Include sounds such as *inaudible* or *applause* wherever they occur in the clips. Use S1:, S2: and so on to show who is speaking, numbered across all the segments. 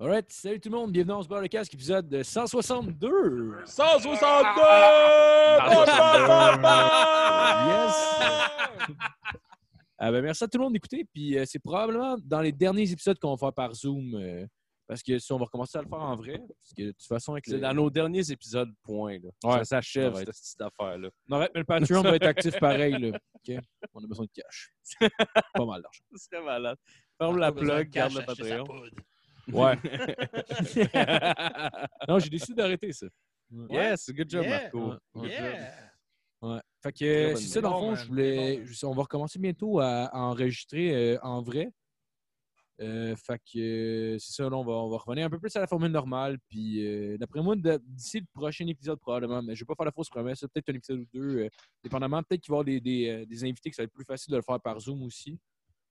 S1: Alright, salut tout le monde, bienvenue dans ce bar le casque, épisode 162.
S2: 162!
S1: Ah! Yes! Ah ben, merci à tout le monde d'écouter, puis euh, c'est probablement dans les derniers épisodes qu'on va faire par Zoom, euh, parce que si on va recommencer à le faire en vrai, parce que de toute façon, avec
S2: C'est
S1: le...
S2: dans nos derniers épisodes, point. Là.
S1: Ouais,
S2: Ça s'achève,
S1: ça va
S2: cette petite affaire-là.
S1: Non, arrête, mais le Patreon va être actif pareil, là. OK? On a besoin de *laughs* cash. Pas mal d'argent.
S2: C'est malade. Ferme la plug, garde le Patreon.
S1: Ouais. non, j'ai décidé d'arrêter ça.
S2: Yes, good job,
S3: Yeah.
S2: Marco.
S1: Ouais,
S2: Good job.
S3: Yeah!
S1: Ouais. Fait que
S2: Très
S1: euh,
S2: bonne
S1: c'est ça, dans le
S3: idée.
S1: fond,
S3: Bon,
S1: je
S3: man.
S1: voulais.
S3: Bon.
S1: je- on va recommencer bientôt à, à enregistrer euh, en vrai. Euh, fait que euh, c'est ça, là, on va, on va revenir un peu plus à la formule normale. Puis euh, d'après moi, de- d'ici le prochain épisode, probablement, mais je vais pas faire la fausse promesse, là, peut-être un épisode ou deux, euh, dépendamment. Peut-être qu'il va y avoir des, des, euh, des invités que ça va être plus facile de le faire par Zoom aussi.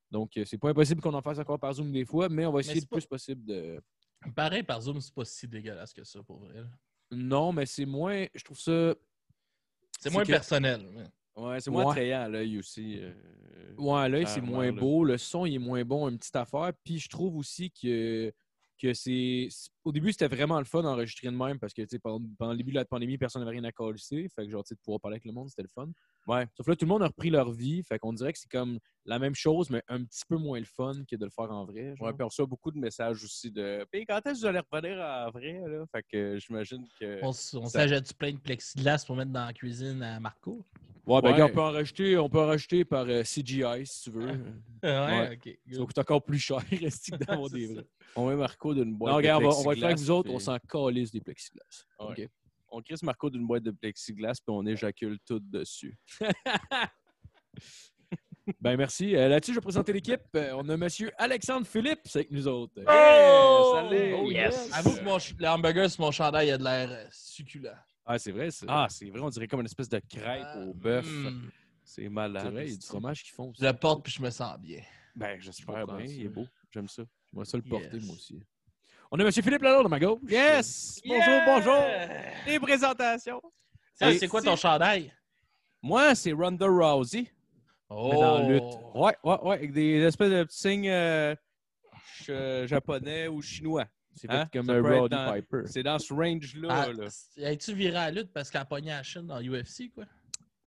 S1: Donc, euh, c'est pas impossible qu'on en fasse encore par Zoom des fois, mais on va essayer
S3: c'est
S1: le plus possible de.
S3: Pareil, par Zoom, c'est pas si dégueulasse que ça, pour vrai. là.
S1: Non, mais c'est moins. Je trouve ça.
S3: C'est moins
S1: que-
S3: personnel. mais-
S2: Ouais, c'est moins
S1: Ouais.
S2: attrayant à l'œil aussi. euh,
S1: Ouais, l'œil, c'est
S2: Clairement,
S1: moins
S2: là.
S1: beau. Le son, il est moins bon, une petite affaire. Puis je trouve aussi que, que c'est. c'est- Au début, c'était vraiment le fun d'enregistrer de même parce que, tu sais, pendant, pendant le début de la pandémie, personne n'avait rien à coller. Fait que, genre, tu sais, de pouvoir parler avec le monde, c'était le fun.
S2: Ouais.
S1: Sauf là, tout le monde a repris leur vie. Fait qu'on dirait que c'est comme la même chose, mais un petit peu moins le fun que de le faire en vrai. genre.
S2: Ouais, puis on reçoit beaucoup de messages aussi de. Puis quand est-ce que vous allez revenir en vrai, là? Fait que euh, j'imagine que.
S3: On, s- on
S2: Ça-
S3: s'ajoute plein de plexiglas pour mettre dans la cuisine à Marco.
S1: Ouais, ben,
S2: Ouais. Ah,
S1: regarde, on peut en rajouter, on peut en rajouter par euh, CGI si tu veux. Ouais.
S3: Ah ok.
S1: ça coûte encore plus cher, *laughs* reste
S2: *laughs*
S1: que d'avoir des
S3: *laughs* C'est
S1: vrais.
S2: On met Marco d'une boîte
S1: Non,
S2: de
S1: regarde, on va, on va le
S2: plexiglas,
S1: faire avec vous autres,
S2: puis-
S1: on s'en calisse des plexiglas.
S2: Ouais.
S1: OK?
S2: On crisse Marco d'une boîte de plexiglas, puis on éjacule tout dessus.
S1: Ben merci. Euh, Là-dessus, je vais présenter l'équipe. Euh, on a M. Alexandre Philippe, c'est avec nous autres.
S2: Oh! Oh,
S3: yes! Avoue que mon ch- le hamburger sur mon chandail a de l'air euh, succulent.
S1: Ah, c'est vrai, ça.
S2: Ah, c'est vrai, on dirait comme une espèce de crêpe au bœuf.
S3: Mm.
S2: C'est
S1: c'est
S2: malade.
S1: vrai, il y a du fromage qu'ils font.
S3: Je le porte puis je me sens bien.
S2: Ben,
S1: Je
S2: j'espère
S1: comprends
S2: bien,
S1: ça.
S2: il est beau. J'aime ça.
S1: Moi, ça le porter,
S3: Yes.
S1: moi aussi. On a M. Philippe Lalonde à ma gauche.
S2: Yes! Bonjour, bonjour! Les présentations!
S3: Ça,
S2: Et
S3: Ah, C'est quoi
S2: si-
S3: ton chandail?
S2: Moi, c'est Ronda Rousey.
S3: Oh!
S2: mais dans la lutte. Ouais, ouais, ouais, avec des espèces de petits signes euh, ch- euh, japonais ou chinois.
S1: C'est
S2: Hein?
S1: fait comme
S2: Ça
S1: un
S2: peut être
S1: Roddy
S2: dans-
S1: Piper.
S2: C'est dans ce range-là.
S3: Ah,
S2: là.
S3: c'est- As-tu viré à la lutte parce qu'elle a pogné la Chine dans UFC, quoi?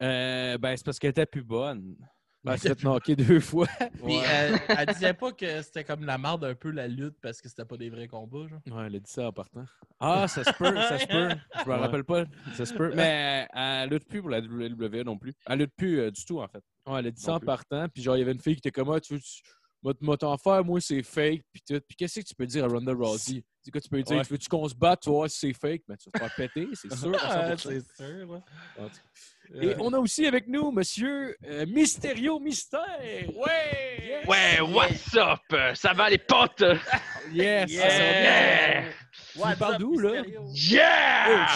S2: Euh, ben, c'est parce qu'elle était plus bonne. *laughs*
S1: Ben, c'est fait knocker deux fois.
S3: Puis
S2: Ouais.
S3: *laughs* elle, elle disait pas que c'était comme la merde un peu la lutte parce que c'était pas des vrais combats, genre.
S1: Ouais, elle a dit ça en partant.
S2: Ah, ça se peut, ça se peut.
S3: *laughs*
S2: Je me
S1: Ouais.
S2: rappelle pas. Ça se peut. Mais elle lutte plus pour la WWE non plus. Elle lutte plus euh, du tout, en fait.
S1: Ouais, elle a dit
S2: Non
S1: ça en
S2: plus.
S1: partant. Puis genre, il y avait une fille qui était comme, ah, tu veux, tu... moi, t- moi, t'en faire, moi, c'est fake. Puis tout. Puis qu'est-ce que tu peux dire à Ronda Rousey? C'est quoi, tu peux dire,
S2: Ouais.
S1: tu veux-tu qu'on se batte, toi, si c'est fake? Mais tu vas te faire péter, c'est sûr. à 100%.
S3: sûr, là.
S1: Et on a aussi avec nous Monsieur euh, Mysterio Mystère.
S2: Ouais!
S4: Ouais, what's up? Euh, Ça va les potes?
S2: Yes!
S3: Yeah!
S4: Yeah!
S1: What's parles up, d'où, là?
S3: *laughs*
S4: Yeah!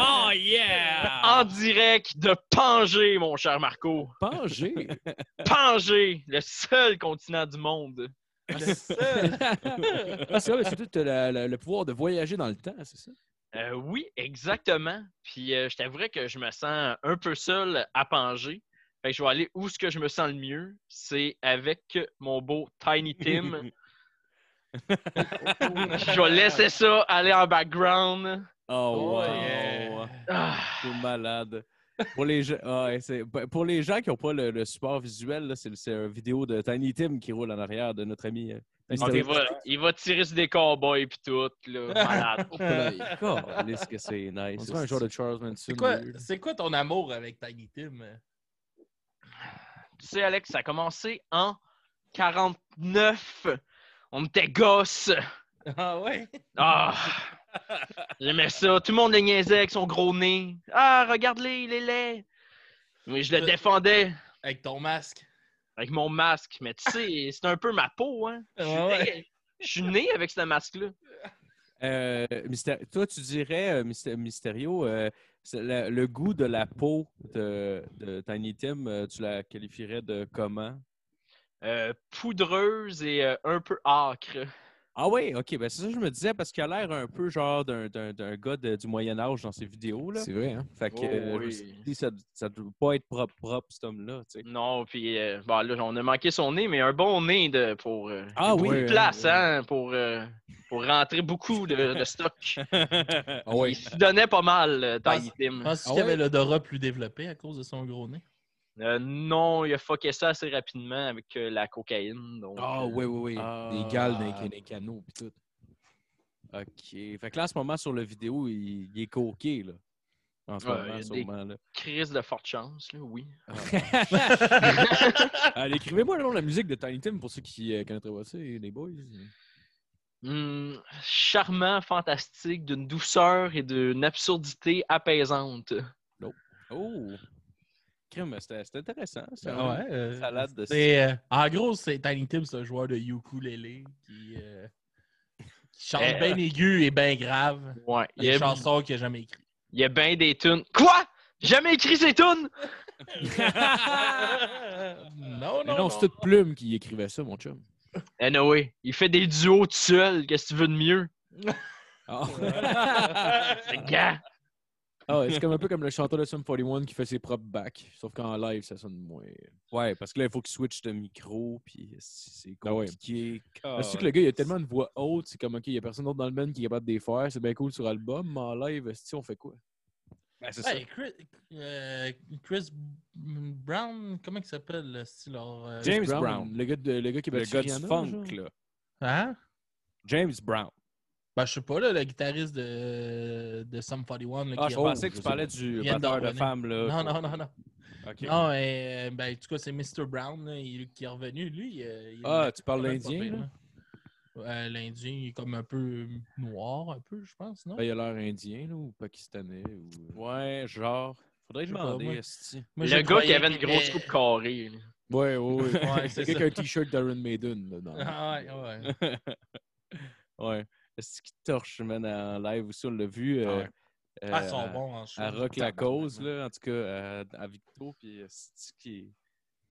S2: Oh, yeah!
S4: En direct de Pangée, mon cher Marco.
S1: Pangé.
S4: Pangée, le seul continent du monde.
S3: *laughs*
S1: Ah, c'est vrai, parce que tu as le pouvoir de voyager dans le temps, c'est ça?
S4: Euh, oui, exactement. Puis euh, je t'avouerais que je me sens un peu seul à Pangée. Fait que je vais aller où ce que je me sens le mieux, c'est avec mon beau Tiny
S1: *laughs*
S4: Tim. je vais laisser ça aller en background.
S2: Oh, wow!
S3: yeah.
S4: Ah.
S2: T'es malade. Pour les, gens, ah, ouais, c'est- ben, pour les gens qui n'ont pas le, le support visuel, là, c'est le- c'est une vidéo de Tiny Tim qui roule en arrière de notre ami. euh,
S1: Ben,
S4: Ah,
S2: Mr.
S4: il, va, il va tirer sur des cowboys pis tout, là.
S1: *laughs*
S4: Malade.
S1: On
S2: Calisse que c'est nice.
S1: dirait un genre de Charles Manson.
S3: C'est quoi,
S1: weird.
S3: c'est quoi ton amour avec Tiny Tim?
S4: tu sais, Alex, ça a commencé en 49. On était gosses.
S3: *laughs* Ah ouais? *laughs*
S4: Ah! J'aimais ça. Tout le monde le niaisait avec son gros nez. Ah, regarde-les, il est laid. Mais
S3: Euh.
S4: je le défendais
S3: Avec ton masque.
S4: avec mon masque. Mais tu sais, c'est un peu ma peau, hein. Je suis
S3: Ah ouais.
S4: né- je suis né avec ce masque-là.
S2: Euh, Mysté- Toi, tu dirais, euh, Mysté- Mysterio, euh, c'est la- le goût de la peau de, de Tiny Tim, euh, tu la qualifierais de comment?
S4: Euh, poudreuse et euh, un peu âcre.
S2: Ah oui, ok, ben c'est ça que je me disais parce qu'il a l'air un peu genre d'un- d'un d'un gars de- du Moyen Âge dans ses vidéos. Là.
S1: C'est vrai, hein?
S2: Fait que
S4: Oh,
S2: euh, je me
S4: oui.
S2: suis dit, ça ne doit pas être propre, propre cet homme-là. tu sais.
S4: Non, puis euh, bon, là, on a manqué son nez, mais un bon nez de, pour. euh,
S2: Ah
S4: une
S1: oui,
S4: bonne
S1: oui,
S4: place,
S1: oui.
S4: hein, pour, euh, pour rentrer beaucoup de, de stock.
S1: Ah oui.
S4: Il se donnait pas mal, euh,
S3: Pense-
S4: Tiny Tim.
S3: Penses-tu
S1: Ah ouais?
S3: qu'il avait l'odorat plus développé à cause de son gros nez?
S4: Euh, non, il a fucké ça assez rapidement avec euh, la cocaïne. donc,
S1: Ah
S4: euh,
S1: oui, oui, oui.
S2: Ah.
S1: Des gales dans les- dans les canaux pis *laughs* tout.
S2: OK. Fait que là, en ce moment, sur la vidéo, il, il est coqué, là. En ce
S4: Ouais, il y
S2: moment,
S4: a
S2: sûrement, là.
S4: Crise de forte chance, là, oui.
S1: Allez, Euh, écrivez-moi le nom de la musique de Tiny Tim pour ceux qui euh, connaîtraient pas ça, les boys.
S4: Hmm, charmant, fantastique, d'une douceur et d'une absurdité apaisante.
S2: Oh! Crime, c'était c'était intéressant, ça.
S3: Ah ouais, euh,
S2: Une salade de
S3: C'est, euh, en gros, c'est Tiny Tim, c'est un joueur de ukulélé qui, euh, qui chante
S4: Euh.
S3: bien aigu et bien grave.
S4: Ouais. Il y
S3: Des
S4: a,
S3: chansons qu'il n'a jamais *laughs* écrites.
S4: il y a bien des tunes. Quoi? J'ai Jamais écrit ces tunes!
S3: non, non,
S1: Mais
S3: non.
S1: non, c'est toute plume qui écrivait ça, mon chum.
S4: Anyway, il fait des duos tout seul. Qu'est-ce que tu veux de mieux?
S1: Ah,
S4: *laughs* Le gars!
S1: Ah ouais, c'est comme un peu comme le chanteur de Sum 41 qui fait ses propres backs. Sauf qu'en live, ça sonne moins.
S2: Ouais, parce que là, il faut qu'il switch de micro, puis c'est
S1: Ah ouais.
S2: compliqué.
S1: Parce que le gars, il a tellement une voix haute, c'est comme, OK, il y a personne d'autre dans le band qui est capable de les faire. C'est bien cool sur album, mais en live, si on fait quoi?
S2: Ouais,
S1: Ben,
S2: c'est
S3: Ouais, Chris, euh, Chris Brown, comment il s'appelle, le style? alors, euh,
S2: James Brown.
S1: Le gars, de- le gars qui
S2: ça.
S1: bat
S2: Le gars du funk, là.
S3: Hein?
S2: James Brown.
S3: Ben, je sais pas, là, le guitariste de, de Sum 41. Là,
S2: Ah,
S3: qui-
S2: je pensais que
S1: oh, je sais
S2: tu parlais du
S3: Il vient
S2: batteur de
S3: d'ordonner.
S2: femme, là.
S3: Non, non, non, non.
S2: OK.
S3: Non, mais, euh, ben, en tout cas, c'est Mr. Brown là, il- qui est revenu. Lui, il, euh, il-
S1: Ah, tu
S3: quand
S1: parles
S3: même pas
S1: l'Indien,
S3: pire,
S1: là?
S3: là. Euh, L'Indien, il est comme un peu noir, un peu, je pense, non?
S1: Ben, il a l'air indien, là, ou pakistanais, ou... euh.
S2: Ouais, genre. Faudrait
S3: Je sais pas,
S2: demander,
S3: moi.
S2: esti.
S3: Moi, je
S4: le gars qui
S3: croyais
S4: avait une
S3: qu'il
S4: grosse
S3: était-
S4: coupe carrée. là.
S1: Ouais, ouais, ouais.
S3: Ouais,
S1: le
S3: c'est
S1: gars
S3: ça.
S1: qui a un t-shirt d'Iron Maiden, là, dans-
S3: Ah, ouais, ouais.
S2: Euh, ouais. Est-ce qu'il torche, man, en live aussi? On l'a vu. euh, euh,
S3: Ah, ils sont
S2: à-
S3: bons en show.
S2: À Rock la
S3: Tabarnak.
S2: Cause, là, en tout cas, euh, à, à Victo, puis est-ce qui.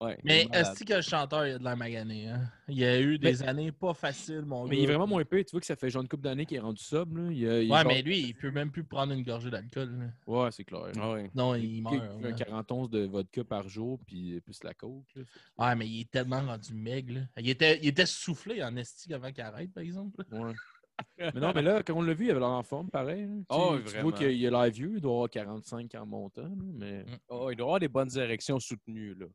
S2: Ouais. il est
S3: Mais
S2: malade.
S3: est-ce que le chanteur, il a de la magané? Hein? Il y a eu des années pas faciles, mon
S1: Mais
S3: gars.
S1: il est vraiment moins payé. Tu vois que ça fait genre une couple d'années qu'il est rendu sobre, là. Il, a- il est
S3: Ouais,
S1: genre-
S3: mais lui, il peut même plus prendre une gorgée d'alcool. là.
S1: Ouais, c'est clair.
S2: Ah ouais.
S3: Non, il meurt.
S1: Il fait un
S3: là.
S1: 40 onces de vodka par jour, puis plus la coke, là.
S3: Ouais, mais il est tellement rendu maigre. là. Il était, il était soufflé en esti avant qu'il arrête, par exemple.
S1: Ouais. mais non, mais là, quand on l'a vu, il avait l'air en forme, pareil. hein. Tu sais,
S2: Oh,
S1: tu
S2: vraiment.
S1: vois qu'il a l'air vieux, il doit avoir 45 en montant. là, Mais
S2: Oh, il doit avoir des bonnes érections soutenues,
S3: *laughs*
S2: là.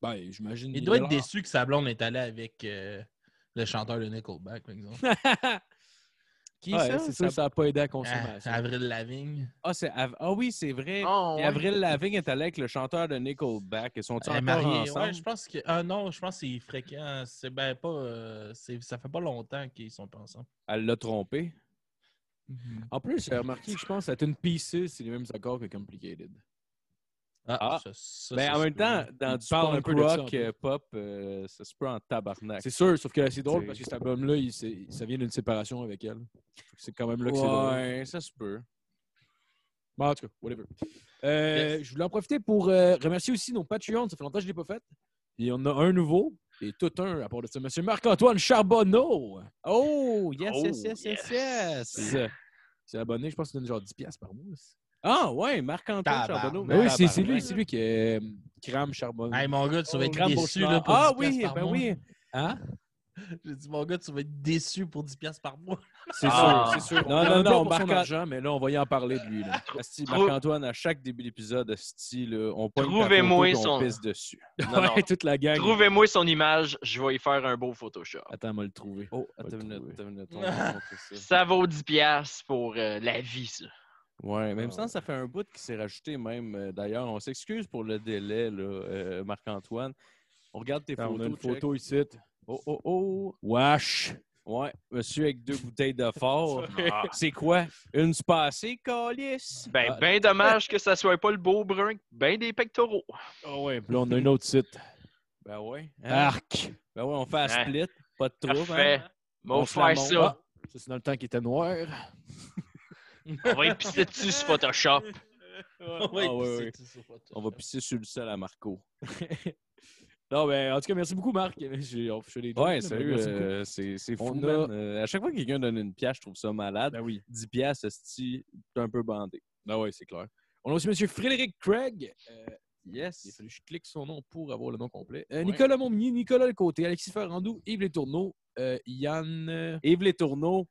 S1: ben, j'imagine.
S3: Il doit
S1: a l'air-
S3: être déçu que sa blonde est allée avec euh, le chanteur de Nickelback, par exemple.
S2: Qui
S1: Ouais, c'est sûr que ça n'a pas aidé à la
S3: Ah,
S1: consommation.
S3: Avril Lavigne.
S2: Ah, c'est Av- ah oui, c'est vrai.
S4: Oh,
S2: Et
S4: ouais.
S2: Avril Lavigne est allée avec le chanteur de Nickelback. Ils sont
S3: Elle est
S2: encore
S3: mariée.
S2: ensemble?
S3: Ouais, je pense que. Ah non, je pense que c'est fréquent. C'est ben pas. euh, c'est- ça fait pas longtemps qu'ils sont pas ensemble.
S2: Elle l'a trompé. Mhm.
S1: En plus, j'ai remarqué que je pense que une Pieces, c'est les mêmes accords que Complicated.
S2: Ah.
S3: ça- ça,
S2: Mais
S3: ça
S2: en
S3: se
S2: même
S3: peut, là.
S2: temps, dans
S1: Il
S2: du
S1: parle un
S2: punk
S1: peu de ça, en
S2: rock
S1: plus.
S2: euh, pop, euh, ça se peut en tabarnak.
S1: C'est sûr, sauf que là, c'est drôle
S2: C'est-
S1: parce que cet album-là, il s'est- ça vient d'une séparation avec elle. C'est quand même là que c'est drôle.
S2: Ouais, ça se peut.
S1: Bon, Bah, en tout cas, whatever. Euh, Je voulais en profiter pour euh, remercier aussi nos Patreons. Ça fait longtemps que je ne l'ai pas fait. Et on en a un nouveau et tout un à part de ça. Monsieur Marc-Antoine Charbonneau.
S2: Oh, yes,
S4: Oh,
S2: yes, yes, yes,
S4: yes.
S2: yes.
S1: C'est abonné, je pense qu'il donne genre 10$ piastres par mois.
S2: Ah, ouais, Marc-Antoine
S3: Tabarnak.
S2: Charbonneau.
S1: Ben oui, c'est,
S2: Tabarnak.
S1: c'est lui, c'est lui qui euh, crame charbonne.
S3: Hey, mon gars, tu vas
S2: Oh,
S3: être
S2: Grand
S3: déçu.
S2: Beauchamp.
S3: Là, pour
S2: ah
S3: 10
S2: oui,
S3: piastres par
S2: ben
S3: mois.
S2: oui.
S1: Hein?
S3: J'ai dit, mon gars, tu vas être déçu pour 10$ piastres par mois.
S1: C'est
S4: Ah.
S1: sûr, c'est sûr.
S2: Non,
S1: On
S2: non,
S1: parle
S2: non,
S1: pas
S2: on
S1: pour son
S2: marque-
S1: argent, mais là, on va y en parler de lui. là.
S2: Asti,
S4: Trou-
S2: Marc-Antoine, à chaque début d'épisode, asti, là, on pogne ta
S4: Trouvez-moi
S2: photo puis on
S4: son-
S2: pisse dessus.
S1: *laughs*
S4: Non, non.
S1: Ouais, toute la gang.
S4: Trouvez-moi son image, je vais y faire un beau Photoshop.
S1: Attends, on va le trouver.
S2: Oh,
S1: On va
S2: attends
S1: le
S2: une minute,
S1: trouver.
S2: attends une minute, on va montrer ça.
S4: Ça vaut 10$ piastres pour euh, la vie, ça.
S2: Ouais, même
S1: Ah
S2: temps, ça fait un bout qui s'est rajouté même. euh, D'ailleurs, on s'excuse pour le délai, là, euh, Marc-Antoine. On regarde tes
S1: Attends, on a
S2: photos.
S1: une
S2: check.
S1: photo ici.
S2: Oh, oh, oh.
S1: Wesh!
S2: Ouais, monsieur avec deux bouteilles de fort.
S4: *laughs* Ah.
S2: C'est quoi? Une spassée, calice?
S4: Ben,
S2: Ah,
S4: ben dommage que ça soit pas le beau brun, ben des pectoraux.
S1: Ah ouais, puis là, on a un autre *laughs* site.
S2: ben ouais. hein?
S1: Arc!
S2: Ben ouais, on fait un
S4: Hein.
S2: split. Pas de trouble.
S4: Parfait.
S2: hein?
S4: Mais on va
S2: On se la
S4: faire ça.
S1: montre. Ça, c'est dans le temps qui était noir.
S4: On va être pissé dessus sur Photoshop.
S3: *laughs*
S2: Ah, ouais, ouais. On va
S3: plus.
S2: pisser sur le sol à Marco.
S1: Non, mais en tout cas, merci beaucoup, Marc. *laughs* J'ai on- je fais les jokes,
S2: Ouais,
S1: mais
S2: sérieux,
S1: ben, merci beaucoup.
S2: euh, c'est c'est fou,
S1: On
S2: man.
S1: a-
S2: Euh, à chaque fois que quelqu'un donne une pièce, je trouve ça malade.
S1: Ben oui.
S2: 10 pièces, c'est un peu bandé.
S1: Ben oui, c'est clair. On a aussi M. Frédéric Craig. Euh, Il a
S2: Yes.
S1: fallu que je clique sur son nom pour avoir le nom complet. Euh, Nicolas Montmigny, Nicolas Lecoté, Alexis Ferrandou, Yves Les Tourneaux, Yann. euh,
S2: Yves Les Tourneaux,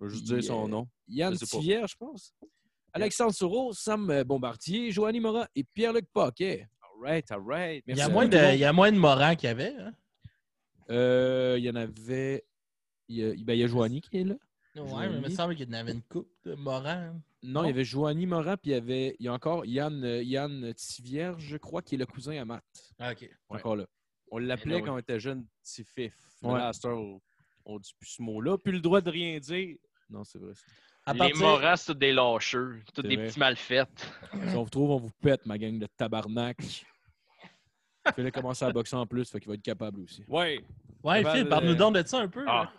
S2: Je vais juste dire son
S1: Yeah.
S2: nom.
S1: Yann
S2: Je sais pas.
S1: Tillière, je pense. Alexandre Soureau, Sam euh, Bombardier, Joanny Morin et Pierre-Luc Paquet.
S2: All right, all right.
S3: Il
S1: Merci
S3: y a
S1: à
S3: moins
S1: tout
S3: de,
S1: le monde.
S3: il y a moins de Morand qu'il y avait. hein?
S1: Euh, il y en avait. Il y a, ben, il y a Joanie qui est là.
S3: Ouais, mais il me
S1: Joanie.
S3: semble qu'il y en avait une coupe de Morand.
S1: Non, il y avait Joanie Morin, puis il y avait. Il y a encore Yann, euh, Yann Tivière, je crois, qui est le cousin à Matt.
S3: Ah, OK.
S2: Ouais.
S1: Encore là.
S2: On l'appelait
S4: Ben oui.
S2: quand on était jeune petit fif.
S1: Ouais.
S2: Là, à cette heure, on- on dit plus ce mot-là. Plus le droit de rien dire.
S1: Non, c'est vrai. ça.
S3: À
S4: les
S3: partir-
S4: morats, c'est tous des lâcheux, tous
S1: C'est
S4: des
S1: vrai.
S4: petits malfaites.
S1: Si on vous trouve, on vous pète, ma gang de
S2: *laughs*
S1: tabarnak. Phil a commencé à boxer en plus, fait qu'il va être capable aussi.
S2: Oui.
S3: Ouais,
S2: Capable
S3: Phil,
S2: de-
S3: parle-nous donc de ça un peu.
S4: Ah,
S3: là.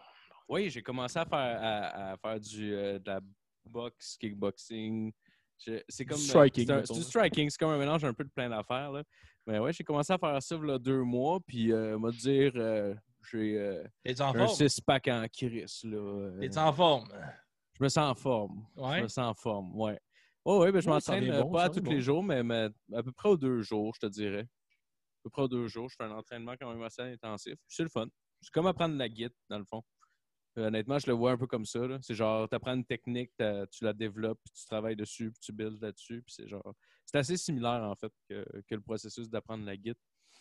S2: Oui, j'ai commencé à faire, à, à faire du, euh, de la boxe, kickboxing. Je- C'est
S1: Du
S2: comme. euh,
S1: striking,
S2: c'est un-
S1: mettons,
S2: C'est du
S1: là.
S2: striking. C'est comme un mélange un peu de plein d'affaires. là. Mais ouais, j'ai commencé à faire ça il y a deux mois. Puis, euh, m'a dire, euh, j'ai euh,
S3: T'es en
S2: j'ai un
S3: forme.
S2: six-pack en Chris. Là. Euh,
S3: T'es en forme.
S2: Je me sens en forme. Je
S3: Ouais.
S2: me sens en forme, ouais. Oh, oui, ben, je
S1: Ouais, ça
S2: m'entraîne
S1: revient
S2: euh,
S1: bon,
S2: pas
S1: ça
S2: à
S1: revient
S2: tous
S1: bon.
S2: les jours, mais, mais à peu près aux deux jours, je te dirais. À peu près aux deux jours. Je fais un entraînement quand même assez intensif. C'est le fun. C'est comme apprendre la guide, dans le fond. Euh, Honnêtement, je le vois un peu comme ça. là. C'est genre, tu apprends une technique, t'as- tu la développes, puis tu travailles dessus, puis tu builds là-dessus. Puis c'est genre. C'est assez similaire, en fait, que, que le processus d'apprendre la guide.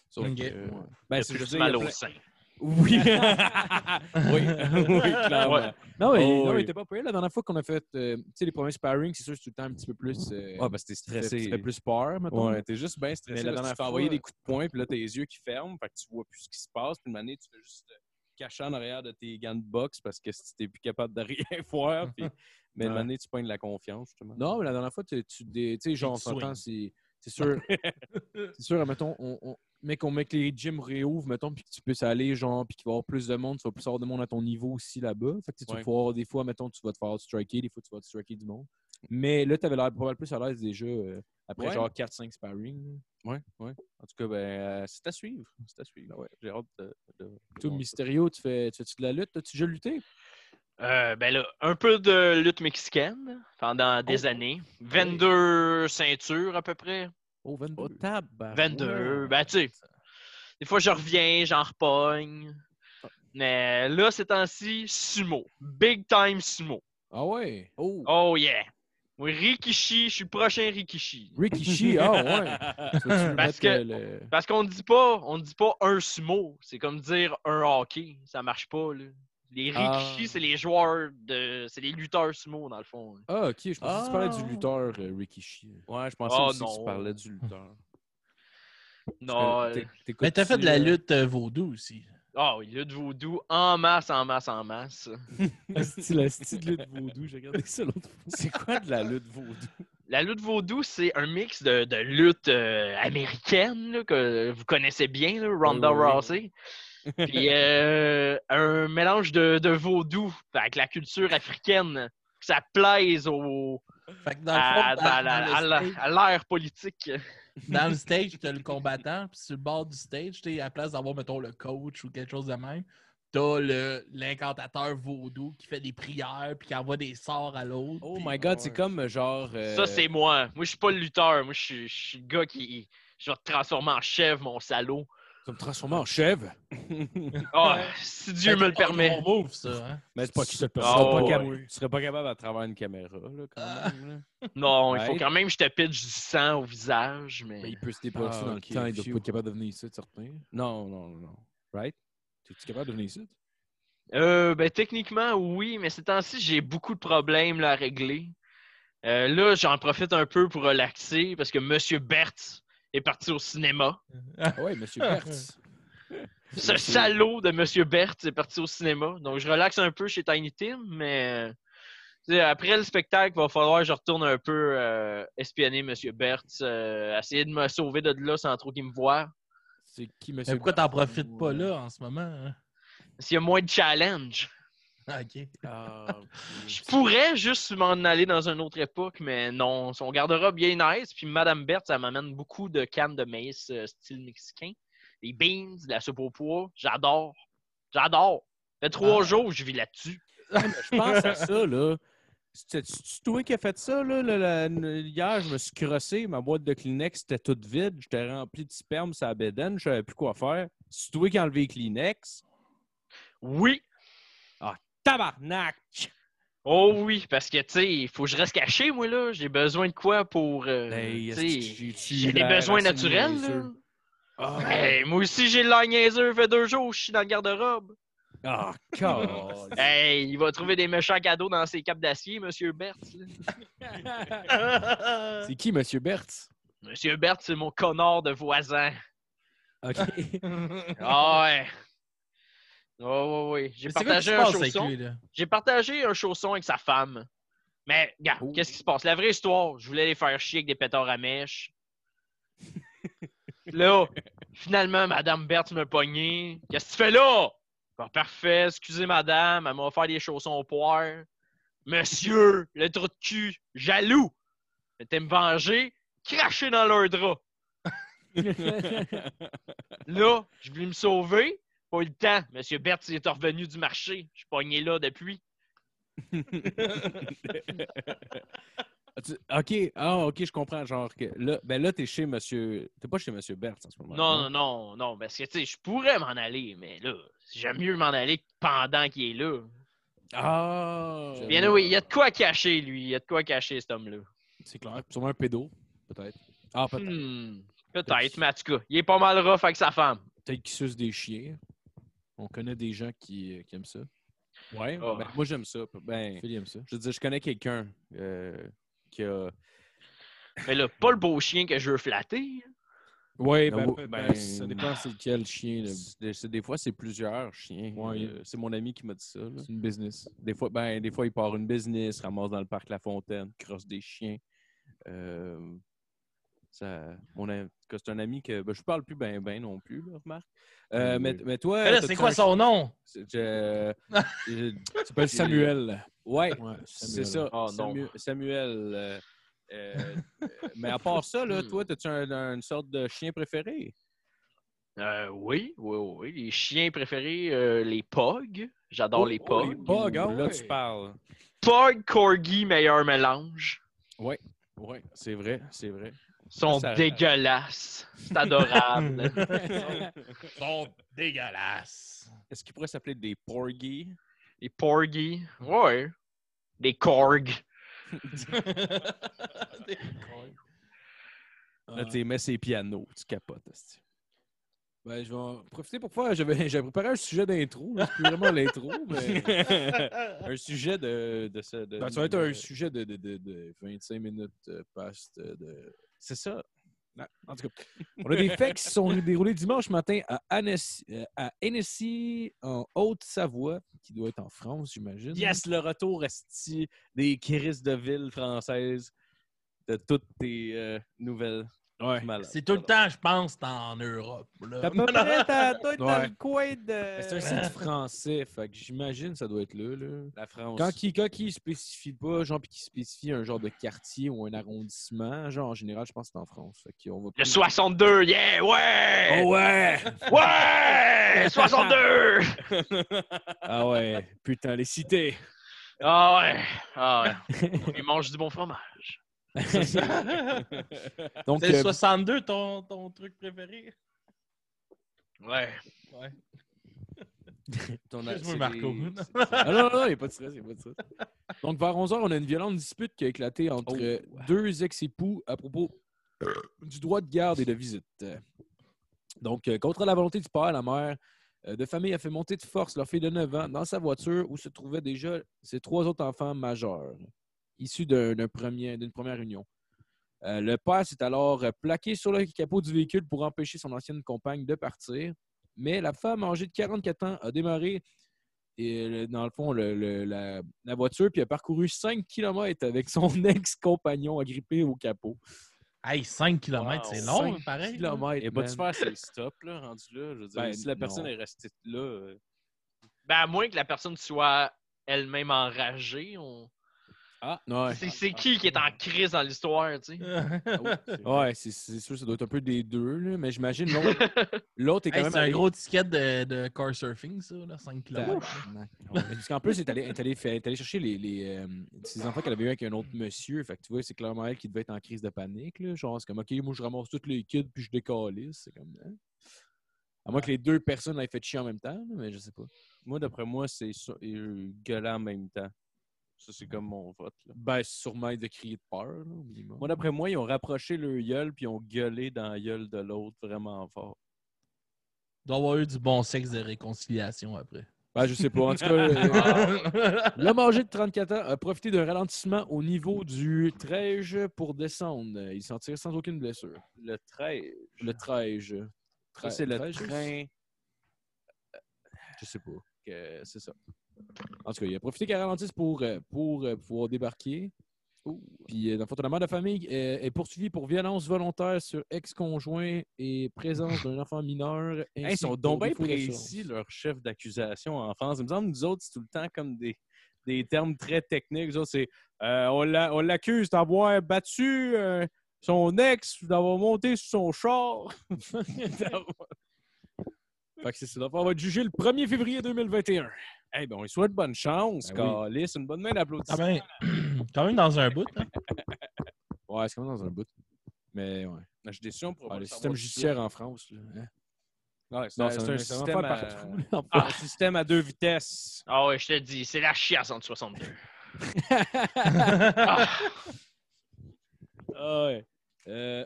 S2: Sauf
S3: Ok.
S2: que,
S3: Ouais.
S2: ben,
S4: c'est
S2: c'est
S4: juste
S2: je veux dire, il y
S4: mal
S2: a
S4: au
S2: plein-
S4: sein.
S2: Oui.
S3: *laughs*
S2: oui. *laughs*
S1: *laughs*
S2: oui, clairement.
S4: Ouais.
S1: Non, il,
S2: Oh,
S1: non, il
S2: oui.
S1: était pas payé. La dernière fois qu'on a fait euh, tu sais, les premiers sparring, c'est sûr que c'est tout le temps un petit peu plus. euh,
S2: Ah, parce que t'es
S1: tu fais-
S2: stressé.
S1: Tu fais plus peur, maintenant.
S2: Ouais, t'es juste bien
S1: Mais
S2: stressé.
S1: la
S2: parce que
S1: dernière
S2: tu fais envoyer
S1: fois- euh,
S2: des coups de poing, puis là, t'as les yeux qui ferment, fait que tu vois plus ce qui se passe. Puis une année, tu fais juste te cacher en arrière de tes gants de boxe parce que si t'es plus capable de rien *laughs* voir. Puis... Mais une
S1: Ouais.
S2: année, tu pognes la confiance, justement.
S1: Non, mais la dernière fois, tu tu dé- tu sais, genre, on
S3: tu swings.
S1: s'entend, c'est c'est sûr. c'est sûr, mettons, on, on- mais qu'on met que les gyms réouvrent, mettons, puis que tu puisses aller, genre, puis qu'il va y avoir plus de monde, tu vas plus avoir de monde à ton niveau aussi là-bas. Fait que tu sais, tu vas
S2: Ouais.
S1: pouvoir, des fois, mettons, tu vas te faire striker, des fois, tu vas te striker du monde. Mais là, tu avais l'air pas mal plus à l'aise déjà euh, après,
S2: Ouais.
S1: genre, 4-5 sparring.
S2: Ouais, ouais. En tout cas, ben, euh, c'est à suivre. C'est à suivre. J'ai hâte de. de- de
S1: Ah Tout
S2: voir ça.
S1: mystérieux, tu fais tu fais-tu de la lutte? T'as-tu déjà lutté?
S4: Euh, ben là, un peu de lutte mexicaine pendant des années. 22 ceintures à peu près.
S1: Oh, 22.
S2: Oh, tabarouette.
S4: 22. Ben, tu sais, des fois je reviens, j'en repogne. Mais là, ces temps-ci, sumo. Big time sumo.
S1: Ah ouais!
S2: Oh!
S4: Oh yeah. Moi, Rikishi, je suis le prochain Rikishi.
S1: Rikishi, ah ouais!
S2: *laughs*
S1: Tu veux-tu lui mettre,
S4: Parce que-
S1: euh, le-
S4: Parce qu'on dit pas, on dit pas un sumo, c'est comme dire un hockey, ça marche pas là. Les rikishi,
S2: Ah.
S4: c'est les joueurs de, c'est les lutteurs sumo dans le fond. là.
S1: Ah, ok, je pensais que tu parlais
S2: Ah.
S1: du lutteur euh, Rikishi.
S2: Ouais,
S3: Ah,
S2: je pensais
S4: Oh,
S2: aussi que
S4: non.
S2: tu parlais du lutteur.
S4: Non, euh,
S3: Mais t'as fait de la lutte euh, vaudou aussi.
S4: ah oui, lutte vaudou en masse, en masse, en masse.
S2: *laughs*
S1: C'est la style de lutte vaudou, j'ai regardé ça l'autre fois.
S2: C'est quoi de la lutte vaudou?
S4: La lutte vaudou, c'est un mix de, de lutte euh, américaine là, que vous connaissez bien, là, Ronda
S2: oui, oui.
S4: Rousey.
S3: *laughs*
S4: Puis euh, un mélange de, de vaudou avec la culture africaine. que Ça plaise au,
S3: Fait que dans le fond,
S4: à,
S3: dans-
S4: à la-
S3: dans le
S4: à la-
S3: stage-
S4: à l'ère politique.
S3: dans le stage, t'as le combattant, puis sur le bord du stage, t'es à la place d'avoir, mettons, le coach ou quelque chose de même, t'as le- l'incantateur vaudou qui fait des prières, puis qui envoie des sorts à l'autre.
S2: Oh
S3: puis-
S2: my god, c'est comme euh, genre. euh,
S4: Ça, c'est moi. Moi, je suis pas le lutteur. Moi, je suis- je suis le gars qui. Je vais te transformer en chèvre, mon salaud.
S1: Ça me transforme en chèvre.
S3: *laughs*
S4: Ah, si Dieu
S3: Fait que
S4: me le
S3: c'est pas
S4: permet.
S3: un bon move, ça. hein?
S2: Mais
S1: C'est pas qui se le
S2: tu
S1: permet.
S2: serais
S4: Ah,
S2: pas cap-
S3: ouais.
S2: Tu serais pas capable à travers une caméra, là, quand
S3: Ah.
S2: même. là.
S4: Non, il faut
S2: Ouais.
S4: quand même que je te pitche du sang au visage,
S1: Mais
S4: mais.
S1: il peut se déplacer
S2: Ah,
S1: dans
S2: ok,
S1: le temps, il doit
S2: phew.
S1: pas être capable de venir ici, certain.
S2: Non, non, non, non. Right?
S1: T'es-tu capable de venir ici?
S4: Euh, ben, techniquement, oui, mais ces temps-ci, j'ai beaucoup de problèmes là, à régler. Euh, là, j'en profite un peu pour relaxer parce que Monsieur Bertz est parti au cinéma.
S1: Ah ouais, monsieur Bertz.
S4: Ce salaud de Monsieur Bertz est parti au cinéma. Donc, je relaxe un peu chez Tiny Tim, mais euh, tu sais, après le spectacle, il va falloir que je retourne un peu euh, espionner Monsieur Bertz, euh, essayer de me sauver de là sans trop qu'il me voie.
S1: C'est qui, monsieur
S3: Mais pourquoi t'en
S1: Bertz?
S3: profites pas là en ce moment? hein?
S4: S'il y a moins de challenge,
S3: Ah, Ok.
S4: je pourrais juste m'en aller dans une autre époque, mais non, on gardera bien nice. Puis Madame Bertz, ça m'amène beaucoup de cannes de maïs euh, style mexicain, des beans, de la soupe au poids. J'adore, j'adore. Ça fait trois
S3: Ah.
S4: jours que je vis là-dessus.
S2: Je pense
S4: *laughs*
S2: à ça, là. C'est c'est-tu toi qui as fait ça, là. le- la- hier, je me suis crossé, ma boîte de Kleenex était toute vide, j'étais rempli de sperme sur la bédaine, je savais plus quoi faire. C'est toi qui as enlevé les Kleenex.
S4: Oui.
S2: Tabarnak!
S4: Oh oui, parce que, tu sais, il faut que je reste caché, moi, là. J'ai besoin de quoi pour. euh,
S2: Hey,
S4: tu
S2: Ben, est-ce
S4: sais,
S2: que j'ai-tu
S4: j'ai des
S2: l'air
S4: besoins
S2: assez
S4: naturels, là.
S2: niaiseux? Ah,
S4: Hey, moi aussi, j'ai l'air niaiseux. Fait deux jours, je suis dans le garde-robe.
S2: *laughs* ah, câlisse.
S4: Hey, il va trouver des méchants cadeaux dans ses capes d'acier, Monsieur Berthe. là.
S1: C'est qui, Monsieur Bertz?
S4: Monsieur Berthe, c'est mon connard de voisin. *laughs*
S1: OK.
S4: Ah ouais. Oh, oui, oui. J'ai
S3: Mais c'est quoi qui se
S4: partagé un
S3: passe avec
S4: chausson.
S3: lui, là?
S4: J'ai partagé un chausson avec sa femme. Mais, gars,
S1: Oh.
S4: qu'est-ce qui se passe? La vraie histoire, je voulais les faire chier avec des pétards
S3: *laughs*
S4: à mèche. là, finalement, Madame Berthe me pognait. Qu'est-ce que tu fais là? Bon, parfait, excusez, madame, elle m'a offert des chaussons au poire. Monsieur, le trou de cul, jaloux. J'étais me venger, craché dans leur drap. Là, je voulais me sauver. Pas eu le temps. Monsieur Berthe, il est revenu du marché. Je suis pogné là depuis.
S2: Tu- OK, ah, OK, je comprends. Genre que là, ben là, t'es chez Monsieur. T'es pas chez Monsieur Bertz en ce moment.
S4: Non, non, non, non, parce que tu sais, je pourrais m'en aller, mais là, j'aime mieux m'en aller que pendant qu'il est là.
S2: Ah!
S4: Bien oui, il y a de quoi cacher, lui. Il y a de quoi cacher, cet homme-là.
S1: C'est clair. Sûrement un pédo, peut-être. Ah, peut-être.
S4: Hmm, Peut-être, mais en tout cas, il est pas mal rough avec sa femme.
S1: Peut-être qu'ils sucent des chiens. On connaît des gens
S2: euh,
S1: qui, qui aiment ça.
S2: Ouais,
S4: Ah.
S2: ben, moi j'aime ça. Ben,
S1: Phil il aime ça.
S2: je veux dire, je connais quelqu'un euh, qui a.
S4: Mais là, pas le beau chien que je veux flatter. hein.
S1: Oui,
S2: ben,
S1: ben,
S2: ben,
S1: ça dépend c'est lequel chien. là.
S2: c'est- Des, c'est- des fois, c'est plusieurs chiens.
S1: Ouais.
S2: Euh, c'est mon ami qui m'a dit ça. là.
S1: C'est une business.
S2: Des fois, ben, des fois, il part une business, ramasse dans le parc La Fontaine, crosse des chiens. Euh, ça, mon ami- en tout cas, c'est un ami que ben, je parle plus ben ben non plus, là, remarque. Euh,
S1: Oui.
S2: mais, mais toi,
S3: Mais là,
S2: t'as-tu
S3: c'est quoi
S2: un-
S3: son nom?
S2: c'est-
S3: *laughs*
S2: je- je-
S1: Ça s'appelle Samuel.
S2: ouais,
S1: Ouais,
S2: c'est
S1: Samuel.
S2: ça.
S4: Ah, non.
S2: Samu- Samuel. euh, euh, euh, mais à part ça, là,
S4: Hmm.
S2: toi, as-tu un- un- une sorte de chien préféré?
S4: Euh, oui, oui, oui. Les chiens préférés, euh, les Pogs. J'adore les
S2: Oh,
S4: Pogs.
S2: Pogs,
S1: ah
S2: là,
S1: ouais.
S2: tu parles.
S4: Pog, Corgi, meilleur mélange.
S2: Oui, c'est vrai, c'est *laughs* vrai.
S4: Ils sont
S2: Ça-
S4: dégueulasses. C'est
S2: *laughs*
S4: adorable.
S3: Ils sont dégueulasses.
S2: Est-ce qu'il pourrait s'appeler des Porgy?
S4: Les Porgy. Ouais. Des Korg.
S3: Des cons.
S1: Ah.
S2: Là, tu mets ses pianos, tu capotes. esti.
S1: Ben, je vais en profiter pour faire. J'avais j'avais préparé un sujet d'intro. là. C'est plus vraiment *laughs* l'intro, mais.
S2: *laughs* un sujet de, de ce. de-
S1: Ben, ça va être un
S2: de-
S1: sujet de, de, de, de 25 minutes euh, past. euh, de-
S2: C'est ça.
S1: Ah, En tout cas, on
S2: *laughs*
S1: a des faits qui se sont déroulés dimanche matin à Annecy, euh, à Annecy en Haute-Savoie, qui doit être en France, j'imagine.
S2: Yes, le retour esti, des crises de ville françaises, de toutes tes euh, nouvelles.
S1: Ouais.
S2: malades.
S3: C'est tout le temps, je pense, en Europe. là. *laughs*
S2: T'as pas près, t'as- toi, t'as
S1: Ouais.
S2: le coin de.
S1: Ben, C'est un site français, fait que j'imagine que ça doit être là. là.
S2: La France.
S1: Quand qui quand qui spécifie pas, genre puis qui spécifie un genre de quartier ou un arrondissement, genre en général, je pense que c'est en France. Fait qu'on va
S4: Le
S1: plus-
S4: 62, yeah,
S2: Eh,
S4: ouais!
S1: Oh, ouais!
S2: Oh. *laughs*
S4: Ouais! 62!
S1: ah ouais, putain, les cités!
S2: *laughs*
S1: *laughs*
S4: Ah ouais! Ah ouais! Ils mangent du bon fromage.
S1: Donc,
S3: C'est le
S1: euh,
S3: 62 ton, ton truc préféré?
S4: Ouais.
S3: Ouais.
S2: Ton-
S3: Excuse-moi,
S2: c'est
S3: Marco.
S2: des-
S1: ah non, non, il n'y a pas de stress, il a pas de stress. Donc, vers 11h, on a une violente dispute qui a éclaté entre
S2: Oh.
S1: euh, deux ex-époux à propos du droit de garde et de visite. Euh, Donc, euh, contre la volonté du père, la mère euh, de famille a fait monter de force leur fille de 9 ans dans sa voiture où se trouvaient déjà ses trois autres enfants majeurs, issus d'un d'un premier- d'une première union. Euh, le père s'est alors euh, plaqué sur le capot du véhicule pour empêcher son ancienne compagne de partir, mais la femme âgée de 44 ans a démarré et le- dans le fond, le- le- la, la voiture, puis a parcouru 5 km avec son *laughs* ex-compagnon agrippé au capot.
S3: Hey, 5 km,
S4: Wow,
S3: c'est long,
S1: Cinq
S3: pareil. là. *laughs*
S1: kilomètres,
S2: Et pas de
S1: man.
S2: faire ses stops, là, rendu là. Je veux dire,
S1: Ben,
S2: si la
S1: non.
S2: personne est restée là. euh,
S4: Ben, à moins que la personne soit elle-même enragée. on-
S1: Ah, Ouais,
S4: C'est c'est qui qui est en crise dans l'histoire, tu sais?
S1: ouais
S2: *laughs*
S1: Ah c'est c'est sûr, ça doit être un peu des deux, là, mais j'imagine l'autre-
S2: *laughs*
S1: l'autre est quand
S3: Hey,
S1: même.
S3: c'est un
S1: allé-
S3: gros ticket de, de car surfing, ça, là, 5 km.
S1: Tabarnak. Ouais, Parce qu'en plus, elle est allée, elle est allée fa- elle est allée chercher les, les, euh, ses enfants qu'elle avait eu avec un autre monsieur. Fait que tu vois, c'est clairement elle qui devait être en crise de panique. Là. Genre, c'est comme, OK, moi, je ramasse tous les kids puis je décalisse. C'est comme, hein? À
S3: Ah.
S1: moins que les deux personnes l'aient fait chier en même temps, là, mais je sais pas.
S2: Moi, d'après moi, c'est sur- euh, gueulant en même temps. Ça, c'est comme mon vote. là.
S1: Ben, sûrement de crier de peur, là, au minimum.
S2: Moi, d'après moi, ils ont rapproché leur gueule puis ils ont gueulé dans la gueule de l'autre vraiment fort.
S3: Il doit y avoir eu du bon sexe de réconciliation après. Ah
S1: Ben, je sais pas. En tout cas, euh, *laughs* le manger de 34 ans a profité d'un ralentissement au niveau du 13 pour descendre. Il s'en tire sans aucune blessure.
S2: Le 13.
S1: Le 13.
S2: Ça, c'est le
S1: 13.
S2: train.
S1: Je sais pas. que c'est ça. En tout cas, il a profité qu'elle ralentisse pour, euh, pour euh, pouvoir débarquer. Puis, euh, dans le fond, la mère de famille euh, est poursuivie pour violence volontaire sur ex-conjoint et présence d'un enfant mineur.
S2: Hey,
S1: ainsi
S2: ils sont
S1: que
S2: donc
S1: pour
S2: bien
S1: défaut de
S2: précis,
S1: ressources.
S2: leur chef d'accusation en France. Il me semble, nous autres, c'est tout le temps comme des, des termes très techniques. Nous autres, c'est euh, on l'a- on l'accuse d'avoir battu euh, son ex, d'avoir monté sur son char. *laughs*
S1: Fait que c'est ça. Dans le fond, on va être jugé le 1er février 2021.
S2: Eh ben, on lui souhaite bonne chance,
S1: Ben oui. Ah
S2: Calis. Une bonne main d'applaudissements.
S3: même, ben, *clears throat* quand même dans un bout. hein.
S1: Ouais, c'est quand même dans un bout. Mais ouais.
S2: Je suis déçu, on pourra
S1: Ah,
S2: pas
S1: le
S2: savoir
S1: système
S2: tout
S1: judiciaire en France. là, hein.
S2: ça. Ouais, c'est
S1: Non,
S2: un- c'est un, système à...
S1: partout. là, en fait.
S2: Ah, un système à deux vitesses.
S4: Ah ouais, je te le dis, c'est la chiasse entre 62.
S2: *laughs*
S1: Ah ouais. Euh,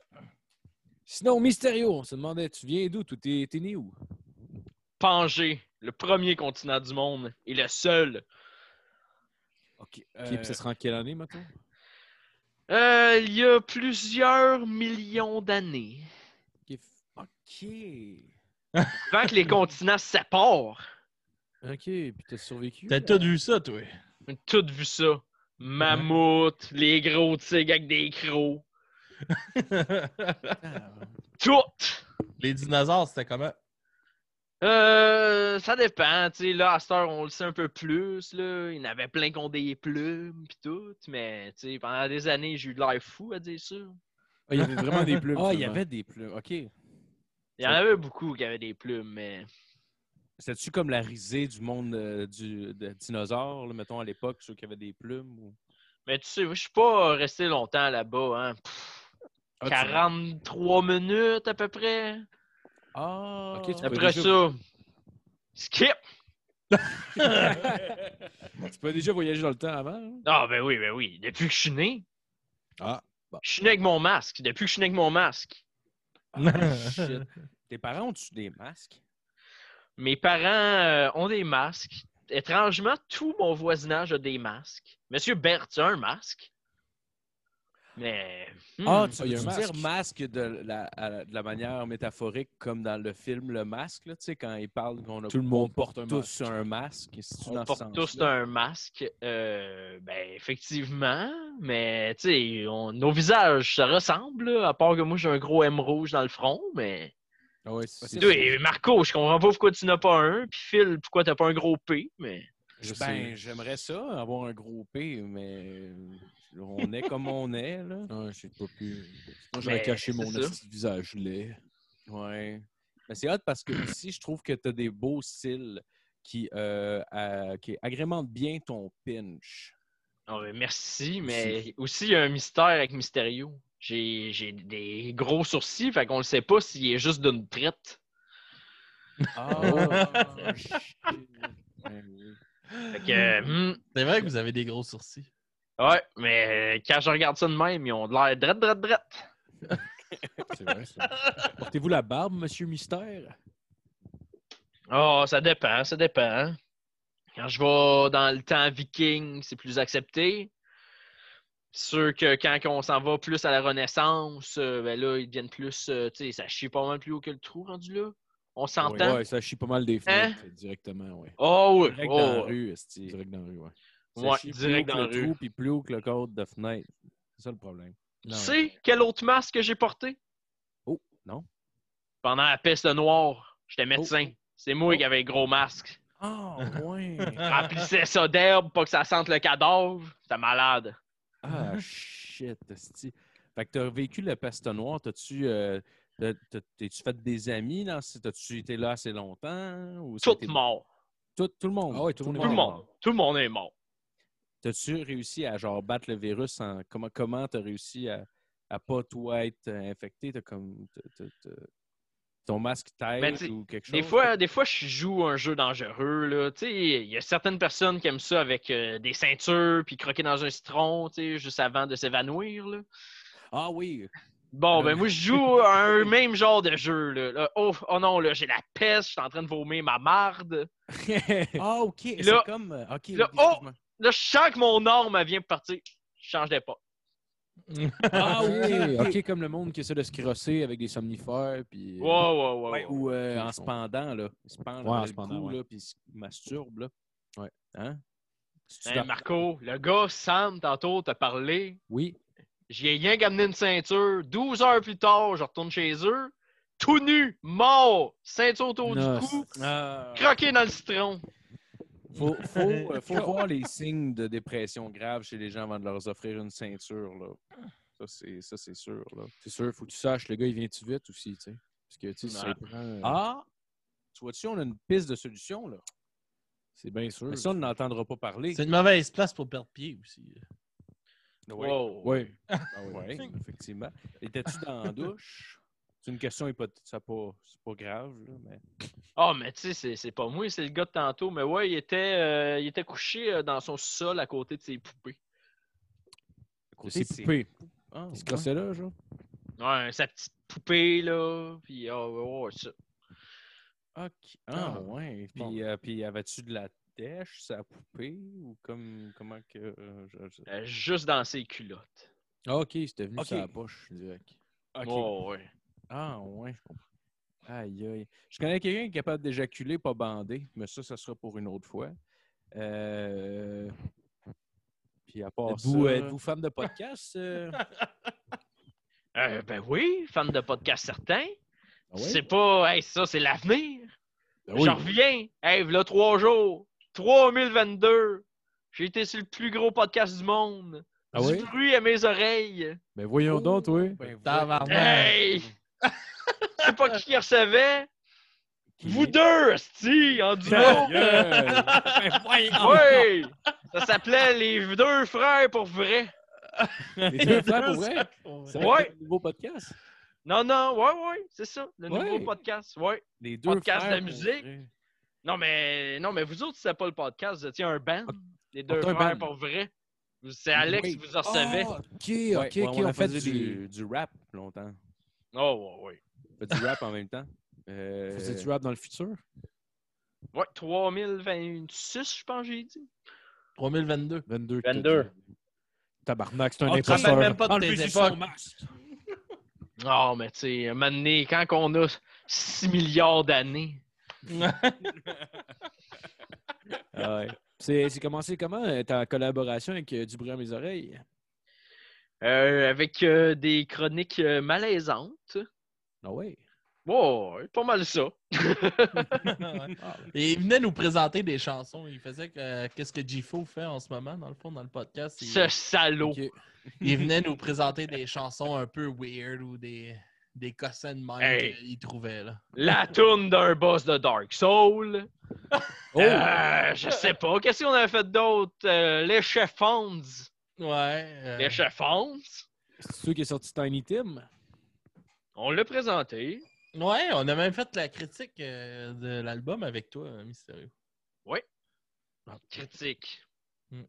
S1: Sinon, Mysterio, on se demandait, tu viens d'où? Tu t'es t'es né
S2: Euh.
S1: où?
S4: Pangée, le premier continent du monde et le seul.
S1: OK.
S2: Euh,
S1: puis ça sera en quelle année, maintenant?
S4: Euh, il y a plusieurs millions d'années,
S1: OK.
S4: avant que les continents se séparent,
S1: OK, puis t'as survécu?
S3: T'as tout vu ça, toi. *laughs*
S4: on a tous vu ça. Mammouth, les gros tigres avec des crocs, toutes!
S3: Les dinosaures, c'était comment?
S4: Euh, ça dépend, tu sais, là, à cette heure, on le sait un peu plus, là, il y en avait plein qui ont des plumes pis tout, mais, tu sais, pendant des années, j'ai eu de l'air fou à dire ça.
S1: Ah, il y avait vraiment des plumes.
S2: Ah, il y
S1: finalement.
S2: avait des plumes. OK.
S4: Il y en avait beaucoup qui avaient des plumes, mais...
S2: C'était-tu comme la risée du monde euh, du de dinosaure, là, mettons, à l'époque, ceux qui avaient des plumes? Ou...
S4: Mais tu sais, moi, je suis pas resté longtemps là-bas, hein. Pff,
S1: Ah, tu-
S4: 43 minutes, à peu près.
S2: Ah!
S1: Ok, tu peux-
S4: Après
S1: déjà-
S4: ça, skip!
S1: Tu peux déjà voyager dans le temps avant? *laughs* hein?
S4: Ah, ben oui, ben oui, depuis que je suis né.
S1: Ah, bon.
S4: Je suis né avec mon masque, depuis que je suis né avec mon masque.
S2: Ah, shit. Tes parents ont-tu des masques?
S4: Mes parents euh, ont des masques. Étrangement, tout mon voisinage a des masques. Monsieur Bert a un masque. Mais. hmm,
S2: Ah, tu
S1: Ah, il y a
S2: veux-tu
S1: un
S2: dire masque de la, à la- de la manière métaphorique, comme dans le film Le Masque, là, tu sais, quand ils parlent qu'on a
S1: Tout le monde porte Ah, un masque.
S2: tous hein. un masque. c'est-tu
S4: on
S2: dans ce
S4: porte tous
S2: sens-là?
S4: un masque. euh, ben, effectivement. Mais, tu sais, on- nos visages se ressemblent, là, à part que moi, j'ai un gros M rouge dans le front. Mais.
S1: Ah ouais, c'est
S4: Toi, et Marco, je comprends pas pourquoi tu n'as pas un. Puis Phil, pourquoi t'as pas un gros P. Mais.
S1: Je
S2: Ben, j'aimerais ça, avoir un gros P, mais on est comme on est,
S1: *laughs*
S2: là.
S1: Ah, j'ai pas pu. Moi, j'aurais
S4: Mais
S1: caché
S4: c'est
S1: mon
S4: ça.
S1: petit visage laid.
S2: Ouais. Mais c'est hot parce que aussi, je trouve que tu as des beaux cils qui, euh, euh, qui agrémentent bien ton pinch.
S4: Non, mais merci, mais aussi, il y a un mystère avec Mysterio. J'ai j'ai des gros sourcils, fait qu'on le sait pas s'il est juste d'une traite.
S2: *laughs* Ah, shit. Ben oui.
S4: Fait que, hmm,
S3: C'est vrai que vous avez des gros sourcils.
S4: ouais, mais euh, quand je regarde ça de même, ils ont de l'air drette, drette, drette.
S1: C'est vrai, ça. Portez-vous la barbe, monsieur Mystère?
S4: Oh, ça dépend, ça dépend. Quand je vais dans le temps viking, c'est plus accepté. C'est sûr que quand on s'en va plus à la Renaissance, euh, ben là, ils deviennent plus. euh, tu sais, ça chie pas mal plus haut que le trou rendu là. On s'entend?
S1: Ouais, ça chie pas mal des
S4: Hein?
S1: fenêtres directement, ouais.
S4: Oh, oui.
S2: Direct
S4: oh,
S2: dans la
S4: oui.
S2: rue, esti.
S1: Direct dans la rue, ouais.
S2: Ça
S4: Ouais,
S2: chie plus
S4: direct
S2: haut que
S4: dans
S2: le
S4: la rue.
S2: trou, puis plus haut que le code de fenêtre. C'est ça le problème.
S1: Non,
S4: tu sais quel autre masque que j'ai porté?
S2: Oh, non.
S4: Pendant la peste noire, j'étais médecin. C'est moi qui avais un gros masque.
S2: Ah,
S4: *laughs*
S2: ouais.
S4: Remplissais ça d'herbe pour que ça sente le cadavre. C'était malade.
S2: ah, shit, esti. Fait que t'as vécu le peste noire. T'as-tu... euh, t'as- t'as- T'es-tu fait des amis? dans ce- T'as-tu été là assez longtemps? Ou
S4: Tout
S2: c'était-
S4: mort.
S2: Tout, tout le monde.
S1: Ah ouais, tout le
S4: Tout le
S1: Ouais.
S4: monde. Tout le monde est mort.
S2: T'as-tu réussi à genre battre le virus en comment comment t'as réussi à, à pas toi être euh, infecté? T'as comme t'as- t'as- t'as- Ton masque
S4: Mais
S2: t'aide
S4: Ben, tu-
S2: ou quelque chose.
S4: Des fois, des fois, je joue un jeu dangereux. là. Tu sais, Il y a certaines personnes qui aiment ça avec euh, des ceintures puis croquer dans un citron tu sais, juste avant de s'évanouir. là.
S2: Ah oui.
S4: Bon,
S2: Euh.
S4: ben moi, je joue à un même genre de jeu. Là. Là, oh, oh non, là, j'ai la peste, je suis en train de vomir ma marde.
S2: Ah, ok.
S4: là-
S2: C'est comme. euh, Ok.
S4: là,
S2: ok,
S4: oh!
S2: excuse-moi.
S4: Là, je sens que mon arme elle vient de partir. Je change d'époque.
S2: Ah oui.
S1: ok, ok, comme le monde qui essaie de se crosser avec des somnifères. Puis, euh,
S4: Ouais, ouais, ouais. ouais.
S2: Ouais, ou euh,
S1: ils
S2: en se
S1: sont-
S2: pendant, là. Ils se pendent
S1: Ouais, en
S2: dans
S1: se
S2: le
S1: pendant,
S2: cou,
S1: ouais.
S2: là, puis ils se masturbent, là.
S1: Ouais.
S2: Hein? C'est-tu
S4: Hey,
S2: dans-
S4: Ben, Marco, le gars, Sam, tantôt, t'as parlé.
S1: Oui.
S4: J'ai rien qu'amené une ceinture. 12 heures plus tard, je retourne chez eux. Tout nu, mort, ceinture autour
S1: Non,
S4: du cou,
S2: Ah.
S4: croqué dans le citron.
S2: Faut, faut, euh, faut voir les signes de dépression grave chez les gens avant de leur offrir une ceinture, là. Ça, c'est, ça, c'est sûr, là.
S1: C'est sûr, faut que tu saches, le gars, il vient-tu vite aussi, tu sais. Parce que, tu sais, si ça
S4: Ouais.
S1: prend, euh,
S2: Ah! Tu vois-tu, on a une piste de solution, là.
S1: c'est bien sûr.
S2: Mais ça, on n'entendra pas parler.
S3: C'est une mauvaise place pour perdre pied aussi.
S2: Oui,
S4: Wow.
S1: Ouais.
S2: effectivement. Étais-tu dans la douche? C'est une question hypothétique. C'est pas, c'est pas grave, là, mais...
S4: Ah, mais tu sais, c'est- c'est pas moi, c'est le gars de tantôt. Mais ouais, il était, euh, il était couché euh, dans son sol à côté de ses poupées.
S1: C'est
S2: c'est-
S1: coupé.
S2: Ah,
S1: Il se
S2: ouais.
S1: crossait là, genre.
S4: Ouais, sa petite poupée, là. Puis, ah, ouais, ouais, ça.
S2: Ok. Ah,
S1: Ah,
S2: ouais. Puis,
S1: bon.
S2: euh, puis avais-tu de la dèche, sa poupée, ou comme, comment que... euh, je- je-
S4: Euh, juste dans ses culottes.
S1: Ah, ok, c'était venu
S2: Ok.
S1: sur la poche, direct.
S2: Ok.
S4: Ouais, ouais.
S2: Oh. Ah, ouais, je comprends. Aïe, aïe. Je connais quelqu'un qui est capable d'éjaculer, pas bandé, mais ça, ça sera pour une autre fois. Euh, Puis à part
S1: Êtes-vous euh,
S2: ça...
S1: êtes-vous femme de podcast? euh?
S4: Euh, ben oui, fan de podcast certain.
S1: *laughs* Ah ouais?
S4: C'est pas, hey, ça, c'est l'avenir.
S1: Ah oui.
S4: J'en reviens. Hey, là, trois jours. 3022. J'ai été sur le plus gros podcast du monde.
S1: Ah
S4: du
S1: oui?
S4: bruit à mes oreilles.
S1: Ben voyons donc, oui.
S2: Oh. Ben, voilà.
S3: Tabarnak.
S4: Hey! Je sais pas qui recevait.
S2: Qui-
S4: Vous deux, Sti,
S2: Ta
S4: en duo.
S2: gueule! Ben, voyons!
S4: Oui! Ça s'appelait Les deux frères pour vrai.
S1: Les deux frères, pour vrai?
S3: Ouais.
S1: Ça
S4: Ouais.
S1: va être un nouveau podcast?
S4: Non, non, ouais, ouais, c'est ça, le nouveau
S1: Ouais.
S4: podcast. Ouais.
S2: Les deux
S4: podcast de
S2: frères,
S4: la
S2: pour
S4: musique.
S2: vrai.
S4: Non, mais non, mais vous autres, c'était pas le podcast, vous étiez un band. Les deux
S1: Ah, on était un
S4: frères
S1: band.
S4: pour vrai. Vous- C'est Alex
S2: Oui.
S4: qui vous en recevait.
S1: Ah,
S4: Oh,
S1: ok, ok,
S2: Ouais, ouais,
S1: ok.
S2: on,
S1: On
S2: a
S1: fait
S2: fait
S1: du...
S2: du, du rap longtemps.
S4: Oh, ouais, ouais.
S2: On fait du *laughs* rap en même temps. Euh,
S1: Faisais du rap dans le futur?
S4: Ouais, 3026, je pense, j'ai dit.
S3: 3022.
S1: 22. t'as
S4: 22.
S1: dit. Tabarnak, c'est un
S2: Ah, tu te
S1: imposteur.
S3: rappelles même pas de
S1: Enlevez
S3: tes
S1: juste son
S3: époques.
S1: masque.
S4: Non, Ah, mais tu sais, un moment donné, quand on a 6 milliards d'années,
S2: ah ouais.
S1: C'est c'est commencé comment euh, ta collaboration avec euh, Du bruit à mes oreilles?
S4: euh, avec euh, des chroniques euh, malaisantes,
S1: Ah ouais.
S4: ouais, ouais, pas mal ça.
S3: *laughs* Et il venait nous présenter des chansons. Il faisait que, euh, qu'est-ce que Jifo fait en ce moment, dans le fond, dans le podcast. Il,
S4: Ce salaud.
S1: Ok.
S3: *laughs* il venait nous présenter des chansons un peu weird ou des, des cossins de même
S4: Hey.
S3: qu'il trouvait. Là.
S4: La tourne d'un boss de Dark Soul.
S1: Oh!
S3: Ah.
S4: Euh, je sais pas. Qu'est-ce qu'on a fait d'autre? Euh, les chefs Fonds.
S3: Ouais. euh,
S4: Les chefs Fonds,
S1: Oh, C'est celui qui est sorti Tiny Tim?
S4: on l'a présenté.
S3: ouais, on a même fait la critique euh, de l'album avec toi, euh, Mystérieux.
S4: Critique.
S3: Hmm.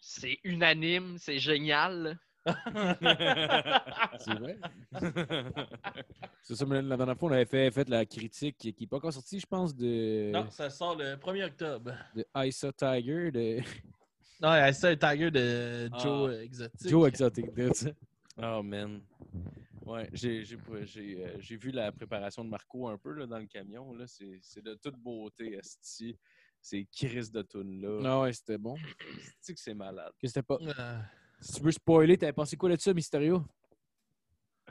S4: C'est unanime, c'est génial.
S1: C'est vrai? *laughs* C'est ça, mais la dernière fois, on avait fait, fait la critique qui n'est pas encore sortie, je pense, de,
S3: non, ça sort le 1er octobre.
S1: de Isa Tiger, de
S3: Non, ouais, c'est un Tiger de Joe Exotic.
S1: Joe Exotic Nuts.
S2: Oh man. Ouais, j'ai j'ai pas- j'ai, euh, j'ai vu la préparation de Marco un peu là, dans le camion. là. C'est c'est de toute beauté, Esti. C'est Chris de Toon là.
S1: Ah ouais, c'était bon.
S2: Esti que c'est malade.
S1: Que c'était pas...
S3: Euh,
S1: Si tu veux spoiler, t'avais pensé quoi là-dessus, Mysterio?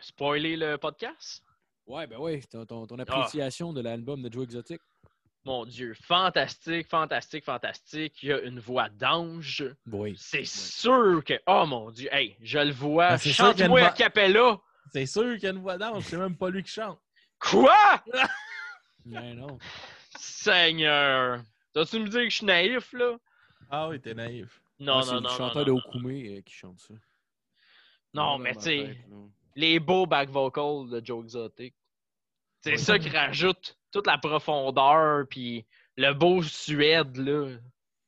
S4: Spoiler le podcast?
S1: Ouais, ben ouais, ton, ton, ton appréciation de l'album de Joe Exotic.
S4: Mon Dieu, fantastique, fantastique, fantastique. Il y a une voix d'ange.
S1: Oui.
S4: C'est sûr que. Oh mon Dieu, hey, je le vois.
S3: Ben, c'est sûr qu'il y a une
S4: Chante-moi
S3: voix-
S4: a cappella.
S3: C'est sûr qu'il y a une voix d'ange, c'est même pas lui qui chante.
S4: Quoi?
S1: Non, non.
S4: Seigneur. T'as-tu me dire que je suis naïf, là?
S3: Ah oui, t'es naïf.
S4: Non,
S1: Ouais,
S4: non, non.
S1: C'est le
S4: non,
S1: chanteur
S4: non,
S1: de Okoumé euh, qui chante ça.
S4: Non,
S2: Dans
S4: mais
S2: ma
S4: tu sais,
S2: tête, là.
S4: les beaux back vocals de Joe Exotic. C'est ça qui rajoute toute la profondeur, puis le beau Suède, là.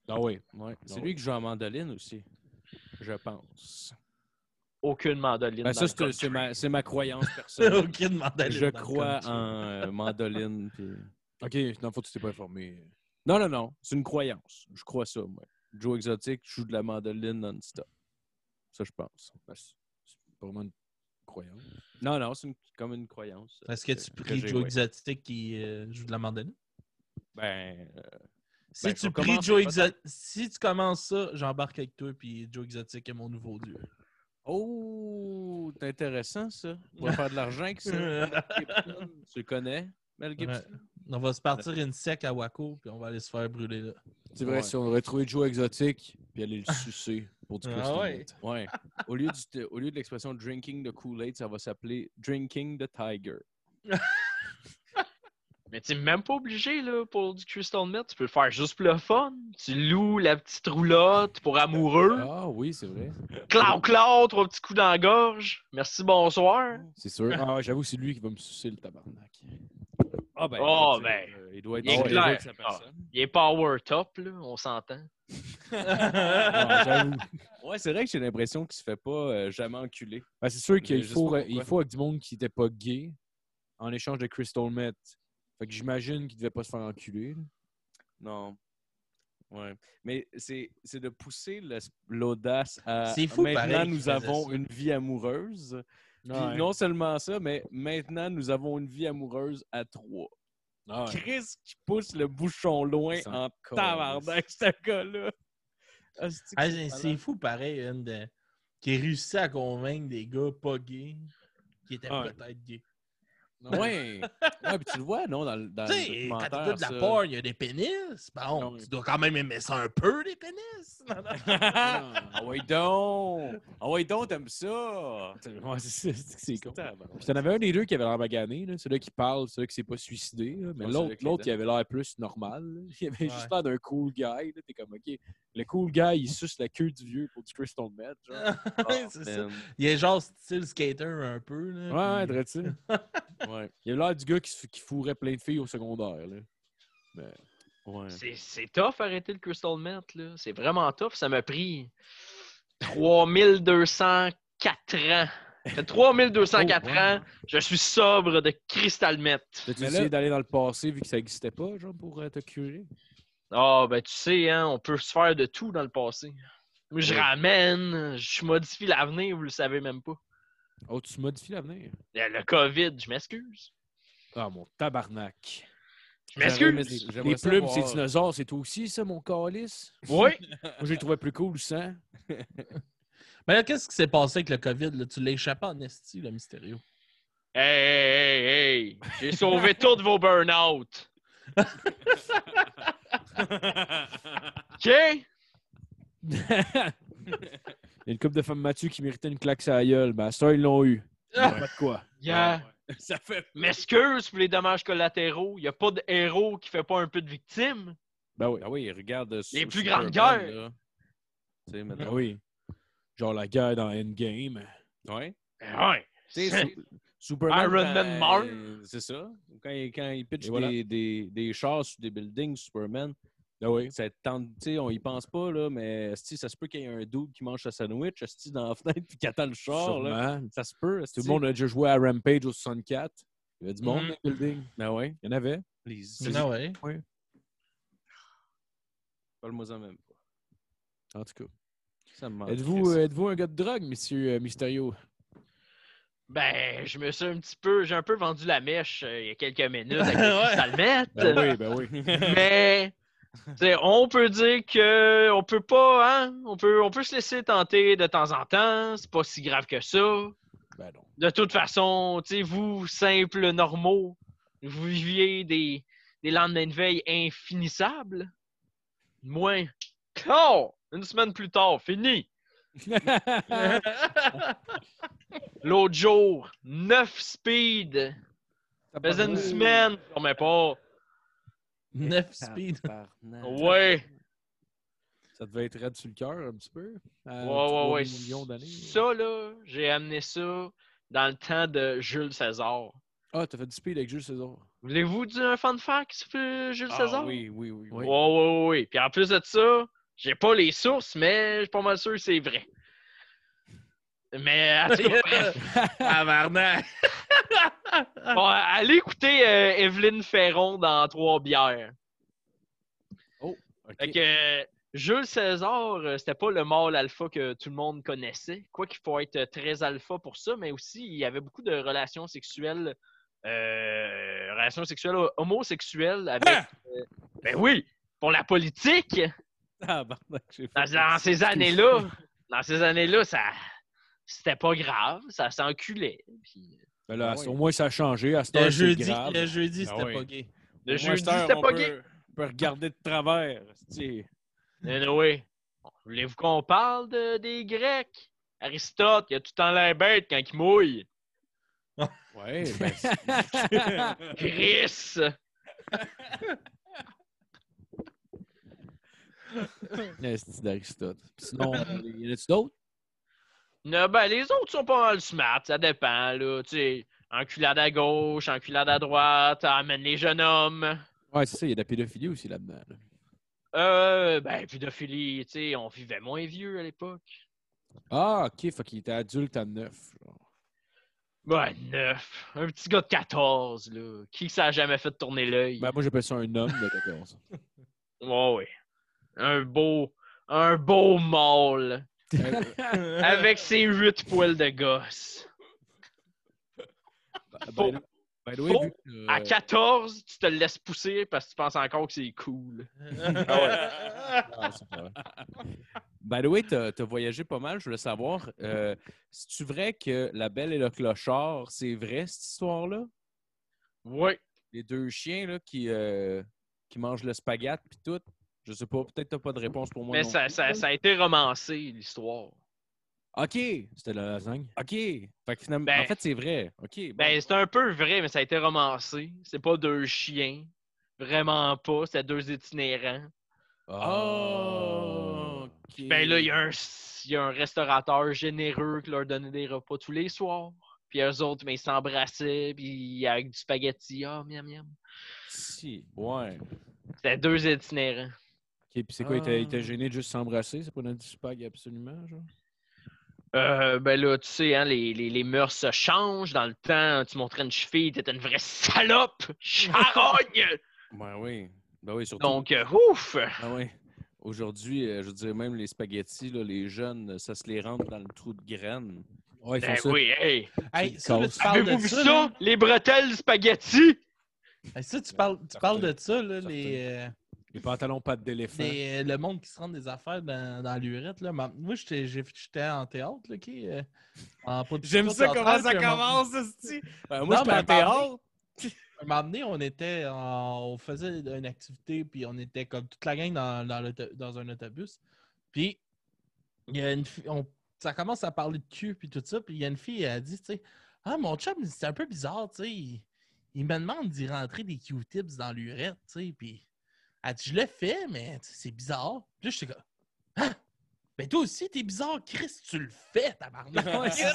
S2: Ah oui, ouais. C'est
S1: Ah
S2: lui qui joue en mandoline aussi, je pense.
S4: Aucune mandoline.
S2: Ben,
S4: dans
S2: ça,
S4: le
S2: c'est- c'est
S4: country.
S2: ma, c'est ma *laughs* croyance personnelle.
S3: *laughs* Aucune mandaline.
S2: je
S3: dans le
S2: crois
S3: country.
S2: en euh, mandoline. puis-
S1: Ok, non, faut que tu t'es pas informé.
S2: Non, non, non. C'est une croyance. Je crois ça, moi. Joe Exotic joue de la mandoline non-stop. Ça, je pense.
S1: Ben, c'est c'est pas vraiment une croyance.
S2: Non, non, c'est une- comme une croyance.
S3: Est-ce Euh, que tu
S2: Que
S3: pries
S2: j'ai,
S3: Joe
S2: ouais.
S3: Exotic qui euh, joue de la mandoline?
S2: Ben, euh,
S3: Si
S2: Ben,
S3: tu
S2: faut
S3: pries
S2: commencer,
S3: Joe Exotic, si tu commences ça, j'embarque avec toi, puis Joe Exotic est mon nouveau dieu.
S2: Oh, c'est intéressant, ça. On va faire de l'argent avec ça. hein.
S4: *laughs*
S2: Gibson, tu le connais, Mel Gibson?
S3: On va se partir une sec à Waco, puis on va aller se faire brûler là.
S1: C'est vrai,
S2: Ouais.
S1: si on aurait trouvé Joe Exotic, puis aller le sucer pour du
S3: Ah
S1: Crystal
S3: ouais.
S1: Meth.
S2: Ouais. Au lieu, du- au lieu de l'expression drinking the Kool-Aid, ça va s'appeler drinking the tiger.
S4: Mais t'es même pas obligé, là, pour du Crystal Meth. Tu peux le faire juste pour le fun. Tu loues la petite roulotte pour amoureux.
S1: Ah oui, c'est vrai.
S4: Clau, clau, trois petits coups dans la gorge. Merci, bonsoir.
S1: C'est sûr. Ah, ouais, j'avoue, c'est lui qui va me sucer le tabarnak.
S2: Ah, ben.
S4: Oh,
S2: tu sais,
S4: ben.
S2: euh, il doit être
S4: Il est
S2: dans les
S4: clair. Ah.
S2: yeux de sa
S4: *laughs*
S2: personne.
S4: Il est power top, là, on s'entend.
S1: Ouais, j'avoue.
S4: *laughs*
S2: Ouais, Ah, c'est vrai que j'ai l'impression qu'il se fait pas euh, jamais enculer.
S1: Ben, c'est sûr
S2: Mais
S1: qu'il
S2: je sais
S1: faut,
S2: pas
S1: il
S2: pourquoi.
S1: faut avec du monde qui n'était pas gay en échange de Crystal Meth. Fait que j'imagine qu'il devait pas se faire enculer. là.
S2: Non. Ouais. Mais c'est c'est de pousser le- l'audace à.
S3: C'est fou,
S2: Maintenant,
S3: pareil, qu'il
S2: nous
S3: faisait
S2: avons
S3: ça.
S2: une vie amoureuse. Puis
S1: Ouais.
S2: non seulement ça, mais maintenant, nous avons une vie amoureuse à trois.
S1: Ah ouais.
S2: Chris qui pousse le bouchon loin
S1: Il s'en
S2: en
S1: calisse.
S2: tabarnak, ce gars-là. *laughs* Asti que
S3: Ah,
S2: c'est
S3: c'est- c'est fou, pareil, une de- qui réussit à convaincre des gars pas gays qui étaient
S2: Ouais.
S3: peut-être gays.
S2: malade.
S4: *laughs*
S2: Ouais. ouais, puis tu le vois, non, dans, le- dans
S3: Tu
S2: le
S3: sais, quand
S2: documentaire.
S3: t'écoutes de la
S2: Euh, ça.
S3: porn, il y a des pénis. Bon,
S2: Non, mais-
S3: tu dois quand même aimer ça un peu, des pénis. *laughs* Non, non.
S2: ah ouais donc! Ah ouais donc, t'aimes ça!
S1: *laughs* Ouais, c'est- c'est c'est con.
S2: Tabarnak.
S1: Puis t'en avais un des deux qui avait l'air magané, là. celui qui parle, celui qui s'est pas suicidé. là. Mais
S2: Ouais,
S1: l'autre,
S2: celui qui
S1: l'autre,
S2: était.
S1: il avait l'air plus normal. là. *laughs* Il avait
S3: Ouais.
S1: juste l'air d'un cool guy. là. T'es comme, OK, le cool guy, il suce la queue du vieux pour du Crystal Meth. Genre.
S2: Ah,
S3: c'est ça. Il est genre style skater un peu.
S1: Ouais,
S3: Là,
S1: ouais,
S3: puis-
S1: dirait ça.
S2: Ouais,
S1: Il avait l'air du gars qui, se- qui fourrait plein de filles au secondaire. Là.
S2: ouais.
S4: C'est- C'est tough arrêter le Crystal Meth, là. C'est vraiment tough. Ça m'a pris 3204 ans. Ça fait 3204
S1: Oh, wow.
S4: ans, je suis sobre de Crystal Meth.
S1: T'as-tu
S2: Mais là-
S1: essayé d'aller dans le passé vu que ça n'existait pas, genre, pour euh, te curer?
S4: Ah, ben tu sais, hein, on peut se faire de tout dans le passé. Moi, je
S1: Ouais.
S4: ramène, je modifie l'avenir, vous le savez même pas.
S1: Oh, tu modifies l'avenir.
S4: Le le COVID, je m'excuse.
S1: Ah, mon tabarnak.
S4: Je
S2: J'aurais aimé-
S4: m'excuse.
S2: j'aimerais
S1: Les
S2: ça
S1: plumes,
S2: voir-
S1: c'est dinosaures, c'est toi aussi, ça, mon calice?
S4: Oui,
S1: Moi, j'ai trouvé plus cool, ça. hein.
S3: Mais là, qu'est-ce qui s'est passé avec le COVID? là? Tu l'as échappé en esti, le mystérieux.
S4: Hey, hey, hey, hey! J'ai sauvé tous vos burn-out! OK?
S1: Il y a une couple de femmes Mathieu qui méritait une claque sur la gueule. Ben, ça, ils l'ont eu. Pas de quoi.
S4: Ah! Yeah.
S2: *laughs* Ça fait.
S4: M'excuse pour les dommages collatéraux. Il n'y a pas de héros qui fait pas un peu de victime.
S1: Ben oui.
S2: Ah oui, regarde. euh,
S4: Les
S2: Su-
S4: plus grandes
S2: Superman,
S4: guerres.
S2: là. Tu sais,
S1: Ben
S2: maintenant.
S1: oui. Genre la guerre dans Endgame.
S2: Ouais.
S4: Ouais. *laughs*
S2: Tu sais,
S4: C'est-
S2: Su- Superman.
S4: Iron
S2: quand
S4: Man
S2: il-
S4: meurt.
S2: C'est ça. Quand il, quand il pitch
S1: Et voilà.
S2: des, des, des chars sur des buildings, Superman,
S1: Ben oui.
S2: ça tente, tu sais, on y pense pas, là, mais esti, ça se peut qu'il y ait un dude qui mange sa sandwich, esti, dans la fenêtre, puis qui attend le char, là.
S1: Sûrement.
S2: Ça se peut,
S1: Tout le monde a déjà joué à Rampage au 64. Il y avait du monde dans le building.
S2: Ben ouais.
S1: Il y en avait.
S2: Les...
S3: Ah
S2: *laughs*
S3: ouais.
S2: Parle-moi ça même pas.
S1: En tout cas.
S2: Ça me manque.
S1: Êtes-vous
S2: Chris.
S1: euh, êtes-vous un gars de drogue, monsieur euh, Mysterio?
S4: Ben, je me suis un petit peu. J'ai un peu vendu la mèche euh, il y a quelques minutes avec
S3: Ouais.
S4: le Crystal Meth.
S1: Ben oui, ben oui.
S2: *laughs*
S4: *laughs* Mais t'sais, on peut dire que on peut pas, hein? On peut, on peut se laisser tenter de temps en temps. C'est pas si grave que ça.
S1: Ben non.
S4: De toute façon, t'sais, vous, simples normaux, vous viviez des, des lendemains de veille infinissables. Moins. Oh! Une semaine plus tard, fini! L'autre jour, 9 speed. Faisait
S2: Oh.
S4: une semaine, je dormais pas.
S3: 9 speed.
S2: Tabarnak.
S4: Ouais.
S1: Ça devait être raide sur le cœur un petit peu. à
S4: Ouais, ouais, ouais.
S1: 3 millions d'années.
S4: Ça, là, j'ai amené ça dans le temps de Jules César.
S1: Ah, t'as fait du speed avec Jules César.
S4: Voulez-vous dire un fun fact sur euh, Jules César?
S2: Ah Oui, oui, oui.
S1: Oui.
S4: Oui, oui, oui. Puis en plus de ça, j'ai pas les sources, mais je suis pas mal sûr que c'est vrai.
S1: *laughs*
S4: Mais en tout cas, bref.
S3: Tabarnak!
S4: Bon, allez écouter euh, Evelyne Ferron dans Trois bières.
S1: Ok.
S2: *laughs*
S4: Fait que euh, Jules César, euh, c'était pas le mâle alpha que tout le monde connaissait. Quoi qu'il faut être euh, très alpha pour ça, mais aussi il y avait beaucoup de relations sexuelles, euh, relations sexuelles ho- homosexuelles avec.
S1: Ah!
S4: euh, ben oui, pour la politique.
S1: Ah, barnac, j'ai
S4: Dans,
S1: fait-
S4: dans ces années-là, dans ces années-là, ça, c'était pas grave, ça s'enculait. Puis,
S1: Ben là,
S2: Ah oui.
S1: Au moins, ça a changé. À ce
S3: Le
S1: temps, c'est
S3: jeudi,
S1: grave.
S3: le jeudi,
S2: Ah
S3: c'était
S2: oui.
S3: pas gay.
S4: le
S2: Moi,
S4: jeudi,
S2: cette heure,
S4: c'était
S2: on
S4: pas
S2: peut-
S4: gay.
S2: On peut regarder de travers. c'est-tu.
S4: Anyway, voulez-vous qu'on parle de- des Grecs? Aristote, il a tout le temps l'air bête quand il mouille.
S2: Ouais, ben,
S4: Chris!
S1: Esti d'Aristote. Puis
S4: *laughs*
S1: Sinon, il y en a-tu d'autres?
S4: Non, ben, les autres sont pas mal smart, ça dépend, là. Tu sais, enculade à gauche, enculade à droite, amène les jeunes hommes.
S1: Ouais, c'est ça, il y a de la pédophilie aussi là-dedans. là.
S4: Euh, ben, pédophilie, tu sais, on vivait moins vieux à l'époque.
S1: Ah, ok, fait qu'il était adulte à 9.
S4: Ben, neuf. Un petit gars de 14, là. Qui que ça a jamais fait tourner l'œil?
S2: Bah.
S1: Ben, moi, j'appelle ça un homme de 14.
S4: Ouais, ouais. Un beau, un
S2: *laughs*
S4: beau mâle.
S1: Ben, euh,
S4: Avec ses huit poils de gosse.
S1: By the- by the way,
S4: Faux.
S1: vu que,
S4: À
S1: euh,
S4: 14, tu te le laisses pousser parce que tu penses encore que c'est
S2: *laughs*
S4: cool.
S1: ah, c'est pas vrai.
S2: By the way, t'as as voyagé pas mal, je voulais savoir. Euh, C'est-tu vrai que La Belle et le Clochard, c'est vrai cette histoire-là?
S4: Oui.
S2: Les deux chiens là, qui, euh, qui mangent le spaghette puis tout? Je sais pas, peut-être t'as pas de réponse pour moi.
S4: Mais
S2: non
S4: ça,
S2: plus.
S4: ça- ça a été romancé, l'histoire.
S2: OK!
S1: C'était la lasagne.
S2: OK! Fait que finalement,
S4: Ben-
S2: en fait, c'est vrai. OK. bon.
S4: Ben, c'est un peu vrai, mais ça a été romancé. C'est pas deux chiens. Vraiment pas. C'est deux itinérants.
S2: Oh! OK.
S4: Ben là, il y, a un- il y a un restaurateur généreux qui leur donnait des repas tous les soirs. Puis eux autres, mais ils s'embrassaient, puis avec du spaghetti, ah, miam, miam.
S2: Si, ouais.
S4: C'était deux itinérants.
S1: Ok, puis c'est quoi, il était- il
S2: Ah.
S1: était gêné de juste s'embrasser? C'est pas notre spag absolument, genre?
S4: Euh, ben là, tu sais, hein, les, les, les mœurs se changent. Dans le temps, tu montrais une cheville, t'étais une vraie salope! Charogne!
S2: Ben oui. Ben oui, surtout.
S4: Donc, euh, ouf!
S2: Ah ouais. Aujourd'hui, euh, je dirais même les spaghettis, là, les jeunes, ça se les rentre dans le trou de graines.
S1: Ouais, ils font
S4: Ben
S1: ça.
S4: oui, hey!
S3: Hey, ça, là, tu parles
S4: Avez-vous
S3: de
S4: vu
S3: ça,
S4: ça?
S3: là?
S4: Les bretelles spaghetti!
S3: Hey, ça, tu parles, tu parles de ça, là, les,
S1: Sortez.
S3: euh,
S1: Les pantalons pattes d'éléphant.
S3: les- euh, le monde qui se rend des affaires dans, dans l'urette. Là. Ma- Moi, j'étais, j'ai- j'étais en théâtre, là, qui, euh, en production théâtrale, puis à un moment-
S2: ceci. Ben,
S3: Non,
S2: moi, je
S3: mais
S2: suis en théâtre.
S3: attendez. À un moment donné, on était en- on faisait une activité, puis on était comme toute la gang dans, dans l'auto- dans un autobus. Puis, il y a une fi- on- ça commence à parler de cul, puis tout ça. Puis, il y a une fille, elle a dit, tu sais, ah, mon chum, c'est un peu bizarre, tu sais. Il, il me demande d'y rentrer des Q-tips dans l'urette, tu sais. Puis, elle dit, je le fais, mais tu sais, c'est bizarre. Puis là, j'étais comme, ah, ben toi aussi, t'es bizarre, Chris, tu le fais,
S2: *laughs* Ouais,
S3: tabarnak.
S2: c'est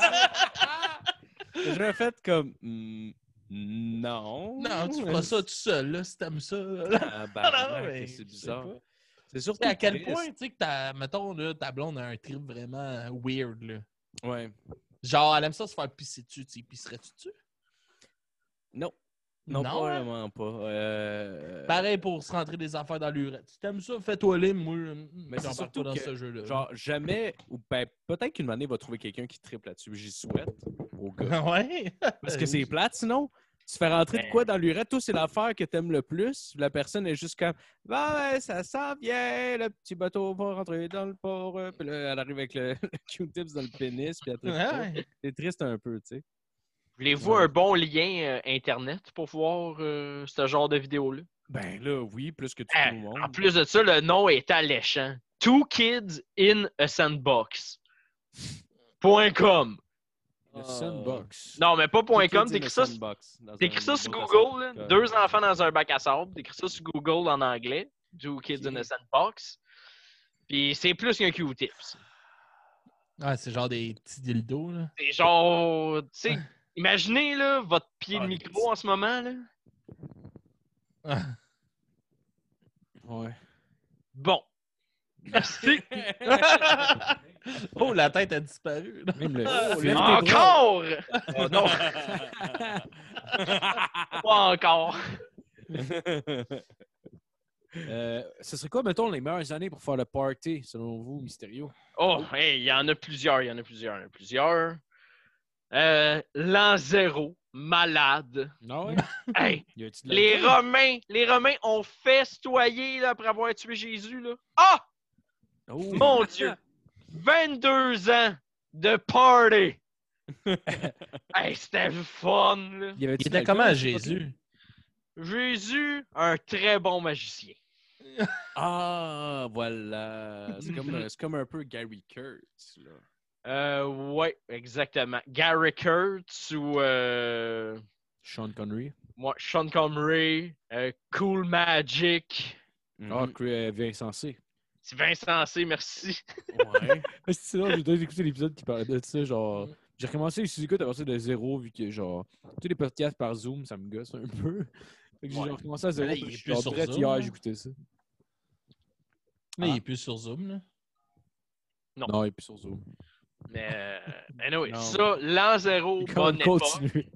S2: J'ai jamais fait comme. hmm, non.
S3: *laughs* non, tu feras ça tout seul, là, si t'aimes ça. là.
S2: Ah, ben,
S3: Ah, non,
S2: ouais,
S3: mais
S2: que c'est
S3: je sais
S2: bizarre.
S3: pas.
S2: C'est surtout
S3: sais à quel
S2: triste.
S3: point, tu sais, que ta, mettons, là, ta blonde a un trip vraiment weird, là.
S2: Ouais.
S3: Genre, elle aime ça se faire pisser dessus, tu sais, pisserais-tu dessus?
S2: Euh, Non. Non,
S3: Non, hein?
S2: probablement pas. Euh,
S3: Pareil pour se rentrer des affaires dans l'urette. Tu t'aimes ça, fais-toi libre, moi, mais j'en
S2: c'est
S3: parle
S2: surtout
S3: pas dans
S2: que,
S3: ce jeu-là.
S2: Genre, jamais, ou ben, peut-être qu'une année, va trouver quelqu'un qui triple là-dessus. J'y souhaite au gars.
S3: *laughs* *laughs* ouais?
S2: Parce que c'est plate, sinon. Tu fais rentrer de
S4: Ben-
S2: quoi dans l'urette? Toi, c'est l'affaire que t'aimes le plus. La personne est juste comme Bah ouais, ça sent bien, le petit bateau va rentrer dans le port. euh. Puis là, elle arrive avec le, *laughs* le Q-tips dans le pénis. Puis elle te
S3: Ouais.
S2: T'es triste un peu, tu sais.
S4: Voulez-vous
S2: Ouais.
S4: un bon lien euh, Internet pour voir euh, ce genre de vidéo-là?
S2: Ben là, oui, plus que tout
S4: Ah,
S2: le monde.
S4: En plus de ça, le nom est alléchant. Two kids in a sandbox. Point .com.
S1: Le
S2: Ah.
S1: sandbox.
S4: Non, mais pas
S2: Tout
S4: point
S2: est
S4: .com,
S2: dit
S4: t'écris
S2: le
S4: ça,
S2: sandbox, dans
S4: t'écris
S2: un
S4: ça sur
S2: nouveau
S4: Google, là,
S2: classique, euh,
S4: deux enfants dans un bac à sable, t'écris ça sur Google en anglais, Two kids in a sandbox. Puis c'est plus qu'un Q-tips.
S2: *laughs*
S3: Ouais, c'est genre des petits dildos, là.
S4: C'est genre, tu sais, Imaginez, là, votre pied de
S2: Ah,
S4: micro en ce moment, là.
S1: Ah. Ouais.
S4: Bon. Merci.
S2: *laughs*
S3: oh, la tête a disparu. là.
S1: Même le
S4: Ah,
S3: Oh,
S1: fil-
S3: là.
S4: encore! Oh, non, pas encore.
S2: *laughs*
S1: Euh, ce serait quoi, mettons, les meilleures années pour faire le party, selon vous, Mysterio?
S4: Oh, hey, il y en a plusieurs, il y en a plusieurs, il y en a plusieurs. Euh, L'an zéro, malade.
S1: Non, ouais?
S4: Hey,
S1: *laughs* Y a-tu de la-
S4: Les Romains, les Romains ont festoyé là, après avoir tué Jésus. Là. Ah!
S1: Oh!
S2: *laughs*
S4: Mon Dieu! 22 ans de party! hey, c'était le fun! là.
S1: Y avait-tu
S3: Il
S1: de
S3: était
S1: l'alcool?
S3: comment Jésus?
S4: Jésus, un très bon magicien.
S2: Ah, voilà. C'est comme, c'est comme un peu Gary Kurtz. Là.
S4: Euh, ouais, exactement. Gary Kurtz ou euh,
S1: Sean Connery.
S4: moi, Sean Comrie, euh, Cool Magic.
S1: Ah, Cr- euh, Vincent *laughs* C.
S4: C'est Vincent C, merci.
S2: Ouais.
S1: C'est là, j'ai déjà écouté l'épisode qui parlait de ça, genre. J'ai recommencé les sous-écoutes à partir de zéro, vu que, genre, tous les podcasts par Zoom, ça me gosse un peu. *laughs* Fait que j'ai
S4: Ouais.
S1: recommencé à zéro.
S3: Mais là,
S1: puis je
S3: il est
S1: suis
S3: plus
S1: genre
S3: sur
S1: prêt,
S3: Zoom,
S1: hier,
S3: là.
S1: j'écoutais ça.
S3: Là,
S1: Ah.
S3: il est plus sur Zoom.
S2: *laughs*
S3: Là.
S4: Non.
S1: Non, il est plus sur Zoom.
S4: Mais, euh, anyway,
S2: Non.
S4: ça, l'an zéro, bonne époque.
S1: Continue.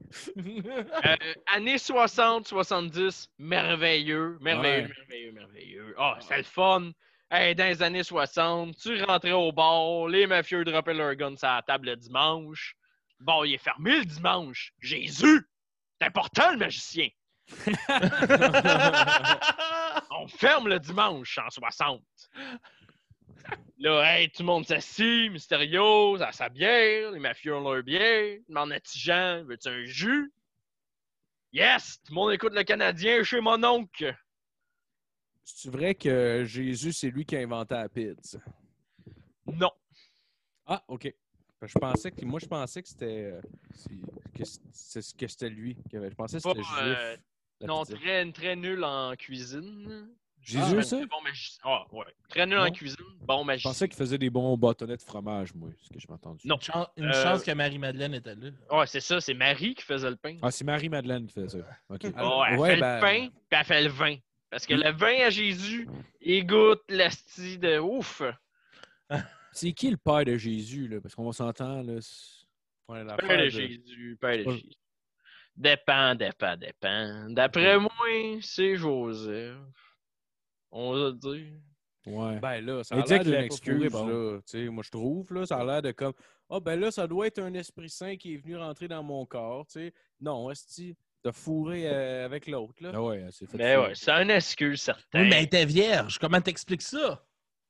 S4: Euh, années 60, 70, merveilleux, merveilleux,
S1: Ouais.
S4: merveilleux, merveilleux. Ah, c'était le fun. Hey, dans les années 60, tu rentrais au bar, les mafieux droppaient leur gun sur la table le dimanche. Bon, il est fermé le dimanche. Jésus! C'est important, le magicien. On ferme le dimanche en 60. Là, hey, tout le monde s'assit, Mysterio, à sa bière, les mafieux ont leur bière. Demande à Tijan, veux-tu un jus? Yes! Tout le monde écoute le Canadien chez mon oncle.
S2: C'est vrai que Jésus, c'est lui qui a inventé la pizza.
S4: Non.
S2: Ah, OK. Je pensais que, moi, je pensais que c'était euh, c'est- que c'est- que c'était lui. qui avait- Je pensais que
S4: Pas,
S2: c'était
S4: euh,
S2: juif. la
S4: Non,
S2: pizza.
S4: très, très nul en cuisine.
S1: Jésus,
S4: Ah,
S1: ça?
S4: Bon magicien. Ah, ouais. Très nul en
S1: Non.
S4: cuisine, bon
S1: Je
S4: magicien.
S1: pensais qu'il faisait des bons bâtonnets de fromage, moi, ce que j'ai entendu.
S4: Non.
S3: Une, chan- une
S4: Euh,
S3: chance que Marie-Madeleine était là.
S4: Ouais, Ah, c'est ça, c'est Marie qui faisait le pain.
S1: Ah, c'est Marie-Madeleine qui faisait ça. OK.
S4: Ah, elle
S2: ouais,
S4: fait
S2: ben-
S4: le pain, puis elle fait le vin. Parce que le vin à Jésus, il goûte l'asti de ouf.
S1: C'est qui le père de Jésus, là? Parce qu'on va s'entendre, là. c'est-
S2: Ouais, l'affaire
S4: Père de
S2: de-
S4: Jésus, Père de
S1: Ouais.
S4: Jésus. Dépend, dépend, dépend. D'après moi, c'est Joseph. On va le dire.
S1: Ouais.
S2: Ben là, ça
S1: Mais
S2: a
S1: dis
S2: l'air
S1: que
S2: d'une
S1: j'ai pas fourré,
S2: excuse,
S1: par
S2: là. Tu sais, moi, je trouve, là, ça a l'air de comme... Ah, ben là, ça doit être un Esprit Saint qui est venu rentrer dans mon corps, tu sais. Non, est-ce t'as fourré euh, avec l'autre, là?
S1: Ah ouais, c'est fait.
S4: Mais
S1: ça.
S4: Ben ouais, c'est un excuse certain.
S2: ben-
S3: Oui, mais elle était vierge. Comment t'expliques ça?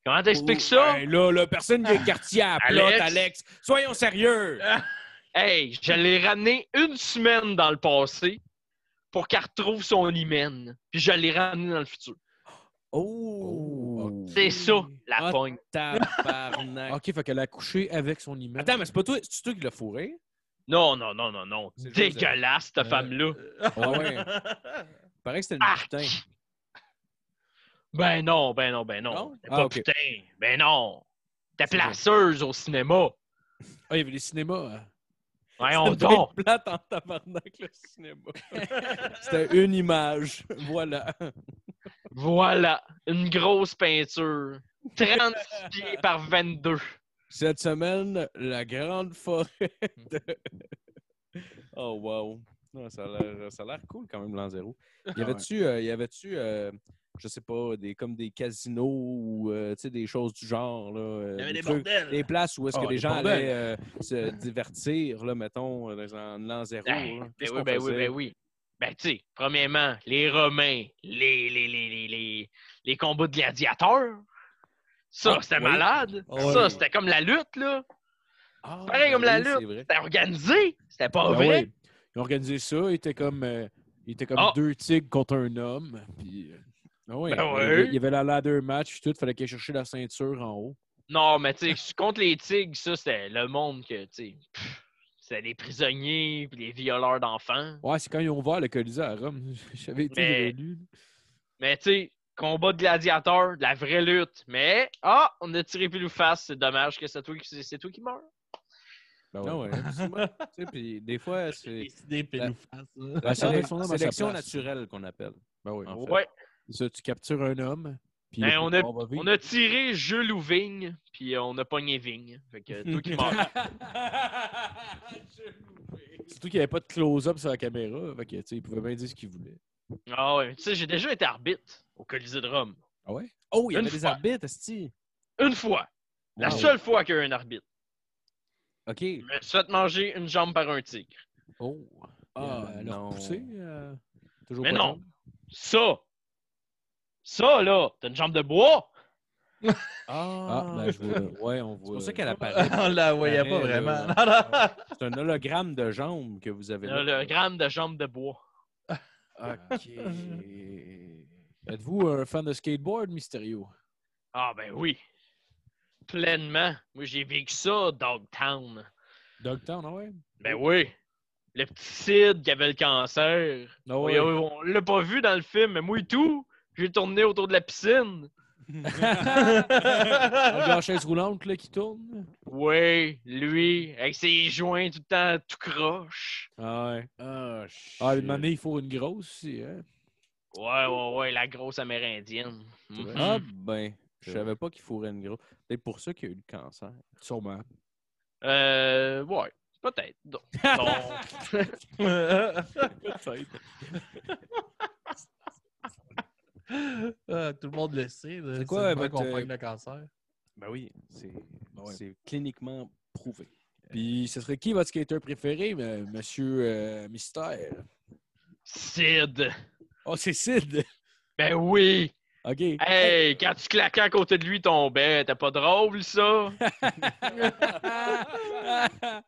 S4: Comment t'expliques
S2: Oh,
S4: ça?
S2: ben là, là, personne n'est quartier à la
S4: Alex.
S2: plate, Alex. Soyons sérieux!
S4: Hey, je l'ai ramené une semaine dans le passé pour qu'elle retrouve son hymen. Puis je l'ai ramené dans le futur.
S2: Oh!
S4: C'est ça, la
S2: Ah,
S4: pogne.
S2: *laughs* Tabarnak!
S1: OK, fait qu'elle a couché avec son immeuble.
S2: Attends, mais c'est pas toi, c'est toi qui l'as fourré?
S4: Non, non, non, non, non.
S2: C'est
S4: Dégueulasse, cette
S3: Euh,
S4: femme-là.
S2: Ah ouais, *laughs* paraît que c'était
S4: Ah!
S2: le putain.
S4: Ben non, ben non, ben non.
S2: Non?
S4: T'es
S1: Ah,
S4: pas
S1: ok.
S4: putain. Ben non. T'es
S2: C'est vrai.
S4: placeuse au cinéma.
S1: Ah, il y avait les cinémas. hein.
S4: Voyons
S2: Ça doit
S4: Oh, donc.
S2: être plate en tabarnak, le *laughs* cinéma.
S1: C'était une image. Voilà.
S4: Voilà. Une
S2: *laughs*
S4: grosse peinture. 30 pieds par 22.
S2: Cette semaine, la grande forêt
S4: Mmh.
S2: de... *laughs* Oh, wow. Non, ça, a l'air, ça a l'air cool quand même, l'an zéro.
S4: Ah,
S2: Y avait-tu, euh, y avait-tu euh, je sais pas, des, comme des casinos ou euh, tu sais, des choses du genre? Là, euh,
S3: Il y avait
S2: des
S3: des
S2: trucs-
S3: bordels.
S2: des places où est-ce
S1: Ah,
S2: que les
S1: des
S2: gens
S1: bordels.
S2: allaient euh,
S4: *laughs*
S2: se divertir, là, mettons, euh, dans l'an zéro.
S4: Ben,
S2: là.
S4: ben
S2: Qu'est-ce hein,
S4: oui,
S2: qu'on
S4: ben oui,
S2: faisait?
S4: ben oui. Ben, tu sais, premièrement, les Romains, les, les, les, les, les, les combats de gladiateurs. Ça,
S2: Ah,
S4: c'était
S2: oui.
S4: malade.
S2: Ah, oui.
S4: Ça, c'était comme la lutte, là.
S2: Ah,
S4: Pareil comme
S2: ben
S4: la
S2: oui,
S4: lutte.
S2: c'est vrai.
S4: C'était organisé. C'était pas
S1: Ah
S4: vrai.
S1: ouais. Ils ont organisé ça. Ils étaient comme, euh, ils étaient comme
S4: Ah.
S1: deux tigres contre un homme. Puis, euh, ah ouais, il,
S4: Ben
S1: y avait,
S4: ouais.
S1: il y avait la ladder match. puis Tout, fallait qu'ils cherchent la ceinture en haut.
S4: Non, mais tu sais, contre les tigres, ça, c'était le monde que, tu sais, pff, c'était les prisonniers puis les violeurs d'enfants.
S1: Ouais, c'est quand ils ont ouvert le Colisée à Rome. *laughs* J'avais été
S4: Mais-
S1: réélu.
S4: Mais tu sais, combat de gladiateurs, de la vraie lutte. Mais, ah, on a tiré plus face, c'est dommage que c'est toi, qui- c'est toi qui meurs.
S1: Ben ouais.
S2: Ah ouais, absolument. Tu sais, Puis des fois, c'est
S3: C'est des pédophiles, ça.
S1: La sélection, d'homme
S2: la
S1: à sa
S2: sélection
S1: place.
S2: naturelle qu'on appelle.
S1: Ben oui.
S2: en fait.
S4: Ouais,
S1: Ça, tu captures un homme, puis
S4: Ben, on a-
S1: va vivre.
S4: on a tiré Jules ou Vigne, puis euh, on a pogné Vigne. Fait que toi qui manges.
S1: Surtout qu'il n'y avait pas de close-up sur la caméra, fait que, tu sais, il pouvait bien dire ce qu'il voulait.
S4: Ah ouais, tu sais, j'ai déjà été arbitre au Colisée de Rome.
S1: Ah ouais? Oh, il y
S4: Une
S1: avait des
S4: fois.
S1: arbitres, esti!
S4: Une fois. La
S1: Wow.
S4: seule fois qu'il y a eu un arbitre.
S1: OK.
S4: Je me suis fait manger une jambe par un tigre.
S1: Oh.
S2: Ah,
S1: elle a
S2: non.
S1: repoussé. euh, toujours
S4: Mais
S1: pas
S4: non.
S1: de jambe.
S4: Ça! Ça, là! T'as une jambe de bois!
S1: Ah, ben, je
S4: *laughs*
S1: vois. Ouais, on voit.
S2: *laughs* C'est pour ça qu'elle apparaît.
S3: *laughs* On la voyait pas
S2: Arrête,
S3: vraiment.
S2: C'est un hologramme de jambe que vous avez là.
S4: Le, le gramme de jambe de bois.
S2: Ah,
S1: OK. Êtes-vous un fan de skateboard, Mysterio?
S4: Ah ben oui! Pleinement. Moi, j'ai vécu ça, Dogtown.
S1: Dogtown, ah ouais?
S4: Ben oui! Le petit Cid qui avait le cancer.
S2: Ah
S1: Non,
S4: Oui, oui, on l'a pas vu dans le film, mais moi et tout, j'ai tourné autour de la piscine.
S1: *laughs* Un gars en chaise roulante là, qui tourne?
S4: Oui, lui, avec ses joints tout le temps tout croche.
S1: Ah ouais.
S2: Ah,
S1: Ah,
S2: shit.
S1: une année, il faut une grosse aussi, hein?
S4: Ouais, ouais, ouais, la grosse amérindienne. Mhm.
S2: Ah, ben, je savais pas qu'il fourrait une grosse. C'est pour ça qu'il y a eu le cancer.
S1: Sûrement.
S4: Euh, ouais, peut-être. Donc, donc,
S3: *laughs* Ah, tout le monde le sait. là.
S2: C'est
S3: C'est quoi
S2: quoi, votre,
S3: qu'on
S2: euh,
S3: pogne le cancer?
S2: Ben oui, c'est
S1: ouais.
S2: c'est cliniquement prouvé.
S1: Puis, ce serait qui votre skater préféré, mais- monsieur euh, Mystère?
S4: Sid.
S1: Oh, c'est Sid! *laughs*
S4: Ben oui!
S1: OK.
S4: Hey, quand tu claquais à côté de lui, il tombait. T'es pas drôle, ça?
S2: *laughs*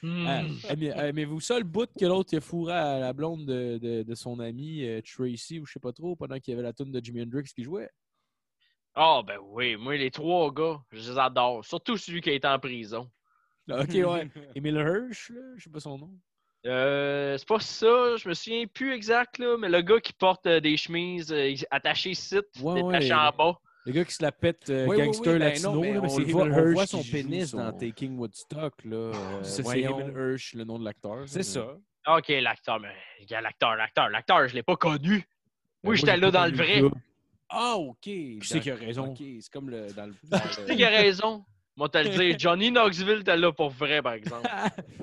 S4: Hmm.
S1: Ah, aimez- Aimez-vous ça le bout que l'autre il a fourré à la blonde de, de- de son ami euh, Tracy ou je sais pas trop pendant qu'il y avait la tune de Jimi Hendrix qui jouait?
S4: Ah, ben oui, moi, les trois gars, je les adore. Surtout celui qui a été en prison.
S1: *laughs* Ah, Ok,
S2: *laughs*
S1: ouais. Emile Hirsch, là, je sais pas son nom.
S4: Euh, c'est pas ça, je me souviens plus exact, là, mais le gars qui porte euh, des chemises euh, attachées ici,
S1: Ouais,
S4: détachées
S1: ouais.
S4: en bas.
S1: Le gars qui se la pète euh,
S2: Oui, oui,
S1: gangster
S2: oui, ben
S1: latino,
S2: non, mais
S1: là, mais
S2: on
S1: c'est
S2: le voit,
S1: Emile
S2: on
S1: Hirsch
S2: voit
S1: qui
S2: son
S1: joue
S2: pénis
S1: son-
S2: dans Taking Woodstock, là. euh,
S1: *laughs* Ça, c'est
S2: voyons.
S1: Emile Hirsch, le nom de l'acteur.
S2: C'est ça.
S4: Ah, Ok, l'acteur, mais il y a l'acteur, l'acteur, l'acteur, je l'ai pas connu.
S1: Ben, moi,
S4: Moi, j'étais
S1: j'ai
S4: là
S1: pas
S4: dans le
S1: connu
S4: vrai.
S1: le
S2: Ah, OK.
S1: Je sais qu'il a raison.
S2: OK, c'est comme le, dans le...
S4: Tu
S2: dans
S4: sais
S2: le-
S4: qu'il a raison. *laughs* Moi, t'as le dire, Johnny Knoxville, t'es là pour vrai, par exemple.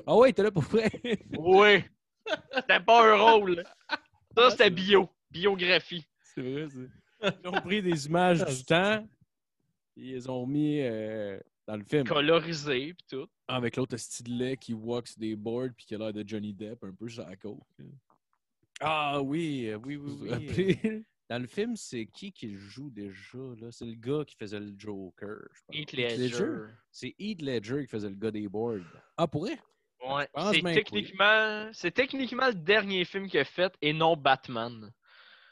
S1: Ah ouais, t'es là pour vrai.
S4: Oui. C'était pas un rôle. Ça, c'était bio, biographie.
S1: c'est vrai, c'est.
S2: Ils ont pris des images *laughs* du temps, Ah, ils les ont mis euh, dans le film.
S4: Colorisé, pis tout.
S1: Ah, Avec l'autre style lait qui walk sur des boards puis qui a l'air de Johnny Depp un peu sur la côte.
S2: Ah oui, euh, oui, oui,
S1: Vous vous
S2: oui. euh,
S1: rappelez?
S2: *laughs* Dans le film, c'est qui qui le joue déjà? là? C'est le gars qui faisait le Joker. je pense.
S4: Heath
S2: Heath
S4: Ledger.
S2: C'est Heath Ledger qui faisait le gars des boards.
S1: Ah, pour vrai?
S4: Ouais.
S2: pense
S4: C'est
S2: bien que oui.
S4: techniquement, c'est techniquement le dernier film qu'il a fait et non Batman.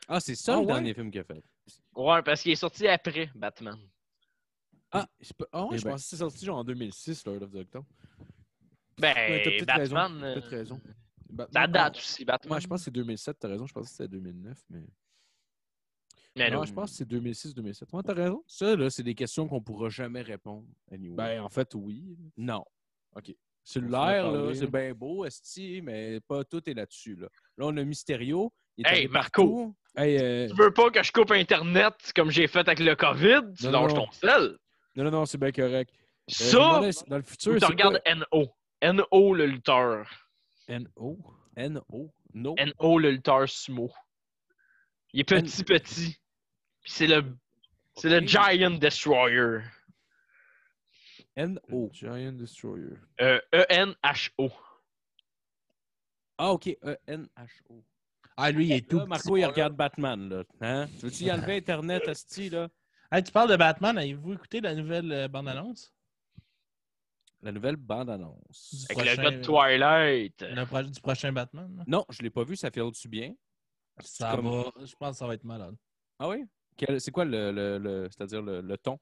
S2: Ah, c'est ça
S1: Ah,
S2: le
S1: ouais?
S2: dernier film qu'il a fait.
S4: Ouais, parce qu'il est sorti après Batman.
S1: Ah, c'est pas- ah ouais,
S2: Eh
S1: je
S2: ben.
S1: pensais que c'est sorti genre en 2006, Lord of the Octone.
S4: Ben,
S1: Ouais, t'as peut-être raison,
S4: Batman.
S1: t'as
S4: euh,
S1: peut-être raison.
S4: Ça date aussi, Batman.
S1: Moi, Ah, je pense que c'est 2007, t'as raison. Je pensais que c'était 2009, mais.
S4: Mais
S1: Ben non,
S4: non.
S1: je pense que c'est 2006-2007. Ouais, t'as raison.
S2: Ça, là, c'est des questions qu'on pourra jamais répondre. Anyway.
S1: Ben, en fait, oui.
S2: non.
S1: OK.
S2: Cellulaire,
S1: On s'en a
S2: là,
S1: parlé,
S2: c'est
S1: là. ben
S2: bien beau, esti, mais pas tout est là-dessus, là. Là, on a Mysterio. Il est
S4: Hey,
S2: allé
S4: Marco.
S2: partout.
S1: Hey, euh,
S4: Tu veux pas que je coupe Internet comme j'ai fait avec le COVID? Tu
S1: Non,
S4: lâches
S1: non.
S4: ton sel.
S1: Non, non, non, c'est bien correct. Euh, je me
S4: Ça,
S1: demandais, dans le futur,
S4: ou tu
S1: c'est
S4: regardes NO. NO le lutteur.
S1: quoi? N.O.
S2: N.O. No.
S4: NO le lutteur sumo. Il est petit, petit. Puis c'est le. C'est le
S2: Ok.
S4: Giant Destroyer.
S2: N.O.
S1: Giant Destroyer.
S4: Euh, E-N-H-O.
S2: Ah, OK. E-N-H-O.
S3: Ah, lui, il est tout.
S2: Là, Marco, il regarde Batman, là. Hein? Tu veux-tu y enlever Internet, esti, là?
S3: petit. Hey, tu parles de Batman. Avez-vous écouté la nouvelle euh, bande-annonce?
S2: La nouvelle bande-annonce.
S4: Avec le
S3: Prochain-
S4: gars de Twilight.
S3: Le projet du prochain Batman? là?
S2: Non, je l'ai pas vu, ça file-tu bien?
S3: Ça
S2: comme-
S3: va. Je pense que ça va être malade.
S2: Ah oui? Quel- C'est quoi le, le- le- c'est-à-dire le, le ton?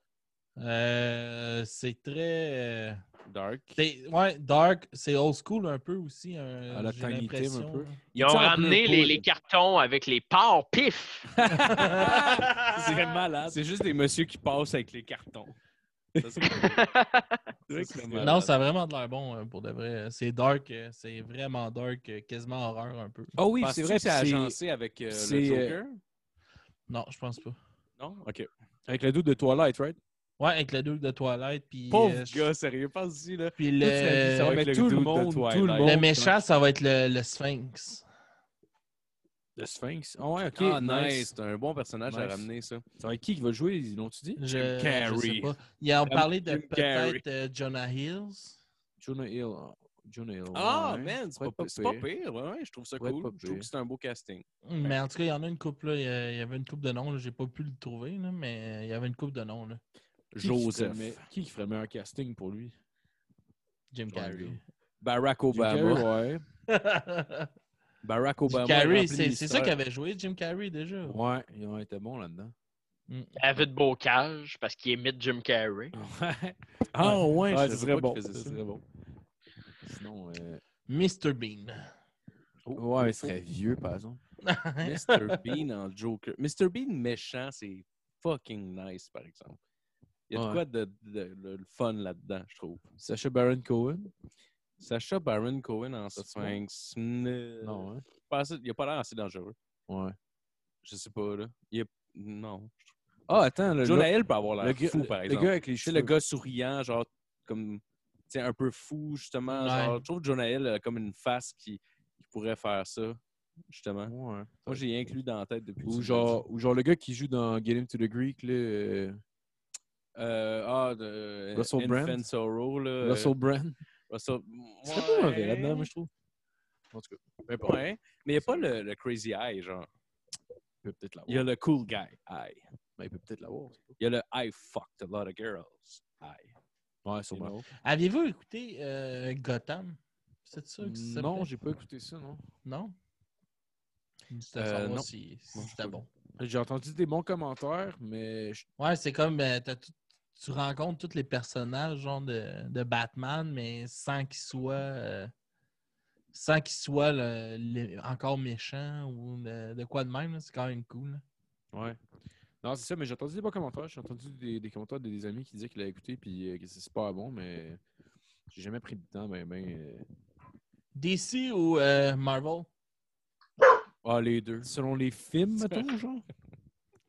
S3: Euh, c'est très. euh,
S2: Dark.
S3: c'est- ouais, dark. C'est old school un peu aussi. euh,
S1: À la
S3: j'ai
S1: Tiny Tim,
S3: l'impression.
S1: un peu.
S4: Ils ont ramené les, les cartons avec les parts pif.
S2: C'est malade. C'est juste des messieurs qui passent avec les cartons. Ça serait cool. Ça serait malade.
S3: Non, ça a vraiment de l'air bon euh, pour de vrai. C'est dark, euh, c'est vraiment dark, euh, quasiment horreur un peu.
S1: Ah oui, c'est
S2: Penses-tu
S1: vrai.
S2: que C'est
S1: puis c'est-
S2: agencé avec euh, le
S1: c'est, euh,
S2: Joker?
S3: Non, je pense pas.
S2: Non? OK.
S1: Avec le doute de Twilight, right?
S3: Ouais, avec le double de toilette, puis.
S2: Pauvre
S3: euh, je-
S2: gars, sérieux, pense-y, là.
S3: Puis
S2: Toute sa vie, ça va
S3: le,
S1: avec
S2: être
S1: tout le
S2: dude de
S1: monde, tout le
S2: Twilight.
S1: monde.
S3: le méchant, ça va être le, le Sphinx.
S1: Le Sphinx. Ah ouais, ok.
S2: ah, nice. C'est un bon personnage à
S1: Nice.
S2: ramener, ça.
S1: Ça va être qui qui va le jouer, ils l'ont-tu dit?
S3: Je, je
S2: Jim
S3: sais
S2: Carrey.
S3: pas. Ils ont
S2: Jim
S3: parlé de
S2: Jim Carrey.
S3: peut-être euh, Jonah Hills.
S1: Jonah Hill. ah, Jonah Hill.
S2: Ah,
S1: ouais.
S2: man, c'est
S1: Ouais,
S2: pas,
S1: pas
S2: c'est pas
S1: pire.
S2: pire. Ouais, ouais, je trouve ça
S1: Ouais,
S2: cool.
S1: pas
S2: Je trouve
S1: pire.
S2: que c'est un beau casting.
S3: Mais en tout cas, il y en a une couple là. Il y a- il y avait une coupe de noms, là, j'ai pas pu le trouver, là, mais euh, il y avait une coupe de noms, là.
S1: Qui qui ferait le
S2: Joseph.
S1: me- Qui qui ferait le meilleur casting pour lui?
S3: Jim Carrey. *laughs*
S1: Hill.
S2: Barack
S1: Jim
S2: Obama.
S1: Carrey, ouais.
S2: Oh, ben, Barack
S3: Jim
S2: Obama.
S3: Carrey,
S2: remplit
S3: c'est c'est ça
S2: l'histoire.
S3: qu'il avait joué, Jim Carrey, déjà.
S1: Ouais, ils ont été bons là-dedans.
S3: Mm.
S4: David Bocage, parce qu'il imite Jim Carrey.
S1: Euh, Ouais.
S2: Ah, ouais,
S1: Ouais,
S2: je
S1: ce
S2: savais
S1: serait
S2: pas
S1: bon.
S2: qu'il
S1: Ce
S2: faisait ça.
S1: serait bon. Sinon, euh,
S3: Mr. Bean.
S1: ouais, il serait vieux, par exemple.
S2: *laughs* Mr. Bean en Joker. Mr. Bean méchant, c'est fucking nice, par exemple. Il y a
S1: Ouais.
S2: de quoi de, de- de- de fun là-dedans, je trouve.
S1: Sacha Baron Cohen?
S2: Sacha Baron Cohen en
S1: Ça, c'est
S2: Sphinx. ne-
S1: Non, hein?
S2: pas assez- il a pas l'air assez dangereux.
S1: Ouais.
S2: Je sais pas, là. Il est... Non.
S1: Ah, attends, le,
S2: Jonah
S1: le-
S2: Hill peut avoir
S1: le
S2: l'air
S1: gars-
S2: fou, par
S1: le
S2: exemple.
S1: gars avec les
S2: Tu sais,
S1: cheveux.
S2: le gars souriant, genre, comme, tu sais, un peu fou, justement.
S3: Ouais.
S2: Genre, je trouve que Jonah Hill a comme une face qui, qui pourrait faire ça, justement.
S1: Ouais.
S2: Moi, j'ai inclus dans la tête depuis. que tu
S1: Ou
S2: me
S1: genre, ou genre le gars qui joue dans Get Him to the Greek, là, euh,
S2: l'as dit. Euh, ah, de.
S1: Russell Brand?
S2: Infant Sorrow, là.
S1: Russell Brand.
S2: euh, Russell.
S1: C'est pas mauvais
S2: Ouais.
S1: là-dedans, moi, je trouve. En tout cas, peu importe.
S2: Ouais. Mais il n'y a pas le, le crazy eye, genre.
S1: Il peut peut-être l'avoir.
S2: Il y a le cool guy eye.
S1: Ben, il peut peut-être l'avoir.
S2: Il y a le I fucked a lot of girls eye.
S1: Ouais,
S2: you
S1: sûrement.
S2: know?
S3: *laughs* Aviez-vous écouté euh, Gotham? C'est ça que ça
S1: Non,
S3: s'appelait?
S1: j'ai pas écouté ça, non.
S3: Non? C'était
S2: Euh,
S3: savoir
S2: non.
S3: si, si
S2: Non, je
S3: c'était
S2: sais
S3: bon.
S1: J'ai entendu des bons commentaires, mais je-
S3: Ouais, c'est comme euh, t'as tout- tu rencontres tous les personnages genre de, de Batman, mais sans qu'ils soient euh, sans qu'ils soient le- le- encore méchants ou de, de quoi de même. là. C'est quand même cool. là.
S1: Ouais. Non, c'est ça, mais j'ai entendu des bons commentaires. J'ai entendu des, des commentaires de des amis qui disaient qu'ils l'avaient écouté puis euh, que c'est super bon, mais j'ai jamais pris le temps. Ben, ben. euh,
S3: DC ou euh, Marvel?
S1: Ah, les deux. Selon les *laughs* films,
S2: C'est
S1: mettons, genre.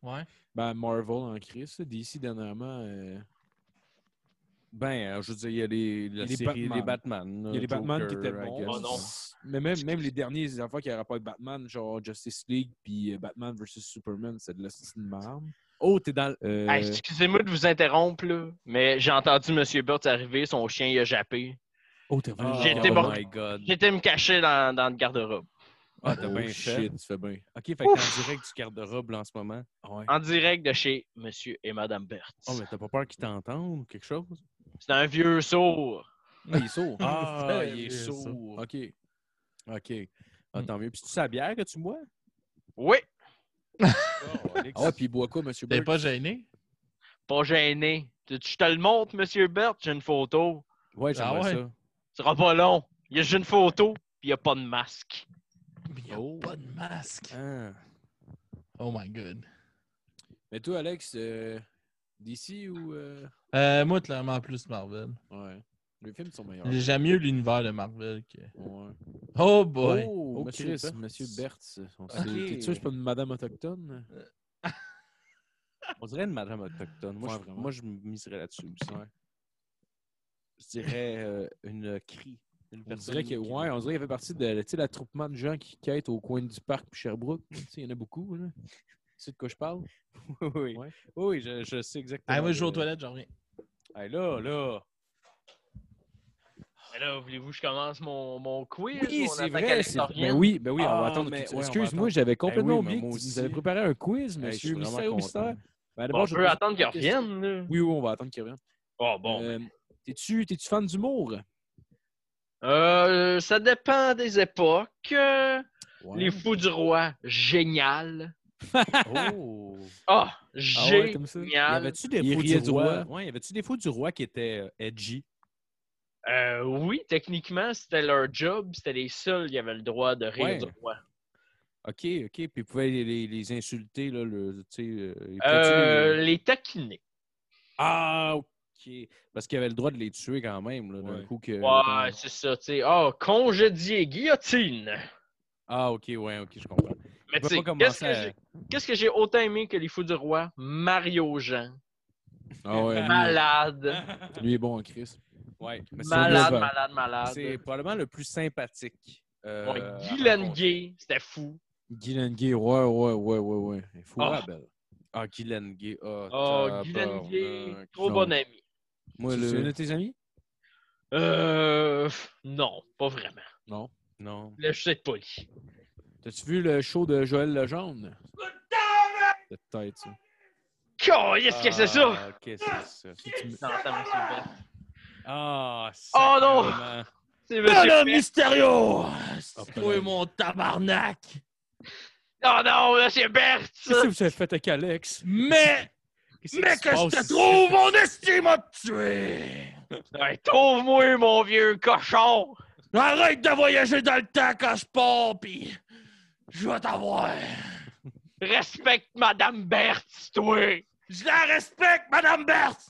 S3: Ouais.
S1: Ben, Marvel en crise, là. DC dernièrement. euh,
S2: Ben, euh, je veux dire, il y a les, la
S1: Il y a les
S2: série, les
S1: Batman.
S2: Batman.
S1: Il y a les Batman qui étaient bons.
S4: Oh non.
S1: Mais même, même les derniers affaires qui rapportent avec Batman, genre Justice League puis euh, Batman vs Superman, c'est de la style de merde.
S2: Oh, t'es dans.
S1: Euh,
S4: Hey, Excusez-moi de vous interrompre, là, mais j'ai entendu M. Burt's arriver, son chien il a jappé.
S1: Oh, t'es
S2: Oh,
S1: vraiment.
S4: J'ai été bon.
S2: my god.
S4: J'étais me cacher dans, dans le garde-robe.
S2: Ah, t'as
S1: Oh,
S2: bien fait.
S1: shit, tu fais bien.
S2: Ok, fait que t'es en direct du garde-robe là, en ce moment.
S1: Ouais.
S4: En direct de chez Monsieur et Madame Bertz.
S2: Oh, mais t'as pas peur qu'ils t'entendent ou quelque chose?
S4: C'est un vieux sourd.
S1: Ah, il est sourd.
S2: *laughs* Ah,
S3: il est sourd.
S1: Ok.
S2: Ok. Ah,
S3: Mm.
S2: tant mieux. Puis c'est la bière que tu bois?
S1: *laughs*
S4: Oui,
S2: Oh, Alex.
S1: Ah ouais, puis il boit quoi, monsieur
S3: T'es
S1: Burke?
S3: pas gêné?
S4: pas gêné. Tu- Je te le montre, Monsieur Bertz, j'ai une photo.
S2: ouais, j'aimerais
S3: Ah ouais.
S2: ça.
S4: Ce sera pas long. Il y a juste une photo, puis il n'y a pas de masque.
S3: Il a
S1: Oh.
S3: pas de masque.
S2: Ah.
S3: Oh my god.
S1: Mais toi, Alex, euh, DC ou. euh,
S3: Euh, moi, clairement, plus Marvel.
S1: Ouais. Les films sont meilleurs.
S3: J'aime mieux l'univers de Marvel que.
S1: Ouais.
S3: Oh boy!
S2: Oh,
S1: Oh,
S2: monsieur
S1: Chris,
S2: Bertz.
S1: monsieur Bertz. On sait-
S2: Ok.
S1: T'es sûr que je suis pas une madame autochtone?
S2: On dirait une madame autochtone. Moi,
S1: Ouais,
S2: je,
S1: vraiment.
S2: moi, je miserais là-dessus aussi. Je dirais euh, une crie. Une
S1: On
S2: personne
S1: dirait que,
S2: qui-
S1: ouais, on dirait qu'il fait partie de tu sais, l'attroupement de gens qui quittent au coin du parc puis Sherbrooke. Tu sais, Il y en a beaucoup. Là. Tu sais de quoi je parle?
S2: oui, oui.
S1: Ouais.
S2: Oui, je, je sais exactement.
S3: Ah, moi, je vais aux
S2: le-
S3: toilettes, j'en reviens.
S2: Hey, là, là.
S4: Mais là, voulez-vous que je commence mon, mon quiz?
S1: Oui,
S4: ou on
S1: c'est
S4: attaque
S1: vrai.
S4: à
S1: c'est-
S4: l'historienne?
S1: Ben oui, ben oui, on
S2: Ah,
S1: va attendre.
S2: mais-
S1: que tu-
S2: ouais, on va
S1: Excuse-moi,
S2: attendre. Ben
S1: j'avais complètement
S2: oui, mais
S1: oublié
S2: moi
S1: que tu
S2: aussi.
S1: nous avais préparé un quiz,
S2: Hey, je
S1: monsieur
S2: suis vraiment
S1: Mystère au
S2: content.
S1: Mystère. Ben,
S4: Bon,
S1: d'abord,
S4: je
S1: je
S4: peux
S1: vais-
S4: attendre qu'il revienne. là.
S1: Oui, oui, on va attendre qu'il revienne.
S4: Oh, bon.
S1: Euh, T'es-tu t'es-tu fan d'humour?
S4: Euh, ça dépend des époques. Euh,
S1: Ouais.
S4: Les Fous du Roi, génial.
S2: Oh.
S4: Ah,
S1: Ah ouais, comme ça?
S2: Y
S4: génial.
S2: avait-tu des
S1: Il
S2: faux
S1: riait
S2: du
S1: du
S2: roi?
S1: roi.
S2: Ouais, y avait-tu des faux du roi qui étaient euh, edgy?
S4: Euh, oui, techniquement, c'était leur job. C'était les seuls qui avaient le droit de rire
S2: Ouais.
S4: du roi.
S2: Ok, ok. Puis ils pouvaient les, les- les insulter, là, le, tu sais. euh, ils pouvaient-tu
S4: Euh,
S2: les-
S4: les taquiner.
S2: Ah, ok. qui est. Parce qu'il avait le droit de les tuer quand même, là, d'un
S1: Ouais.
S2: coup que.
S4: Ouais, c'est ça, tu sais. Ah, congédier, guillotine.
S2: Ah, ok, ouais, ok, je comprends.
S4: Mais
S2: peut
S4: tu
S2: pas
S4: sais, qu'est-ce
S2: commencer
S4: que
S2: à-
S4: j'ai- qu'est-ce que j'ai autant aimé que les fous du roi? Mario Jean.
S2: Ah, ouais, lui-
S4: Malade.
S1: Lui est bon en Chris.
S2: ouais. Mais c'est- hein.
S4: Malade,
S1: le-
S4: malade, malade.
S2: C'est probablement le plus sympathique. euh,
S4: Ouais,
S2: à
S4: Guy
S2: rencontrer.
S4: Lenguet, c'était fou.
S1: Guy Lenguet, ouais, ouais, ouais, ouais, ouais. Il faut
S4: Ah.
S1: Rabel.
S2: Ah, Guy Lenguet. Ah,
S4: Oh, Guy
S2: tabarnak.
S4: Lenguet, trop
S2: Non.
S4: bon ami.
S2: Moi,
S1: C'est un de
S2: le.
S1: tes amis?
S4: Euh, pff, non, pas vraiment.
S1: Non.
S2: Non.
S4: Là, je sais être poli.
S1: T'as-tu vu le show de Joël Lejeune? Peut-être, ça.
S4: Qu'est-ce que c'est ça?
S2: Ah, Qu'est-ce que c'est ça?
S3: Ah.
S4: Non, ça me suit pas.
S2: Ah,
S4: Oh, non!
S2: sacrément.
S4: C'est
S3: Madame
S4: Monsieur Bert.
S3: Mysterio!
S1: Ah,
S3: C'est toi
S1: ben.
S3: mon tabarnak!
S4: Oh non, Monsieur Bert!
S1: Qu'est-ce que vous avez fait avec Alex?
S3: Mais,
S2: Qu'est-ce
S3: mais
S2: qui se
S3: que je
S2: passe
S3: te
S2: ici?
S3: trouve, mon estime à te tuer!
S4: Ouais, Ben, Trouve-moi mon vieux cochon!
S3: Arrête de voyager dans le temps quand je pars, pis je vais t'avoir!
S4: Respecte Madame Bert, toi!
S3: Je la respecte, Madame Berthe!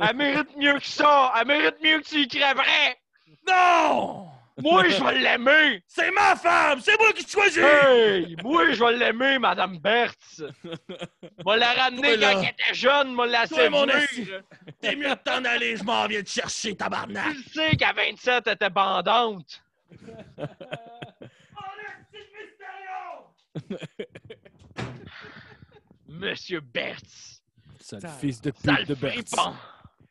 S4: Elle mérite mieux que ça! Elle mérite mieux que tu y crèverais!
S3: Non!
S4: Moi, je vais l'aimer!
S3: C'est ma femme! C'est moi qui choisis!
S4: Hey! Moi, je vais l'aimer, Madame Bert! M'a la
S3: Toi,
S4: ramener
S3: là.
S4: quand elle était jeune, m'a la
S3: Toi, mon
S4: séduire.
S3: esti. T'es mieux de t'en aller, je m'en viens te chercher,
S4: Tu
S2: Ah.
S3: tabarnak!
S4: le sais qu'à 27, elle était bandante! *laughs* Monsieur Bertz!
S1: Sale
S2: Ça-
S1: fils de
S4: Sale
S1: pute de Bertz.
S4: fripon!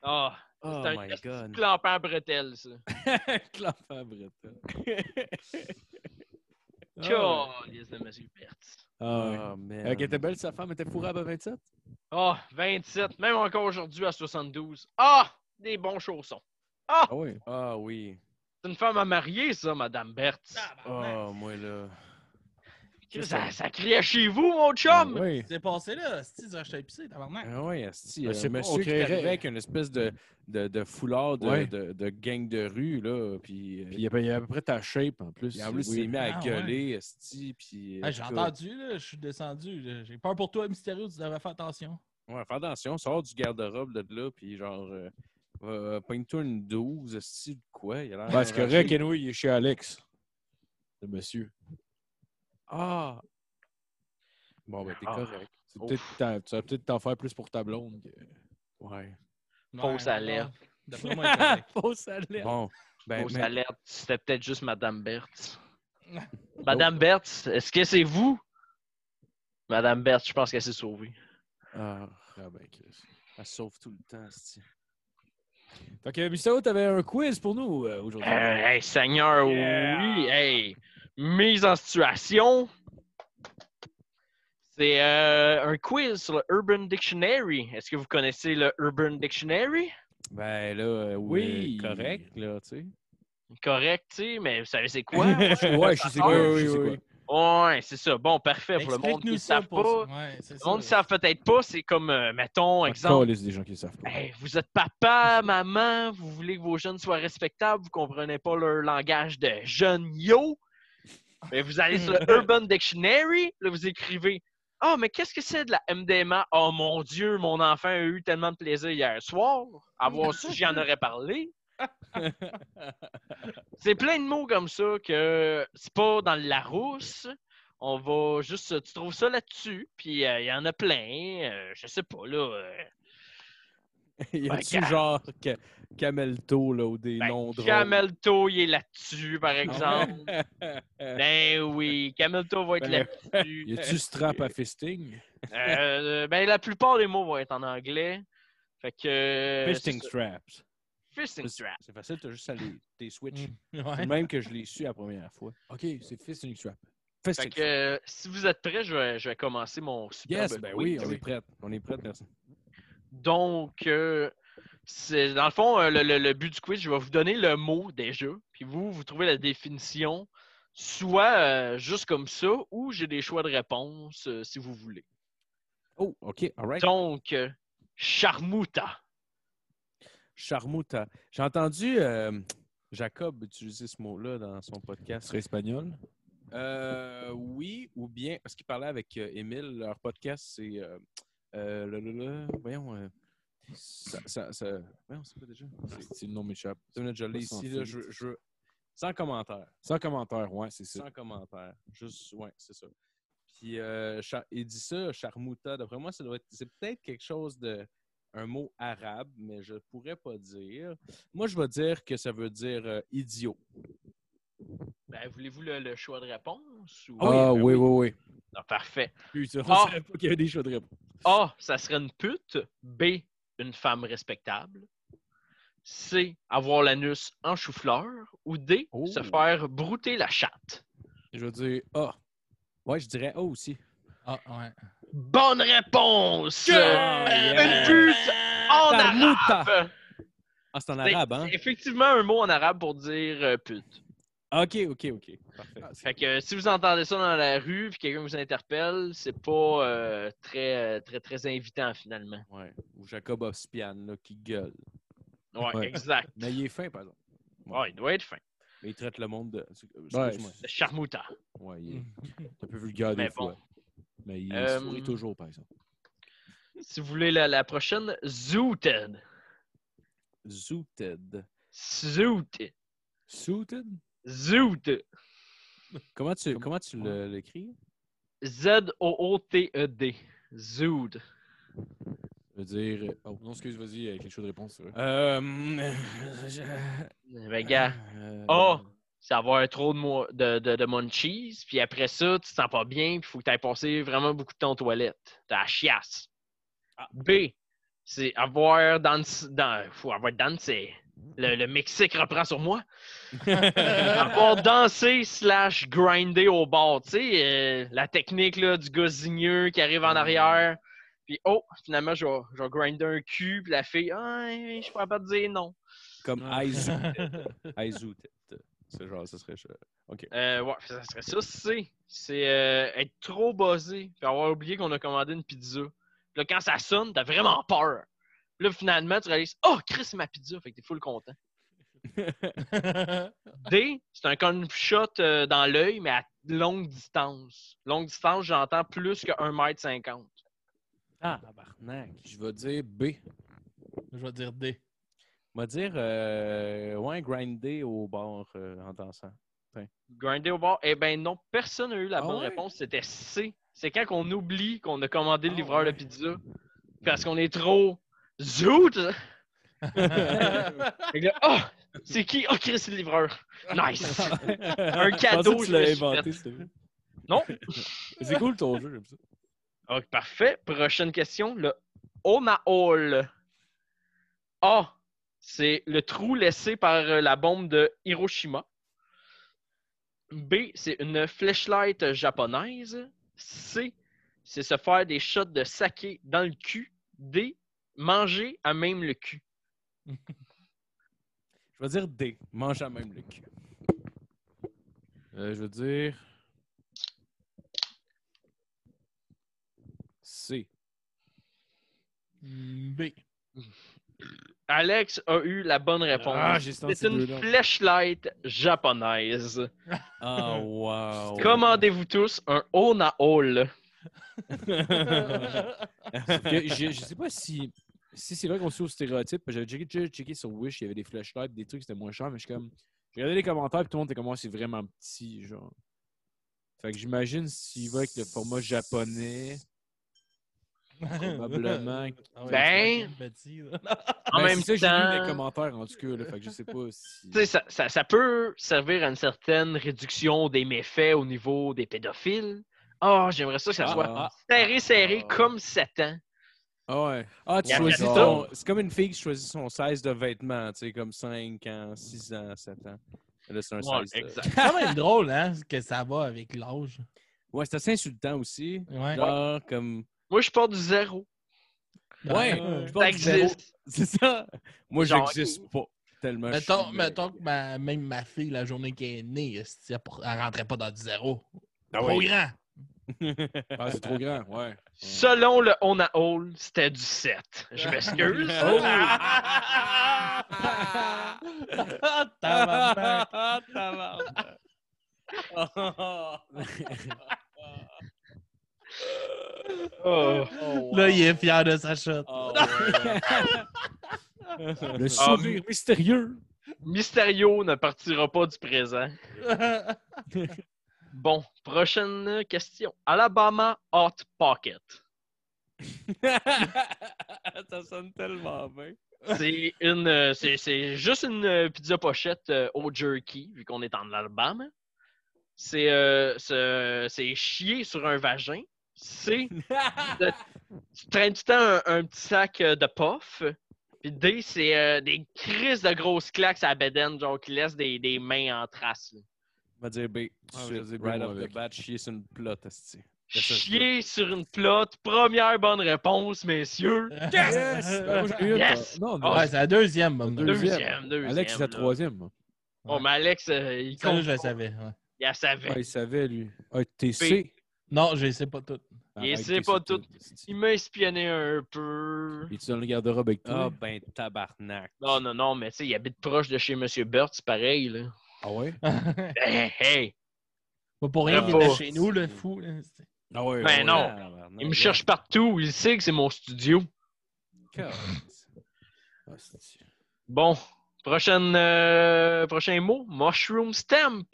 S4: Ah,
S2: Oh
S4: c'est un
S2: my
S4: petit
S2: god.
S4: clampin à bretelles, ça.
S2: *laughs*
S1: Clapin breton.
S4: Oh, de Monsieur Bertz.
S1: Ah,
S2: Oh, man.
S1: ouais. Euh, qui était belle, sa femme était fourrable à 27?
S4: Ah, 27, même encore aujourd'hui à 72. Ah, des bons chaussons.
S1: Ah ouais.
S2: Ah oui.
S4: C'est une femme à marier, ça, Madame Bertz. Oh.
S2: Ah, moi là.
S4: ça, ça criait chez vous, mon
S2: Ben
S4: chum!
S1: Ouais.
S3: C'est passé là, si tu rachètes épicé, tabarnak!
S2: Ah oui, asti.
S1: Ben,
S2: euh,
S1: je sais pas, on
S2: monsieur qui est
S1: créerait-
S2: arrivé avec une espèce de, de, de foulard de,
S1: Ouais.
S2: de, de gang de rue, là. Puis, euh,
S1: Puis il y avait- il y a à peu près ta shape en plus.
S2: puis en plus,
S1: Oui.
S2: il s'est mis à
S3: Ah,
S2: gueuler, esti. Puis, euh,
S3: Hey, J'ai
S2: en tout cas,
S3: entendu, là, je suis descendu. là. J'ai peur pour toi, Mysterio, tu devrais faire attention.
S2: Ouais, fais attention, sors du garde-robe de là, puis genre, euh, euh, pogne-toi une 12, esti, de quoi. Il a l'air
S1: Ben, c'est
S2: enragé.
S1: correct, anyway, il est chez Alex. Le monsieur.
S2: Ah! Bon, ben, t'es
S4: Ah.
S2: correct.
S1: C'est peut-être ta- tu vas peut-être t'en faire plus pour ta blonde. que-
S2: Ouais.
S4: Fausse
S3: Ouais,
S4: alerte.
S3: non. D'après moi, il est correct.
S2: Bon, ben,
S4: Fausse
S2: mais-
S4: alerte, c'était peut-être juste Madame *laughs* Bertz. Madame Bertz, est-ce que c'est vous? Madame Bertz, je pense qu'elle s'est sauvée.
S2: Ah,
S1: Ah ben, Chris.
S2: elle sauve tout le temps, esti.
S1: Fait que, Mistao, t'avais un quiz pour nous euh, aujourd'hui.
S4: Euh, hey, Seigneur, oui. Hey, mise en situation. C'est euh, un quiz sur le Urban Dictionary. Est-ce que vous connaissez le Urban Dictionary?
S2: Ben, là, euh,
S1: Oui.
S2: oui, correct, là, tu sais.
S4: Correct, tu sais, mais vous savez c'est
S1: *laughs*
S4: quoi? *laughs*
S1: ouais, je sais quoi.
S4: Ouais,
S1: je sais
S2: ouais,
S1: quoi.
S2: ouais.
S4: ouais, c'est ça. Bon, parfait. Pour le monde qui ne
S3: Explique-nous ça
S4: savent
S3: pour
S4: pas.
S3: ça. Ouais, c'est
S4: Le monde qui
S3: ça.
S4: ne savent peut-être pas, c'est comme, euh, mettons,
S1: Ah,
S4: exemple.
S1: câlisse, des gens qui le savent *laughs* pas.
S4: Hey, Ben, vous êtes papa, maman, vous voulez que vos jeunes soient respectables, vous comprenez pas leur langage de jeune yo. Mais vous allez sur le Urban Dictionary, là vous écrivez Ah, mais qu'est-ce que c'est de la MDMA? Oh mon Dieu, mon enfant a eu tellement de plaisir hier soir. À voir si j'en aurais parlé. c'est plein de mots comme ça que c'est pas dans le Larousse. On va juste. Tu trouves ça là-dessus, puis euh, il y en a plein. euh, je sais pas, là. euh,
S2: y a-tu
S4: Regarde.
S2: genre Ca- Camelto, là, ou des
S4: Ben,
S2: noms drôles?
S4: Camelto, il est là-dessus,
S2: Ah
S4: par
S3: Ah,
S4: exemple. ben oui, Camelto va être
S2: Ben, *laughs*
S4: là-dessus.
S1: Y a-tu strap à fisting?
S4: Euh, ben, la plupart des mots vont être en anglais. Fait que.
S2: Fisting
S4: euh, c'est ça.
S2: straps.
S4: Fisting strap.
S2: C'est facile, t'as juste à les, tes switch.
S1: Mm.
S2: C'est
S3: *laughs* Ouais.
S2: le même que je l'ai su la première fois.
S1: Ok, c'est fisting strap.
S4: Fait
S2: Fisting
S4: que euh, si vous êtes prêts, je vais, je vais commencer mon super.
S2: Yes, ben oui, on est prête. On est prête, merci.
S4: Donc, euh, c'est dans le fond, euh, le, le- le but du quiz, je vais vous donner le mot déjà, puis vous, vous trouvez la définition, soit euh, juste comme ça, ou j'ai des choix de réponse euh, si vous voulez.
S2: Oh, OK, all right.
S4: Donc, euh, Charmouta.
S2: Charmouta. J'ai entendu euh, Jacob utiliser ce mot-là dans son podcast.
S1: serait espagnol?
S2: Euh, oui, ou bien, parce qu'il parlait avec euh, Émile, leur podcast, c'est. euh, euh, le- le- le- voyons, euh, Ça, ça, ça... Ouais, on sait pas déjà. C'est-
S1: C'est le nom m'échappe.
S2: Deux minutes, je l'ai
S1: Pas sans
S2: ici, là,
S1: fil.
S2: je, veux- je veux- Sans commentaire.
S1: Sans commentaire, ouais, c'est ça.
S2: Sans commentaire. Juste, ouais, c'est ça. Puis, euh, Char- il dit ça, charmouta. D'après moi, ça doit être... C'est peut-être quelque chose de... Un mot arabe, mais je pourrais pas dire. Moi, je vais dire que ça veut dire euh, idiot.
S4: Ben, voulez-vous le, le choix de réponse? ou-
S2: Ah oui,
S1: Ah
S2: ben
S1: oui, oui,
S2: oui.
S1: oui.
S4: Non, parfait.
S1: Puis, ça, on
S4: Ah!
S1: savait pas qu'il y avait des choix de réponse.
S4: A, ça serait une pute. B, une femme respectable. C, avoir l'anus en chou-fleur. Ou D,
S2: Oh.
S4: se faire brouter la chatte.
S1: Je veux dire, ah. Ouais, je dirais ah
S2: oh,
S1: aussi.
S3: Ah, ouais.
S4: Bonne réponse!
S2: yeah!
S4: Une pute en
S2: Charmouta.
S4: arabe! Ben,
S2: Ah, c'est en
S4: C'est
S2: arabe, hein?
S4: c'est effectivement un mot en arabe pour dire euh, pute.
S2: OK, OK, OK. Parfait.
S1: Ah,
S4: Fait que euh, si vous entendez ça dans la rue puis quelqu'un vous interpelle, c'est pas euh, très, euh, très, très invitant finalement.
S2: Ouais. Ou Jacob Ospian, là, qui gueule.
S4: Ouais,
S1: Ouais.
S4: exact.
S1: Mais il est fin, par exemple.
S4: Ouais, il doit être fin.
S2: Mais il traite le monde de...
S1: Ouais,
S2: Excuse-moi.
S4: Le charmouta.
S1: ouais, il est un peu vulgaire
S4: Mm. Mais
S1: des
S4: bon.
S1: fois. Mais il
S4: Euh,
S1: sourit toujours, par exemple.
S4: Si vous voulez la, la prochaine, zooted.
S2: Zooted.
S4: Zooted.
S1: Suited?
S4: Zoot.
S2: Comment tu,
S1: Comme-
S2: comment tu le- l'écris?
S4: Z-O-O-T-E-D. Zood.
S1: Je veux dire. Oh, non, excuse, vas-y, euh, quelque chose de réponse. ouais.
S2: Euh...
S1: *laughs*
S2: je-
S4: Ben, gars,
S2: Euh,
S4: Ah! ça va avoir trop de, mo- de, de, de munchies, puis après ça, tu te sens pas bien, puis faut que t'ailles passer vraiment beaucoup de temps aux toilettes. T'as la chiasse. B, c'est avoir dansé. Dans, faut avoir dansé. Le, le Mexique reprend sur moi. avoir dansé slash grindé au bord. Tu sais, euh, la technique là, du gars zigneux qui arrive en arrière. Puis, oh, finalement, je vais, je vais grinder un cul. Puis la fille, ah, je suis pas capable de dire non.
S2: Comme
S1: Ouais.
S2: *laughs* I zooted. I zooted. C'est genre, ça serait...
S4: Euh, ouais, ça serait ça, c'est. C'est euh, être trop buzzé, puis avoir oublié qu'on a commandé une pizza. Puis là, quand ça sonne, t'as vraiment peur. Puis là, finalement, tu réalises, oh, Chris, c'est ma pizza, fait que t'es full content. D, c'est un con shot euh, dans l'œil, mais à longue distance. Longue distance, j'entends plus que 1m50.
S2: Ah, tabarnak.
S1: Je vais dire B.
S3: *laughs* Je vais dire D.
S2: On va dire, euh, ouais, grinder au bord euh, en dansant.
S4: Grinder au bord, eh ben non, personne n'a eu la
S2: Ah
S4: bonne
S2: ouais?
S4: réponse, c'était C. C'est quand on oublie qu'on a commandé le
S2: Ah
S4: livreur
S2: ouais.
S4: de pizza, parce qu'on est trop
S2: *laughs*
S4: zoot! Fait que là, Ah! c'est qui? Ah, Chris, c'est le livreur.
S2: *laughs*
S4: Nice!
S2: Un
S4: cadeau,
S2: tu
S4: je
S2: l'as
S4: me suis
S2: inventé, celui-là.
S4: Non.
S2: C'est cool ton jeu, j'aime ça.
S4: Ok, parfait. Prochaine question. Le Omaol. A. C'est le trou laissé par euh, la bombe de Hiroshima. B. C'est une flashlight japonaise. C. C'est se faire des shots de saké dans le cul. D. Manger à même le cul.
S2: Je vais dire D. Mange à même le cul.
S1: Euh, je veux dire. C.
S3: B.
S4: *laughs* Alex a eu la bonne réponse.
S1: Ah, j'ai senti
S4: c'est une
S1: deux noms.
S4: flashlight japonaise.
S2: Ah, wow.
S4: Commandez-vous tous un Onaol.
S1: Sauf que je, je sais pas si, si c'est vrai qu'on suit au stéréotype. parce que J'avais checké, checké- checké sur Wish, il y avait des flashlights, des trucs, c'était moins cher, mais je suis comme. J'ai regardé les commentaires, puis tout le monde était comme, Ah, c'est vraiment petit, genre. Fait que j'imagine s'il va avec le format japonais. Probablement.
S3: *laughs* Ah ouais,
S4: Ben.
S3: c'est petit, là.
S4: En
S1: Ben,
S4: même
S1: c'est ça, J'ai lu les
S4: temps-
S1: commentaires, en tout cas, là, fait que je sais pas
S2: *laughs*
S1: si.
S4: Tu sais, ça, ça- ça peut servir à une certaine réduction des méfaits au niveau des pédophiles. Ah, j'aimerais ça que ça
S1: Ah,
S4: soit
S1: ah,
S4: serré, serré,
S1: ah.
S4: comme Satan.
S1: Ah ouais.
S2: Ah, tu
S4: Il y a
S2: choisis
S4: quatre
S2: ton... C'est comme une fille qui choisit son size de vêtements, tu sais, comme 5 ans, 6 ans, 7 ans. Là, c'est un size. de-
S3: C'est quand même drôle, hein, que ça va avec l'âge.
S2: Ouais, c'est assez insultant aussi.
S3: Ouais.
S2: Genre, comme.
S4: Moi, je pars du zéro.
S2: Ouais,
S3: Ouais.
S2: je
S4: Ça
S2: pars du zéro.
S4: existe.
S2: *laughs* C'est ça. Moi,
S4: Genre,
S2: j'existe pas. Tellement je
S3: Mettons,
S2: suis-
S3: mettons que ma- même ma fille, la journée qu'elle est née, esti, elle, pour- elle rentrait pas dans du zéro.
S2: Ah
S3: Trop
S2: oui.
S3: grand.
S1: Ah, c'est trop grand,
S2: *laughs*
S1: ouais.
S4: Selon le On a All, c'était du 7. Je
S2: *laughs*
S4: m'excuse.
S2: Oh.
S3: *laughs* Tabarnak.
S2: Tabarnak.
S4: Oh. *laughs*
S3: Là, il est fier de sa chute.
S4: Ah,
S2: Oh, *laughs*
S1: Le sourire mystérieux.
S4: Mysterio ne partira pas du présent. Bon, prochaine question. Alabama Hot Pocket.
S2: *laughs* ça sonne tellement bien.
S4: C'est une, euh, c'est- c'est juste une euh, pizza pochette euh, au jerky, vu qu'on est en Alabama. C'est euh, ce- c'est chié sur un vagin. C'est. de- tu traînes tout le temps un, un petit sac euh, de puff. Puis D, c'est euh, des crises de grosses claques à la bedaine, genre qui laissent des, des mains en trace. là.
S2: On va dire B.
S1: Ah,
S2: Tout de
S1: je
S2: suite,
S1: dis B,
S2: right
S1: moi,
S2: off the
S1: avec.
S2: bat, chier sur une plotte, esti. Yes, sir.
S4: Chier sur une plotte. Première bonne réponse, messieurs.
S3: Euh,
S1: Yes! Ben, moi, j'en ai une,
S4: Yes!
S1: toi. Non, mais-
S3: Ouais, c'est la deuxième, maman.
S1: Deuxième.
S4: Deuxième, deuxième.
S1: Alex, c'est la
S4: là.
S1: troisième. moi.
S4: Bon, mais Alex, euh, il
S3: Ça,
S4: compte.
S3: je le
S4: pas.
S3: savais. ouais.
S4: Il la savait.
S1: Ah, il savait, lui. Ah, t'es C.
S3: Non, je ne sais pas *laughs* tout.
S4: Il
S1: Arrête,
S4: sait
S1: t'es
S4: pas
S1: C,
S4: tout.
S1: t'es- t'es-
S4: Il m'a espionné un peu.
S1: Et tu dans le garde-robe avec
S2: Ah
S1: toi?
S2: ben tabarnak.
S4: Non, non, non, mais tu sais, il habite proche de chez M. Burt, c'est pareil, là.
S1: Ah ouais?
S3: pas
S4: Hey, hey,
S3: pour rien
S4: Ah,
S3: qu'il était
S4: pas.
S3: chez nous, le fou. là.
S1: Ah ouais.
S4: Ben
S1: ouais.
S4: non.
S2: Tabarnak.
S4: il me cherche partout, il sait que c'est mon studio.
S1: Calisse. Ah, c'est-
S4: Bon, prochaine, euh, prochain mot, Mushroom Stamp.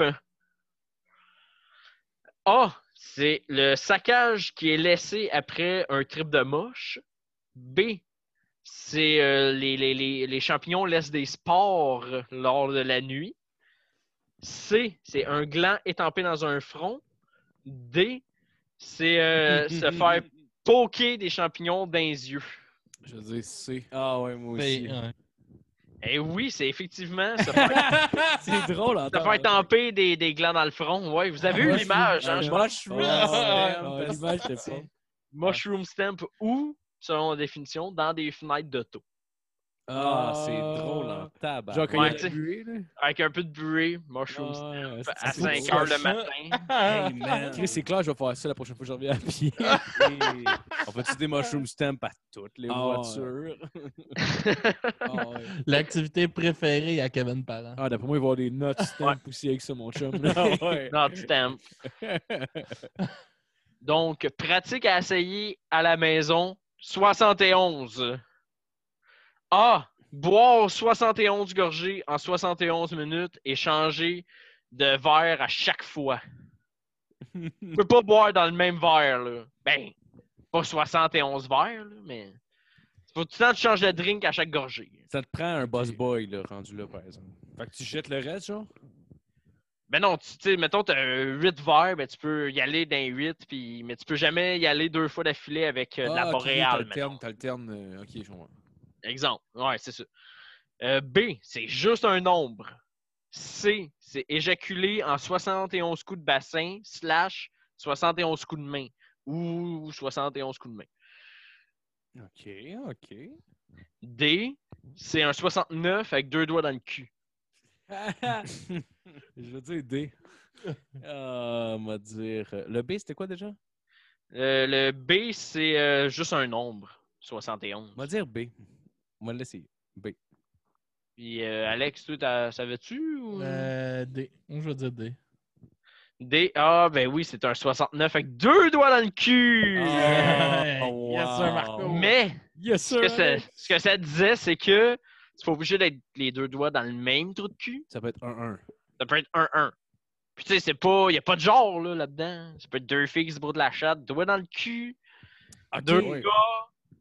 S4: A, c'est le saccage qui est laissé après un trip de moche. B, c'est euh, les, les- les- les champignons laissent des spores lors de la nuit. C, c'est un gland étampé dans un front. D, c'est euh, se faire poquer des champignons dans les yeux.
S1: Je veux dire C.
S2: Ah ouais, moi aussi.
S3: Ben, ouais.
S4: Eh oui, c'est effectivement se faire
S1: C'est drôle,
S4: Ça
S1: attends.
S4: fait tamper des, des glands dans le front, ouais. Vous avez eu
S1: Ah, Ouais,
S4: l'image, hein?
S1: c'est-
S4: je
S1: ouais.
S4: pense.
S2: Mushroom.
S1: Ah,
S2: stamp,
S1: ouais,
S2: esti.
S1: l'image, c'est pas.
S4: Mushroom stamp ou, selon la définition, dans des fenêtres d'auto.
S2: Ah, c'est drôle en tabac.
S1: hein. Genre, quand
S4: Ouais,
S1: il y a
S4: t'sais.
S1: la buée, là.
S4: Avec un peu de buée, mushroom
S1: Ah.
S4: stamp
S1: Ouais,
S4: à
S1: c'est-
S4: 5
S1: c'est-
S4: heures le
S3: ça.
S4: matin.
S2: Hey, man.
S1: *laughs* Chris, c'est clair, je vais faire ça la prochaine fois que je reviens à pied.
S2: On fait-tu des mushroom stamp à toutes les
S1: Ah,
S2: voitures?
S1: Ah, ouais.
S3: L'activité préférée à Kevin Parent.
S1: Ah, d'après moi, il va y avoir des notes stamp aussi avec ça, mon chum. là. *laughs*
S4: Not stamp. *laughs* Donc, pratique à essayer à la maison 71. A. Boire 71 gorgées en 71 minutes et changer de verre à chaque fois. Tu peux pas boire dans le même verre, là. Ben, pas 71 verres, là, mais. Faut tout le temps que tu changes de drink à chaque gorgée.
S2: Ça te prend un boss boy, là, rendu là, par exemple.
S1: Fait que tu jettes le reste, genre?
S4: Ben non, tu tu sais, mettons, t'as 8 verres, ben tu peux y aller dans 8, puis, mais tu peux jamais y aller deux fois d'affilée avec euh, de la
S1: Ah, ok,
S4: boréale. mettons.
S1: T'alternes, t'alternes. euh, Ok, je comprends.
S4: Exemple. Ouais, c'est ça. Euh, B, c'est juste un nombre. C, c'est éjaculer en 71 coups de bassin, slash 71 coups de main. Ou 71 coups de main.
S2: OK, OK.
S4: D, c'est un 69 avec deux doigts dans le cul.
S1: *laughs* Je veux dire D.
S2: *laughs* Ah, on va dire... Le B, c'était quoi, déjà?
S4: Euh, le B, c'est euh, juste un nombre. 71.
S2: On va dire B. On va l'essayer.
S4: Puis euh, Alex, toi, t'as- savais-tu? ou-
S3: Euh, D. Je vais dire D.
S4: D, ah ben oui, c'est un 69 avec deux doigts dans le cul!
S3: Yeah.
S2: Ah, wow.
S3: Yes, sir, Marco.
S4: Mais
S1: Yes,
S4: ce
S1: sir!
S4: que, ça, ce que ça disait, c'est que tu pas obligé d'être les deux doigts dans le même trou de cul.
S1: Ça peut être 1-1.
S4: Ça peut être 1-1. Puis tu sais, c'est pas. Il a pas de genre là, là-dedans. ça peut être deux filles qui se brûlent de la chatte, doigts dans le cul,
S2: Ah,
S4: deux
S1: ouais.
S4: gars.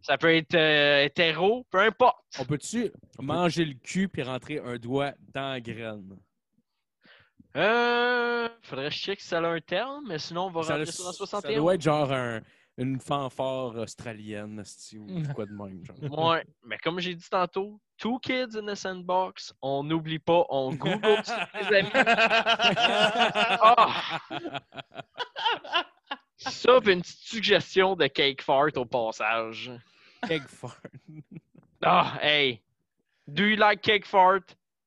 S4: Ça peut être euh, hétéro, peu importe.
S2: On peut-tu manger le cul puis rentrer un doigt dans la graine?
S4: Euh. Faudrait que je check si ça a un terme, mais sinon on va
S2: Ça,
S4: rentrer
S2: le-
S4: sur la
S2: ça
S4: 61.
S2: doit être genre un- une fanfare australienne, esti, ou quoi de même, genre.
S4: Ouais, mais comme j'ai dit tantôt, Two Kids in a Sandbox, on n'oublie pas, on
S2: *laughs*
S4: Google ça, les amis. Ah! Ça, puis une petite suggestion de Cake Fart au passage.
S2: Egg fart.
S4: Ah, hey! Do you like Cake Fart?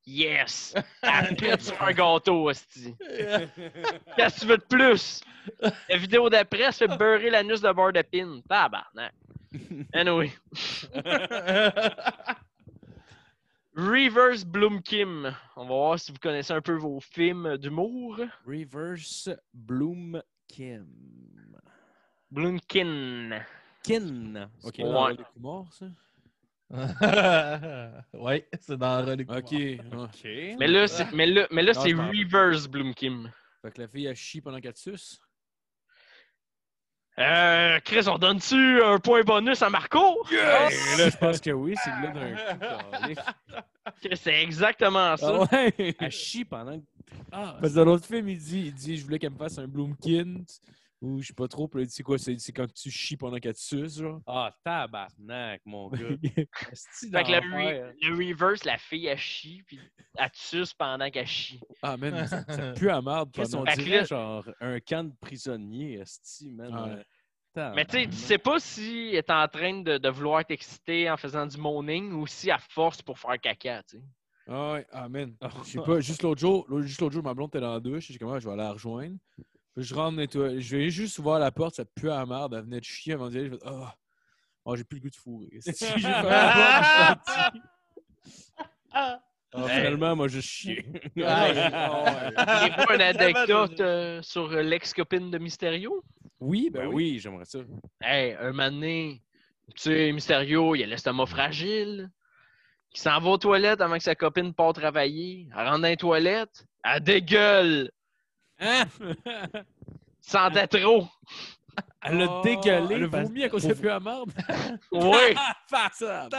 S4: Yes! Après, sur un gâteau, hostie. Qu'est-ce que tu veux de plus? La vidéo d'après se fait beurrer l'anus de beurre de pin. Tabarnak. Anyway. Reverse Bloomkin. On va voir si vous connaissez un peu vos films d'humour.
S2: Reverse Bloom Kim.
S4: Bloomkin.
S2: Kin. OK.
S1: C'est pas
S4: Ouais.
S1: les coups morts, ça?
S3: *laughs* ouais, c'est dans Relique
S1: Ok.
S3: Noire.
S1: ouais.
S4: Mais là, c'est, mais là, mais là,
S1: Non,
S4: c'est
S1: je m'en rappelle.
S4: reverse Bloomkim.
S1: Fait que la fille a chié pendant qu'elle te suce.
S4: Euh, Chris, on donne-tu un point bonus à Marco?
S1: Et *laughs* là, je pense que oui, c'est le
S2: *laughs*
S1: d'un coup.
S4: Chris, c'est exactement ça.
S1: Ah ouais!
S2: Elle chie pendant que. Ah,
S1: Parce que dans l'autre film, il dit, il dit Je voulais qu'elle me fasse un Bloomkin. Ou je sais pas trop. Puis là, il dit C'est quoi? C'est c'est quand tu chies pendant qu'elle te suce, genre.
S2: ah, tabarnak, mon *laughs* gars. Esti
S4: Fait que le,
S2: d'enfer.
S4: re- le reverse, la fille, elle chie, puis elle te suce pendant qu'elle chie.
S1: ah, *laughs* man, ça,
S3: *laughs*
S1: ça pue à marde.
S2: Qu'est-ce qu'on
S1: pendant-
S4: Fait que là-
S2: dirait, genre, un camp de prisonniers, esti, man.
S1: Ouais.
S2: Euh,
S1: Ah,
S2: tabarnak. *laughs*
S4: Mais tu sais, tu sais pas si elle est en train de, de vouloir t'exciter en faisant du moaning ou si à force pour faire caca, tu sais.
S1: Ah ouais, ah, man. Je
S2: *laughs*
S1: sais pas, juste l'autre jour, l'autre- juste l'autre jour, ma blonde était dans la douche. Je sais comment je vais aller la rejoindre. Puis Je rentre dans les toilettes. Je vais juste ouvrir la porte, ça pue à marde. Elle venait de chier avant d'y aller. Je fais Oh, oh j'ai plus le goût de fourrer. *laughs* J'ai fait
S4: *laughs*
S1: la porte, je suis sorti.
S2: Ah, finalement, moi, je *laughs* chier. Ben
S3: Ah,
S1: *laughs*
S4: Il n'y a pas une
S3: Tellement
S4: anecdote
S3: de-
S4: euh, sur euh, l'ex-copine de Mysterio?
S1: Oui, ben,
S2: Ben
S1: oui.
S2: oui, j'aimerais ça.
S4: Hey, un moment donné, tu sais, Mysterio, il a l'estomac fragile. Il s'en va aux toilettes avant que sa copine parte travailler. Elle rentre dans les toilettes. Elle dégueule.
S1: Hein?
S4: Il sentait trop.
S2: Elle a
S1: Oh,
S2: dégueulé.
S1: Elle a
S2: parce-
S1: vomi à cause de pue à marde. *laughs*
S4: Oui.
S1: Face à marde.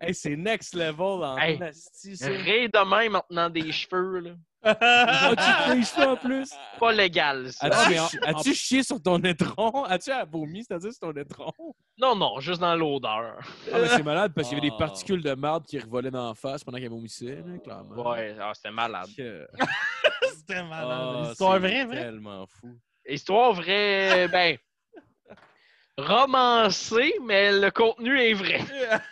S2: Hey, c'est next level en
S4: Hey.
S2: esti, ça.
S4: Rire de même maintenant des cheveux, là.
S1: Ah, tu te fais les cheveux en plus.
S4: Pas légal, ça.
S1: Ah, mais
S2: As-tu
S1: en-
S2: chi- as-tu chié sur ton étron? *laughs* As-tu vomi, c'est-à-dire sur ton étron?
S4: Non, non, juste dans l'odeur.
S1: Ah, mais c'est malade parce qu'il y avait des
S2: Ah.
S1: particules de marde qui revolaient dans la face pendant qu'elle vomissait, là, clairement.
S4: Ouais, ah, c'était malade.
S2: Que-
S3: C'était malade.
S2: Ah,
S3: Histoire
S2: c'est
S3: vraie, vraie.
S2: tellement fou.
S4: Histoire vraie, ben. Romancée, mais le contenu est vrai.
S2: *laughs*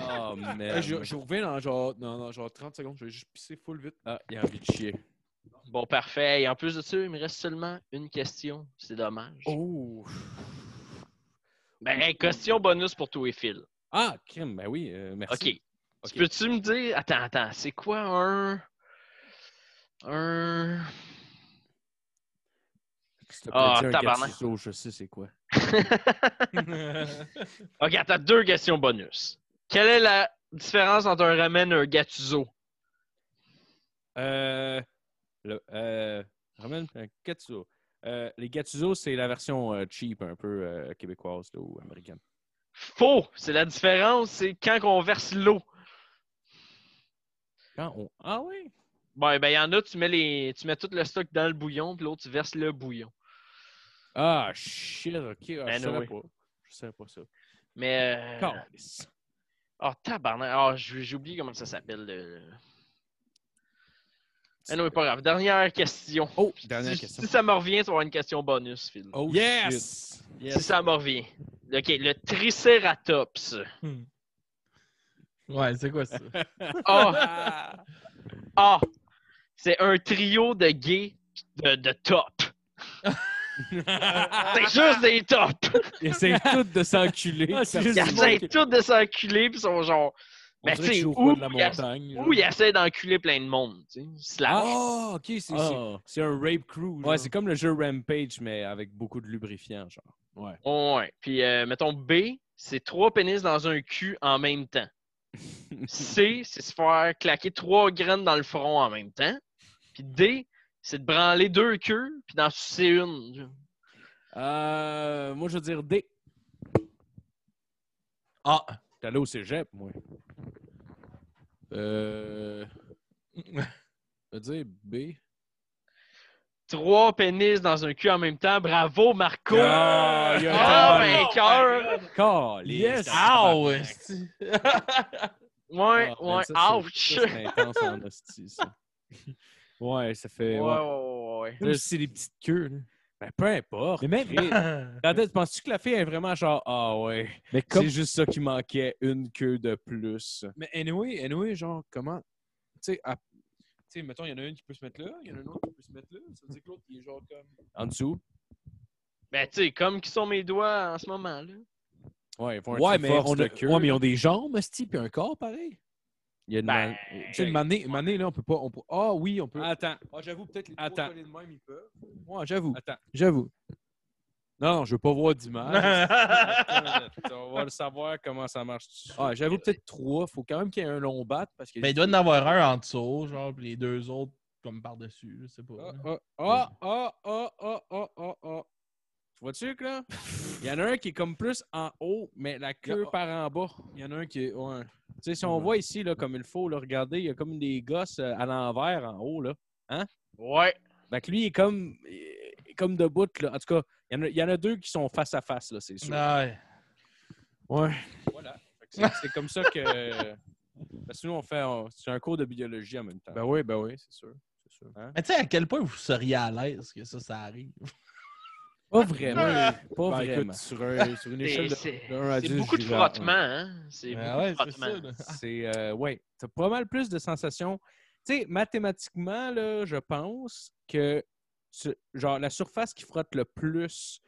S2: Oh, man.
S1: Hey, je, je reviens dans genre, dans- dans genre 30 secondes, je vais juste pisser full vite. *laughs*
S2: Ah, il a envie de chier.
S4: Bon, parfait. Et en plus de ça, il me reste seulement une question. C'est dommage.
S1: Oh!
S4: Ben, hey, question bonus pour toi et Phil.
S2: Ah, crime, ben oui, euh, merci.
S4: OK. Tu
S2: Ok.
S4: peux-tu me dire... Attends, attends. C'est quoi un... Un... Ah, tabarnak.
S2: je sais c'est quoi.
S1: *laughs*
S4: OK, t'as deux questions bonus. Quelle est la différence entre un ramen et un gatuzo?
S2: Euh, le, euh, ramène un katsuzo. Euh, les Gattuso, c'est la version euh, cheap, un peu euh, québécoise là, ou américaine.
S4: Faux! C'est la différence, c'est quand on verse l'eau.
S2: Quand on- Ah oui!
S4: Bon, ben, il y en a, tu mets, les... tu mets tout le stock dans le bouillon, puis l'autre, tu verses le bouillon.
S2: Ah, shit, ok. ah, je
S4: Ben
S2: savais
S4: oui. Euh,
S2: pas. Je savais pas ça.
S4: Mais... euh,
S2: Calice.
S4: Ah, tabarnak. Ah, j'ai j'ai oublié comment ça s'appelle. Le... Ah non, mais pas grave. Dernière question.
S2: Oh, dernière
S4: si,
S2: question.
S4: si ça me revient, tu vas avoir une question bonus, Phil.
S1: Oh, shit.
S2: Yes!
S4: Si ça me revient. OK, le Triceratops.
S3: Ouais,
S1: *laughs*
S3: c'est quoi ça?
S2: *laughs*
S4: Ah, ah. C'est un trio de gays de, de top. C'est juste des tops.
S2: Ils essayent tous de s'enculer.
S1: Ah, c'est
S2: Personne-
S1: juste
S4: Ils essaient tous de s'enculer, puis ils sont genre...
S1: On
S4: Mais
S1: dirait que
S4: tu
S1: je suis
S4: sais,
S1: au coin
S4: où,
S1: de la
S4: il y a-
S1: montagne. genre.
S4: où ils essaient d'enculer plein de monde. tu sais. Slash.
S1: Ah, ok, c'est- c'est
S2: Ah.
S1: c'est un rape crew. genre.
S2: Ouais, c'est comme le jeu Rampage, mais avec beaucoup de lubrifiant, genre.
S1: Ouais.
S4: Ouais. Puis, euh, mettons, B, c'est trois pénis dans un cul en
S2: *laughs*
S4: même temps. C, c'est se faire claquer trois graines dans le front en même temps. Puis D, c'est de branler deux queues, puis d'en sucer une.
S2: Euh, moi, je veux dire D.
S3: Ah!
S2: T'es allé au cégep, moi.
S1: Euh. Je veux dire B.
S4: Trois pénis dans un cul en même temps. Bravo, Marco!
S2: Ah, il y a
S4: Ah,
S2: un
S4: ben, cœur!
S2: Calice.
S1: Yes.
S3: Ah,
S2: Tabarnak.
S3: ouais!
S4: Ouais,
S2: Ah, man,
S4: ouais,
S2: ça,
S4: ouch!
S2: c'est- ça, c'est intense en
S1: *laughs*
S2: hostie, ça.
S1: Ouais, ça fait.
S4: Ouais,
S1: Ouais.
S4: ouais, ouais.
S1: Là, c'est des petites queues. Là.
S2: Ben, peu importe.
S1: Mais même-
S2: Chris.
S3: *laughs*
S2: Dans ta tête, penses-tu que la fille est vraiment genre Ah ouais,
S1: Mais
S2: c'est juste ça qui manquait, une queue de plus.
S1: Mais anyway, anyway, genre, comment. Tu sais, à- tu sais, mettons, il y en a une qui peut se mettre là, il y en a une autre qui peut se mettre là. Ça veut dire que l'autre, il est genre comme.
S2: En dessous?
S4: Ben, tu sais, comme qui sont mes doigts en ce moment, là.
S2: Ouais, ils font un
S1: Ouais
S2: petit
S1: mais,
S2: force
S1: on
S2: de
S1: a-
S2: queue.
S1: ouais, mais ils ont des jambes, esti, puis un corps pareil.
S2: Il y a une
S4: Ben,
S2: man-
S1: Tu sais, une manée, une manée, là, on peut pas. on peut- Ah oui, on peut.
S2: Attends,
S1: Ah, j'avoue, peut-être les
S2: Attends.
S3: *laughs*
S1: collés de même, ils peuvent. Ouais, j'avoue.
S2: attends.
S1: J'avoue.
S2: Non, non, je veux pas voir d'image. *laughs*
S3: Mais
S2: On va le savoir comment ça marche.
S1: Ah, J'avoue peut-être trois. Faut quand même qu'il y ait un long bat parce que.
S3: Ben, il doit y en avoir un en dessous, genre, puis les deux autres comme par-dessus, je sais pas.
S2: Ah, ah, ah, ah, ah, ah, ah, ah, ah. Tu vois-tu, que là? Il y en a un qui est comme plus en haut, mais la queue
S1: Ah.
S2: par en bas.
S1: Il y en a un qui est. Ouais.
S2: Tu sais, si on voit ici, là, comme il faut, là, regardez, il y a comme des gosses euh, à l'envers en haut, là.
S4: Ouais.
S2: Fait que lui, il est comme, il est comme debout, là. En tout cas, il y en a, il y en a deux qui sont face à face, là, c'est sûr.
S3: Ah, Ouais.
S1: Ouais.
S2: Voilà. Fait que C'est c'est comme ça que... Parce que nous, on fait... on- C'est un cours de biologie en même temps.
S1: Ben oui, ben oui, c'est sûr. C'est sûr.
S3: Mais tu sais, à quel point vous seriez à l'aise que ça, ça arrive?
S1: Pas vraiment. Pas
S2: Ben, écoute,
S1: vraiment. sur, un- sur une échelle
S4: C'est
S1: de,
S4: c'est-
S1: de 1 à
S4: c'est
S1: 10,
S4: beaucoup
S1: je
S4: de
S1: dirais un.
S4: frottement, hein? C'est
S3: Ben
S4: beaucoup
S3: ouais, c'est
S4: de
S3: ça,
S4: frottement.
S3: là.
S2: C'est... euh, ouais. T'as pas mal plus de sensations. Tu sais, mathématiquement, là, je pense que... ce- genre, la surface qui frotte le plus...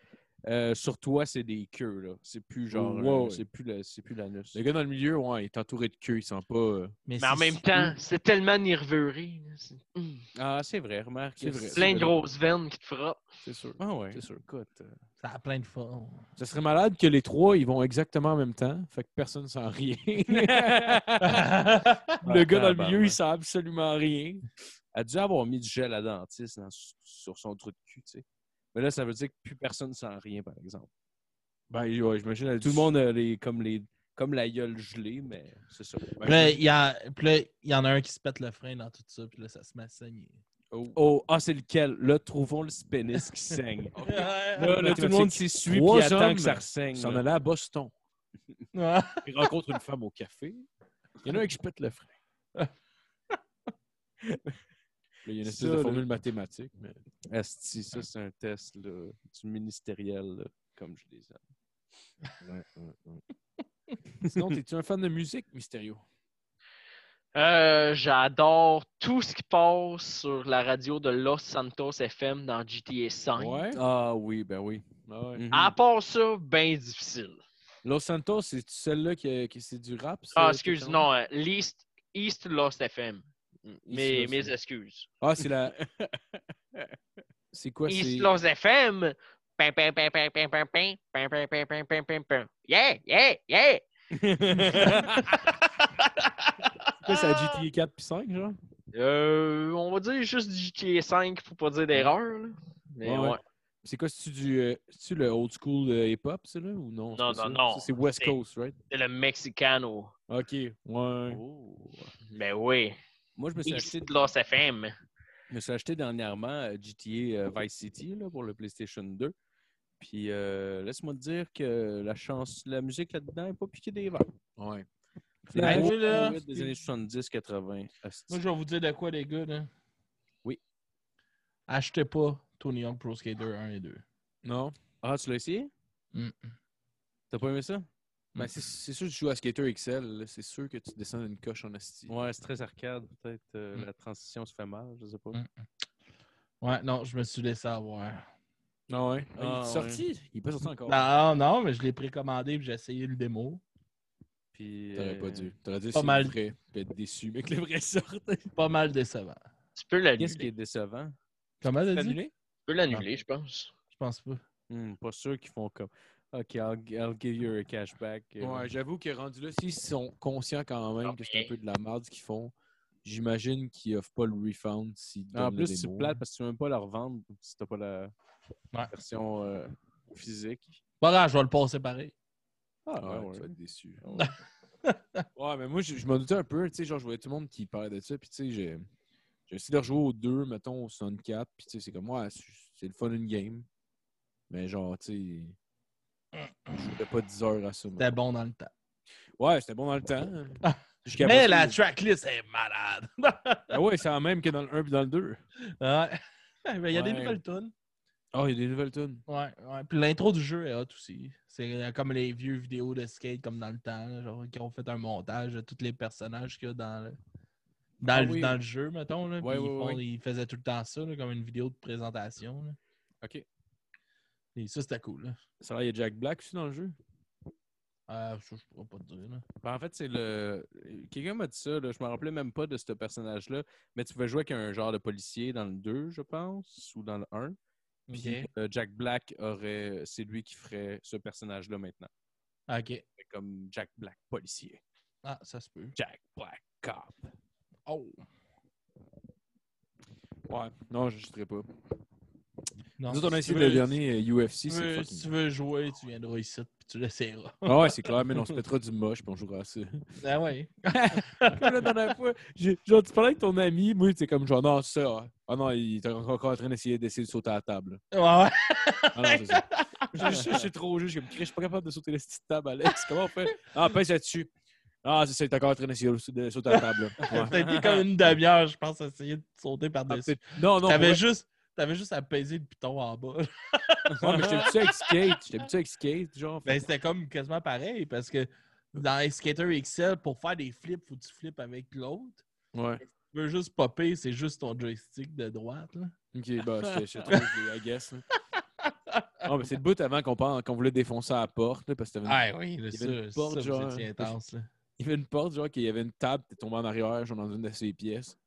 S2: euh, sur toi, c'est des queues, là. C'est plus genre...
S1: Wow.
S2: euh, c'est plus la- c'est plus l'anus.
S1: Le gars dans le milieu, ouais, il est entouré de queue, il sent pas. euh,
S4: Mais en
S3: c'est-
S4: même temps, c'est tellement nerveuré. là, c'est- Hum.
S2: Ah, c'est vrai, remarque.
S1: C'est vrai.
S4: Plein de grosses veines qui te frottent.
S1: C'est sûr.
S2: Ah ouais.
S1: C'est sûr.
S2: Écoute, euh,
S3: Ça a plein de formes. *laughs*
S1: Ça serait malade que les trois, ils vont exactement en même temps. Fait que personne sent *laughs* rien. le gars dans le milieu, il sent absolument rien.
S2: elle a dû avoir mis du gel à dentiste dans- sur son trou de cul, tu sais. Mais là, ça veut dire que plus personne ne sent rien, par exemple.
S1: Ben, il- ouais, j'imagine. elle-
S2: Tout le monde a les, comme, les, comme la gueule gelée, mais c'est ça.
S1: Ben,
S3: Puis là, il y, a- puis là, il y en a un qui se pète le frein dans tout ça, puis là, ça se met à saigner.
S2: Oh.
S1: Oh, ah, c'est lequel? Là, trouvons le pénis qui saigne.
S2: *laughs* Là, là, tout le monde s'essuie puis
S1: Trois
S2: attend
S1: hommes
S2: que ça ressaigne.
S1: S'en
S2: là.
S1: allait à Boston.
S3: Ouais.
S1: Il rencontre une femme au café. Il y en a un qui se pète le frein. Là, il y a une espèce de
S2: Ça, là.
S1: formule mathématique. Mais...
S2: Asti, ça, c'est un test là, du ministériel, là, comme je les aime.
S1: Sinon, es-tu un fan de musique, Mysterio?
S4: Euh, J'adore tout ce qui passe sur la radio de Los Santos FM dans GTA 5.
S1: Ouais.
S2: Ah oui, ben oui.
S1: Ah ouais.
S2: Mhm.
S4: À part ça, ben difficile.
S1: Los Santos, c'est celle-là qui, qui- c'est du rap? ça,
S4: Ah, excuse,
S1: Pétain?
S4: non, euh, l'East East Lost FM. Mes,
S1: Lost
S4: mes
S1: FM.
S4: excuses.
S1: Ah, c'est la. *laughs* c'est quoi? C'est
S4: East Lost FM. Pin, pin, pin, pin, pin, pin, pin, pin, pin, pin, pin, pin, pin, pin. Yeah, yeah, yeah.
S1: quoi, c'est la
S4: Ah!
S1: GTA 4 puis 5, genre?
S4: Euh, on va dire juste du GTA 5 pour pas dire d'erreur. là. Mais
S1: Ouais,
S4: ouais,
S1: ouais. C'est quoi? C'est-tu du. euh, c'est-tu le old school euh, hip-hop, c'est là? Ou non? c'est
S4: Non,
S1: pas
S4: non,
S1: ça?
S4: non.
S1: Ça, C'est West
S4: C'est-
S1: Coast, right?
S4: c'est le Mexicano.
S1: Ok, ouais.
S2: Oh.
S4: Ben oui.
S2: Moi, je me suis acheté
S4: East Lost FM.
S2: Je me suis acheté dernièrement euh, GTA euh, Vice City là, pour le PlayStation 2. Puis euh, laisse-moi te dire que la chance, la musique là-dedans n'est pas piquée des verres.
S1: Ouais.
S2: C'est
S3: Ben,
S2: la
S3: moi,
S2: grosse
S3: là-
S2: période des années 70-80.
S3: Moi, je vais vous dire de quoi, les gars. Là.
S2: Oui.
S3: Achetez pas Tony Hawk Pro Skater 1 et 2.
S1: Non?
S2: Ah, tu l'as essayé?
S3: Mm.
S2: T'as pas aimé ça? Mm.
S1: Ben, c'est- c'est sûr que tu joues à Skater XL, là. c'est sûr que tu descends d'une coche en asti.
S2: Ouais, c'est très arcade. Peut-être euh,
S3: Mm.
S2: la transition se fait mal, je sais pas.
S3: Mm. Ouais, non, je me suis laissé avoir.
S1: Non, ouais.
S2: Ah,
S1: il est
S2: ouais.
S1: sorti? Il est pas sorti encore.
S3: Non, non, mais je l'ai précommandé et j'ai essayé le démo.
S2: Puis,
S1: T'aurais
S2: euh,
S1: pas dû. T'aurais dû
S3: pas
S1: c'est le
S3: mal.
S1: vrai. Puis être déçu, mais que le
S2: *laughs*
S1: vrai sorte.
S3: Pas mal décevant.
S4: Tu peux l'annuler.
S2: Qu'est-ce qui est décevant?
S3: Comment t'as dit?
S1: annulé?
S4: Tu peux l'annuler, je pense.
S3: Je pense pas.
S2: Hmm, pas sûr qu'ils font comme. Ok, I'll, I'll give you a cashback. euh,
S1: Ouais, j'avoue que rendu là, s'ils sont conscients quand même
S4: Ah,
S1: que c'est un
S4: mais-
S1: peu de la merde ce qu'ils font, j'imagine qu'ils offrent pas le refund s'ils
S2: En
S1: donnent le
S2: plus, c'est
S1: démo.
S2: plate parce que tu ne peux même pas la revendre si tu n'as pas la
S3: Ouais.
S2: version euh, physique.
S3: Pas grave, je vais le passer pareil.
S1: Ah,
S2: ouais,
S1: tu vas
S2: ouais.
S1: être déçu. *laughs* ouais, mais moi, je, je m'en doutais un peu. Tu sais, genre, je voyais tout le monde qui parlait de ça. Puis, tu sais, j'ai j'ai essayé de rejouer aux deux, mettons, au Sun 4. Puis, tu sais, c'est comme, ouais, c'est- c'est le fun une game. Mais, genre, tu sais, je jouais pas 10 heures à ça.
S3: C'était
S1: mettons.
S3: bon dans le temps.
S1: Ouais, c'était bon dans le temps. *laughs*
S3: Ah.
S1: Jusqu'à
S3: mais
S1: parce
S3: la
S1: que-
S3: tracklist est
S1: *laughs*
S3: malade.
S1: Ah ouais, c'est la même que dans le 1 puis dans le 2.
S3: ouais. Mais il y a des
S1: Ouais.
S3: nouvelles tunes.
S1: Oh, il y a des nouvelles tunes.
S3: Ouais, ouais. Puis l'intro du jeu est hot aussi. C'est euh, comme les vieux vidéos de skate comme dans le temps, là, genre qui ont fait un montage de tous les personnages qu'il y a dans le, dans,
S1: Ah
S3: le,
S1: oui.
S3: dans le jeu, mettons. Là,
S1: Ouais,
S3: Puis ils,
S1: ouais,
S3: font-
S1: ouais.
S3: ils faisaient tout le temps ça, là, comme une vidéo de présentation. là.
S1: OK.
S3: Et ça, c'était cool. là.
S1: Ça, il y a Jack Black aussi dans le jeu.
S3: Euh, ça, je pourrais pas te dire. là.
S2: Ben, en fait, c'est le. Quelqu'un m'a dit ça, là, je me rappelais même pas de ce personnage-là, mais tu pouvais jouer avec un genre de policier dans le 2, je pense, ou dans le 1. Puis euh, Jack Black aurait. C'est lui qui ferait ce personnage-là maintenant.
S3: OK.
S2: Fait Comme Jack Black policier.
S3: Ah, ça se peut.
S2: Jack Black cop.
S3: Oh!
S1: Ouais, non, je ne pas.
S3: Non,
S1: Nous autres, on a
S3: si tu
S1: essayé le
S3: veux-
S1: dernier euh, UFC.
S3: Si tu,
S1: c'est
S3: veux,
S1: fucking-
S3: si tu veux jouer, tu viendras ici puis tu l'essayeras. *laughs*
S1: Ah ouais, c'est clair, mais on se mettra du moche puis on jouera à ça.
S3: Ah ouais.
S1: *laughs* la dernière fois, j'ai- genre, tu parlais avec ton ami, moi, c'est comme genre, non, ça. Ah Ah non, il était encore encore en train d'essayer d'essayer de sauter à la table.
S3: Ouais, *laughs* ouais.
S1: Ah non, c'est
S3: *laughs*
S1: ça. Je je- je suis trop juste, je suis comme, Chris, je suis pas capable de sauter la petite table, Alex. Comment on fait? Ah, pèse là-dessus. Ah, c'est ça, il est encore en train d'essayer de de sauter à la table. là.
S3: *laughs*
S1: Ouais.
S3: T'as été comme une demi-heure, je pense, à essayer de sauter
S1: Ah,
S3: par-dessus.
S1: peut-être- non, non,
S3: T'avais
S1: pour-
S3: juste. T'avais juste à peser le piton en bas. *laughs*
S1: Ouais, mais j'étais habitué avec skate. J'étais habitué avec skate, genre.
S3: Ben, c'était comme quasiment pareil parce que dans Skater XL, pour faire des flips, faut que tu flippes avec l'autre.
S1: Ouais.
S3: Tu veux juste popper, c'est juste ton joystick de droite. Là.
S1: Ok,
S3: *laughs*
S1: bah, c'est c'est trop, je l'ai, I guess. là. Ah, mais c'est le bout avant qu'on pense- qu'on voulait défoncer à la porte, là, parce que t'avais une-
S3: Ah oui, là,
S1: Il y avait une
S3: ça,
S1: porte,
S3: ça, vous
S1: genre,
S3: étiez
S1: hein.
S3: intense. Là.
S1: *laughs* il y avait une porte, genre, qu'il y avait une table, t'es tombé en arrière, genre, dans une de ces pièces.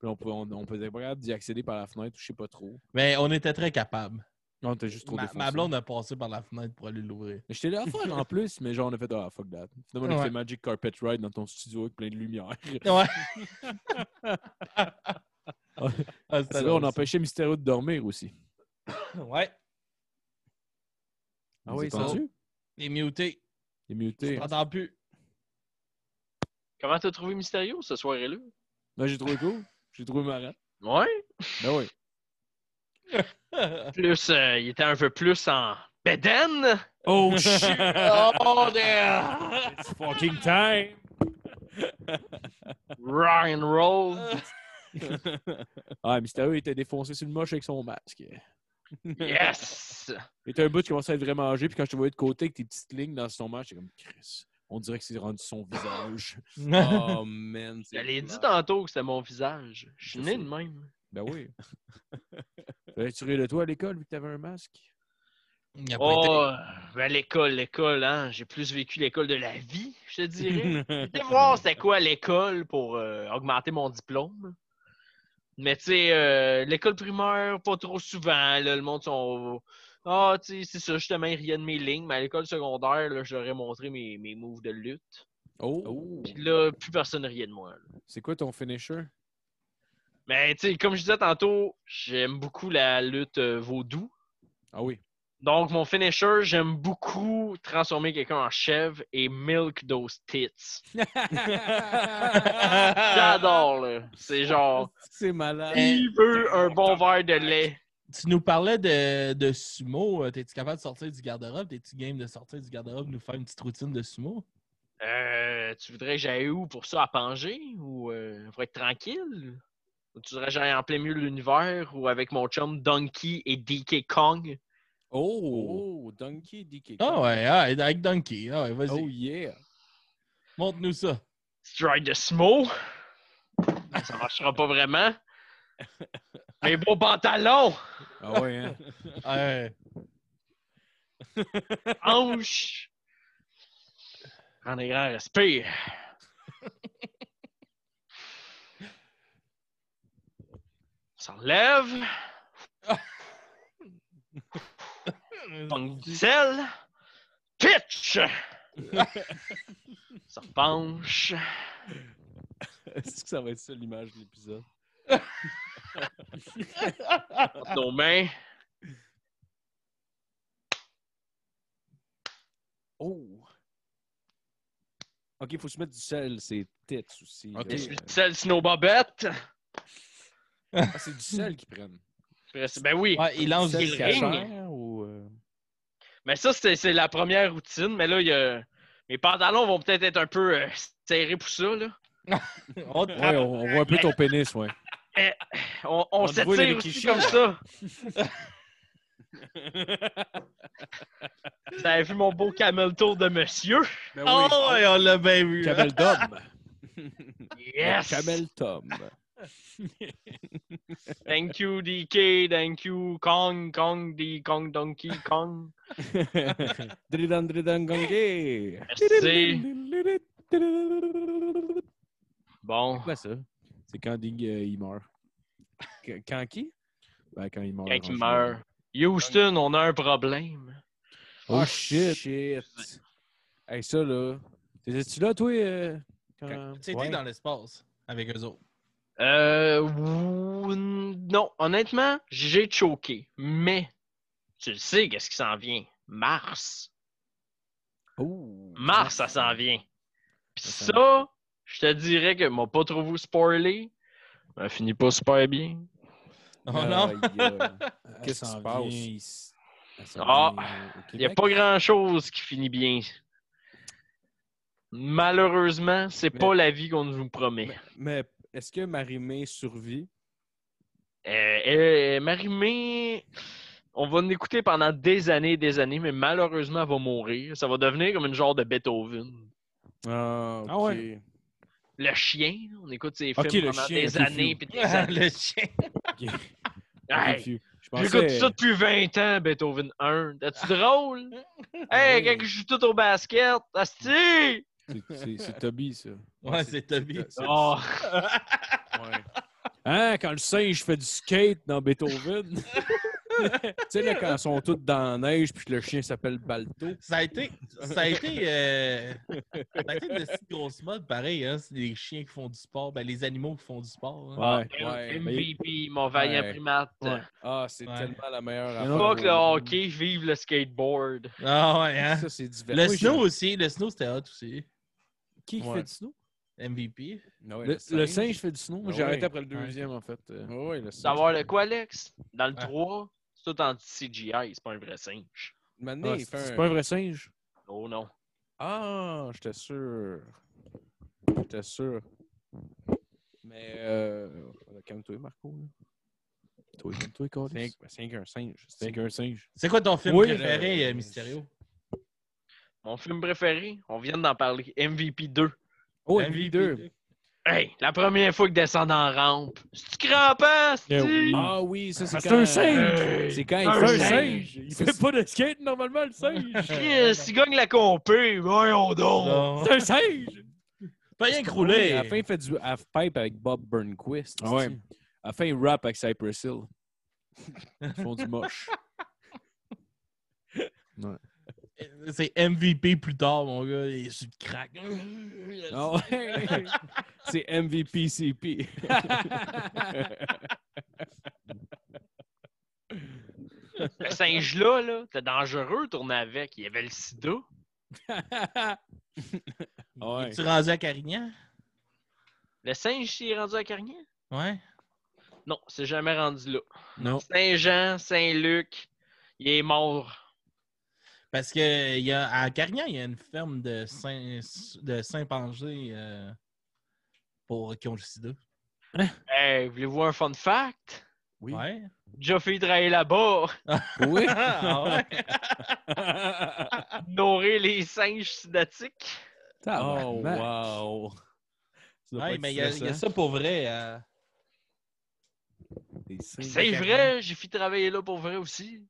S1: Puis on pouvait, on, on pouvait pas capable d'y accéder par la fenêtre, ou je sais pas trop.
S3: Mais on était très capables.
S1: Non, t'es juste trop
S3: Ma,
S1: défoncé.
S3: ma blonde a passé par la fenêtre pour aller l'ouvrir.
S1: Mais J'étais là à
S3: *laughs*
S1: faire en plus, mais genre, on a fait, ah, fuck that. Finalement, on a
S3: Ouais.
S1: fait Magic Carpet Ride dans ton studio avec plein de
S3: *laughs*
S1: lumière.
S3: Ouais. Ah, c'était
S1: C'est là,
S3: drôle,
S1: on empêchait Mysterio de dormir aussi.
S3: ça. Ouais.
S1: Ah oui,
S3: ça- Il est muté.
S1: Il est
S3: Je
S1: muté.
S3: t'entends plus.
S4: Comment t'as trouvé Mysterio ce soir-là?
S1: Moi, Ben, j'ai trouvé cool. J'ai trouvé marrant.
S4: Ouais.
S1: Ben oui.
S4: Plus, euh, il était un peu plus en Beden.
S1: Oh
S2: *laughs*
S1: shit!
S4: Oh, damn!
S1: It's fucking
S2: *laughs*
S1: time!
S4: Ryan Roll.
S1: Ah, Mysterio était défoncé sur le moche avec son masque.
S4: Yes!
S1: Il était un bout qui commençait à être vraiment âgé, puis quand je te voyais de côté avec tes petites lignes dans son masque, j'étais comme Chris. On dirait que c'est rendu son *laughs* visage.
S2: Oh man. c'est
S4: Je l'ai dit
S2: plate.
S4: tantôt que c'était mon visage. Je suis
S1: C'est
S4: né
S1: sûr.
S4: de même.
S1: Ben *laughs* oui. Fallait-tu rire de toi à l'école vu que t'avais un masque?
S3: Il n'y a pas été.
S4: Oh, ben, l'école, l'école, hein. J'ai plus vécu l'école de la vie, je te dirais. J'étais voir c'était quoi à l'école pour euh, augmenter mon diplôme. Mais tu sais, euh, l'école primaire, pas trop souvent. là, le monde sont. Ah, tu sais, c'est ça, justement, ils riaient de mes lignes. Mais à l'école secondaire, là, je leur ai montré mes, mes moves de lutte.
S1: Oh!
S4: Puis là, plus personne riait de moi. là.
S1: C'est quoi ton finisher?
S4: Mais tu sais, comme je disais tantôt, j'aime beaucoup la lutte euh, vaudou.
S1: Ah oui.
S4: Donc, mon finisher, j'aime beaucoup transformer quelqu'un en chèvre et milk those tits. J'adore, là. C'est genre,
S2: Ah, C'est malade.
S4: il veut un bon verre de lait.
S3: Tu nous parlais de, de sumo. euh, T'es-tu capable de sortir du garde-robe? T'es-tu game de sortir du garde-robe, nous faire une petite routine de sumo?
S4: Euh, tu voudrais que j'aille où pour ça, à Pangée? Ou euh, pour être tranquille? Ou tu voudrais que j'aille en plein milieu de l'univers ou avec mon chum Donkey et DK Kong?
S1: Oh!
S2: Oh, Donkey DK.
S3: Ah ouais, ah, avec Donkey. Ah ouais, vas-y.
S1: Oh yeah!
S4: Oh.
S3: Montre-nous ça.
S4: Stride de Smo? Ça marchera
S2: *laughs*
S4: pas vraiment. Mes beaux pantalons!
S1: Ah ouais, *laughs* hein?
S3: Ah
S4: *laughs*
S3: ouais.
S4: Hanches! Prends des grands respires. On s'enlève. Pong du sel. Pitch! Ça penche.
S2: *laughs* Est-ce que ça va être ça l'image de l'épisode?
S4: entre nos mains.
S2: Oh! Ok, il faut se mettre du sel, c'est têtes aussi. Euh,
S1: Ok.
S2: là.
S4: Essuie du sel snowbobette.
S1: Ah, c'est du sel qu'ils prennent.
S4: Puis reste- Ben oui.
S3: Ouais, il lance
S4: C'est
S3: du
S4: le
S3: cachet.
S4: ring.
S2: Cher ou, euh,
S4: Mais ça, c'est c'est la première routine. Mais là, il y a... mes pantalons vont peut-être être un peu euh, serrés pour ça. Là.
S3: On te
S1: Ouais, on, on voit un peu ton pénis, *laughs* ouais.
S4: On, on
S2: On te voit
S4: s'étire
S2: les
S4: aussi
S2: clichés,
S4: comme
S2: là. *laughs*
S4: ça. Vous avez vu mon beau camel tour de monsieur?
S1: Ben
S3: Oh, ouais, on l'a bien vu. hein.
S1: Camel Dom!
S4: Yes!
S2: Camel Tom.
S4: Thank you, DK. Thank you, Kong. Kong, D, Kong, Donkey,
S2: *laughs*
S4: Kong.
S2: Dridan Dridan Gongé.
S4: Merci. Bon.
S2: Quoi ça?
S1: C'est quand Ding euh, il meurt.
S2: Qu- Quand qui?
S1: Ben, quand il meurt.
S4: Quand il
S1: en
S4: meurt, Houston, on a un problème.
S2: Ah,
S1: Oh, shit. shit. Hey, ça, là. T'étais-tu là, toi? euh, quand-
S3: hein. Tu sais,
S1: Ouais.
S3: t'es dans l'espace avec eux autres.
S4: Euh, ou- non, honnêtement, j'ai choqué. Mais, tu le sais, qu'est-ce qui s'en vient? Mars.
S1: Oh.
S4: Mars, ça s'en vient. Puis
S1: Ça
S4: ça,
S1: s'en
S4: je te dirais que m'a pas trop vous spoilé. Ça finit pas super bien. Euh,
S3: Oh
S1: Aïe,
S4: *laughs*
S3: non?
S1: aïe. Elle
S2: Qu'est-ce qui
S1: s'en
S2: se passe?
S1: vient ici. Elle s'en
S4: Ah,
S1: vient au
S4: Il n'y a
S1: Québec.
S4: pas grand-chose qui finit bien. Malheureusement, c'est
S1: Mais-
S4: pas la vie qu'on nous promet.
S2: Mais, mais est-ce que Marimé survit?
S4: Euh, euh, Marimé, on va l'écouter pendant des années et des années, mais malheureusement, elle va mourir. Ça va devenir comme une genre de Beethoven.
S2: Ah,
S1: Ah ouais.
S2: ok.
S4: Le chien, on écoute ses films
S1: Ok, le
S4: pendant
S1: chien,
S4: des
S1: ok,
S4: années
S1: phew.
S4: puis des
S1: *laughs*
S4: années.
S3: le chien.
S4: Hey,
S1: Je pensais-
S4: J'écoute ça depuis 20 ans, Beethoven 1. T'as-tu drôle? hey,
S1: Ouais.
S4: quand je joue tout au basket, asti!
S1: C'est- c'est- C'est Toby, ça.
S3: Ouais, c'est Toby.
S2: c'est-
S1: Ah.
S4: Oh,
S2: Ouais.
S1: Hein, quand le singe fait du skate dans Beethoven. tu sais, là, quand ils sont tous dans la neige, puis que le chien s'appelle Balto.
S3: Ça a été, ça a été,
S4: *laughs*
S3: euh, ça a été une si grosse mode, pareil, hein, c'est les chiens qui font du sport, ben, les animaux qui font du sport. hein.
S1: Ouais.
S2: Ah, ouais, mais-
S4: MVP, mon vaillant
S2: Ouais.
S4: primate.
S1: Ouais.
S2: Ah, c'est
S3: Ouais.
S2: tellement la meilleure
S1: Mais non,
S2: affaire.
S4: Fuck le hockey, vive le skateboard.
S3: Ah ouais, hein?
S2: Ça, c'est divers.
S3: Le
S2: Moi,
S3: snow aussi, le snow c'était hot aussi.
S1: Qui
S2: Ouais.
S1: fait du snow?
S3: MVP.
S2: j'ai- Ouais,
S1: Le, Ah le singe fait du snow. Moi,
S2: Ah
S1: j'ai arrêté
S2: ouais.
S1: après le deuxième, en fait. Euh,
S2: Ouais, ouais, le singe.
S4: Savoir le quoi, Alex? Dans le
S3: Ouais.
S4: 3, c'est tout en CGI, c'est pas un vrai singe.
S2: Maintenant,
S1: ah,
S2: il
S1: c'est
S2: fait
S1: c'est
S2: un-
S1: pas un vrai singe.
S4: Oh non.
S2: Ah, j'étais sûr. J'étais sûr. Mais, euh... calme-toi, Marco. là.
S1: Toi, toi, Carlis.
S2: C'est un- c'est un singe.
S1: C'est
S2: C'est un-
S1: un singe.
S3: C'est quoi ton film
S2: Oui,
S3: préféré,
S2: le-
S3: euh, Mysterio?
S4: Mon film préféré, on vient d'en parler, MVP 2.
S1: Oh,
S3: MVP.
S1: MVP2.
S4: Hey, la première fois qu'ils descendent en rampe, c'est crampant, c'est
S1: Eh oui.
S2: Ah oui, ça, c'est
S1: C'est
S2: quand...
S1: un singe!
S4: Hey,
S1: C'est quand il
S4: un
S1: fait un
S4: singe.
S1: singe! Il fait pas de skate, normalement, le singe!
S4: Chris, il gagne la compé, voyons donc.
S3: Non.
S1: C'est un singe!
S3: Pas rien que
S2: Ouais,
S3: rouler.
S2: Oh. à la fin, *laughs* il fait du half-pipe avec Bob Burnquist.
S1: Ah ouais.
S2: c'est-tu?
S1: À la fin, il rap avec Cypress Hill. Ils font du moche.
S3: Euh, C'est MVP plus tard, mon gars. Il est sur le crack.
S1: *laughs* Ah ouais.
S2: C'est MVPCP.
S4: Ce singe-là, là, t'es dangereux de tourner avec. Il y avait le sida.
S1: ouais.
S3: Tu rendu à Carignan?
S4: Le singe, s'il est rendu à Carignan?
S3: Ouais.
S4: Non, c'est jamais rendu là.
S1: Non.
S4: Saint-Jean, Saint-Luc, il est mort.
S3: Parce que il y a, à Carignan, il y a une ferme de Saint, de Saint-Pangé euh, pour qui ont le sida.
S4: Hey, voulez-vous un fun fact?
S1: Oui.
S3: Ouais.
S4: Joffrey travaillait là-bas.
S1: *laughs* Oui.
S3: Ah *laughs* ouais.
S4: Nourrir les singes sidatiques.
S1: *laughs*
S2: oh,
S1: Tabarnak.
S2: wow. Ça doit pas
S3: Ouais,
S2: être
S3: mais il y, a- il y a
S2: stressant.
S3: ça pour vrai. euh.
S1: Des singes.
S4: C'est vrai, j'ai fait travailler là pour vrai aussi.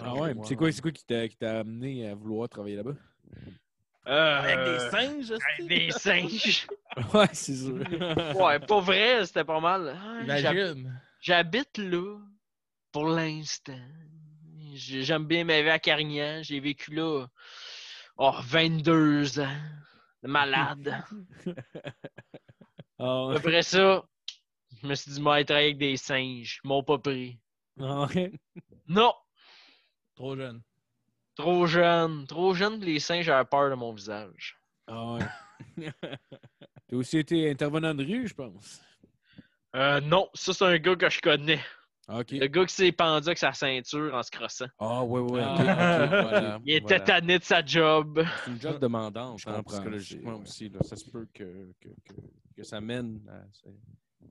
S1: Ah ouais, mais c'est quoi, c'est quoi qui t'a qui t'a amené à vouloir travailler là-bas?
S4: Euh,
S3: Avec des singes,
S4: avec
S3: aussi.
S4: des singes.
S1: *laughs* Ouais, c'est sûr.
S4: Ouais, pas vrai, c'était pas mal. Ah, j'hab-
S3: Imagine.
S4: J'habite là pour l'instant. J'ai- J'aime bien ma vie à Carignan. J'ai vécu là oh, 22 ans.
S3: *laughs*
S4: Malade.
S1: Ah ouais.
S4: Après ça, je me suis dit, moi, travailler avec des singes. Ils m'ont pas pris.
S1: Ah ouais.
S4: Non!
S3: Trop jeune.
S4: Trop jeune. Trop jeune, les singes avaient peur de mon visage.
S1: Ah ouais. T'as aussi été intervenant de rue, je pense.
S4: Euh, non, ça, c'est un gars que je connais.
S1: Ah, OK.
S4: Le gars qui s'est pendu avec sa ceinture en se crossant.
S1: Ah ouais, ouais.
S2: Ah,
S1: ok,
S2: ok,
S1: ok, *laughs*
S2: voilà,
S4: Il
S2: voilà.
S4: était tanné de sa job.
S2: C'est une job demandante,
S1: Je
S2: hein,
S1: comprends,
S2: psychologiquement
S1: c'est-
S2: aussi. là. Ça se peut que, que, que, que ça mène à,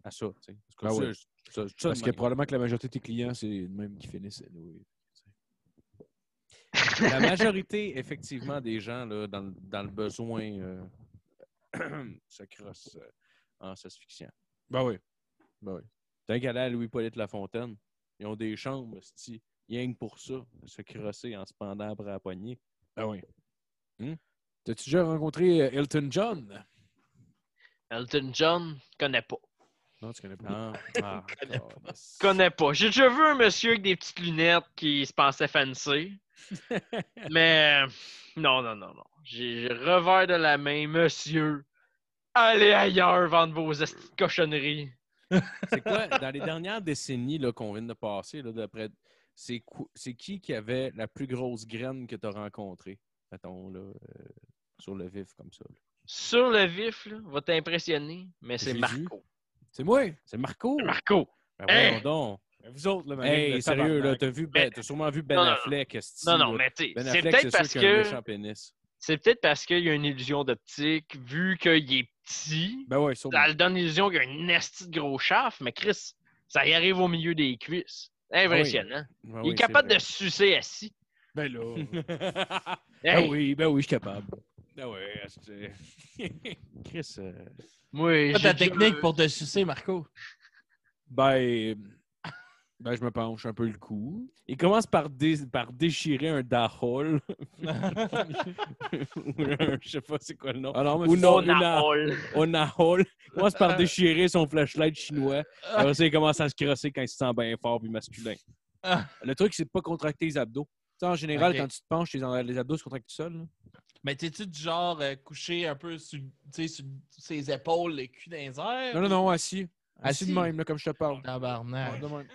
S2: à ça. tu sais.
S1: Ah
S2: ça,
S1: ouais.
S2: je- ça- ça,
S1: Parce
S2: de
S1: que
S2: même.
S1: probablement que la majorité de tes clients, c'est les mêmes qui finissent. anyway.
S2: la majorité, effectivement, des gens là, dans, le- dans le besoin euh, *clears throat* se crossent euh, en s'asphyxiant.
S1: Ben oui.
S2: Ben oui. T'as un gala à Louis-Paulette Lafontaine. Ils ont des chambres, c'ti, rien que pour ça, se crosser en se pendant après la poignée.
S1: Ben oui.
S2: Hmm?
S1: T'as-tu déjà rencontré euh, Elton John?
S4: Elton John, connais pas.
S1: Non, tu connais pas.
S2: Ah,
S1: *laughs*
S2: ah,
S3: connais
S2: calisse.
S4: Je connais pas. J'ai déjà vu un monsieur avec des petites lunettes qui se
S2: *laughs*
S4: pensait fancy. mais non, non, non, non. J'ai j'ai revers de la main, monsieur. Allez ailleurs vendre vos esti de cochonneries.
S2: C'est quoi, dans les dernières décennies là, qu'on vient de passer, là, d'après, c'est, cou- c'est qui qui avait la plus grosse graine que tu as rencontrée, mettons, là, euh, sur le vif comme ça? là?
S4: Sur le vif, là, va t'impressionner, mais c'est
S2: Jésus.
S4: Marco.
S1: C'est moi.
S2: C'est Marco!
S4: Marco!
S2: Ben
S4: Hey!
S2: voyons donc.
S1: Ben, Vous autres, là,
S2: Hey, sérieux, là, t'as, vu ben,
S4: Mais-
S2: t'as sûrement vu Ben
S4: Non, non, non.
S2: Affleck. esti,
S4: Non, non,
S2: là.
S4: mais tu sais,
S2: Ben
S4: c'est
S2: Affleck,
S4: peut-être
S2: c'est
S4: parce
S2: sûr qu'il a un
S4: que.
S2: méchant pénis.
S4: C'est peut-être parce qu'il y a une illusion d'optique, vu qu'il est petit.
S1: Ben ouais, sûrement.
S4: Ça le donne l'illusion qu'il y a un esti de gros chaf, mais Chris, ça y arrive au milieu des cuisses. Impressionnant.
S1: Ah
S2: Ben
S4: Il
S2: oui,
S4: est
S2: c'est
S4: capable
S2: vrai.
S4: de se sucer assis.
S1: Ben là.
S4: *laughs* Hey,
S1: Ben oui, ben oui, je suis capable. Ben ouais, c'est-
S2: *laughs* Chris, euh,
S4: Moi,
S3: Pas
S4: j'ai
S3: ta
S4: déjà-
S3: technique pour te sucer, Marco. *laughs*
S1: Ben. *laughs* Ben, je me penche un peu le cou.
S2: il commence par, dé- par déchirer un dahol. *laughs* Ou un- je sais pas c'est quoi le nom.
S1: Alors,
S2: Ou non,
S4: Mon
S2: une a-
S4: arôle.
S1: *laughs*
S2: un dahol. Il commence par déchirer son flashlight chinois. Alors, ça, il commence à se crosser quand il se sent bien fort puis masculin.
S1: Le truc, c'est de pas contracter les abdos. Tu sais, en général,
S3: Ok.
S1: quand tu te penches, les, en- les abdos se contractent tout seuls. là.
S3: Mais t'es-tu du genre euh, couché un peu sur, tu sais, sur ses épaules, le cul dans les airs?
S1: Non, non, non, assis. Assis, de
S3: Assis?
S1: même, là, comme je te parle.
S3: Tabarnak.
S1: Ouais, de même.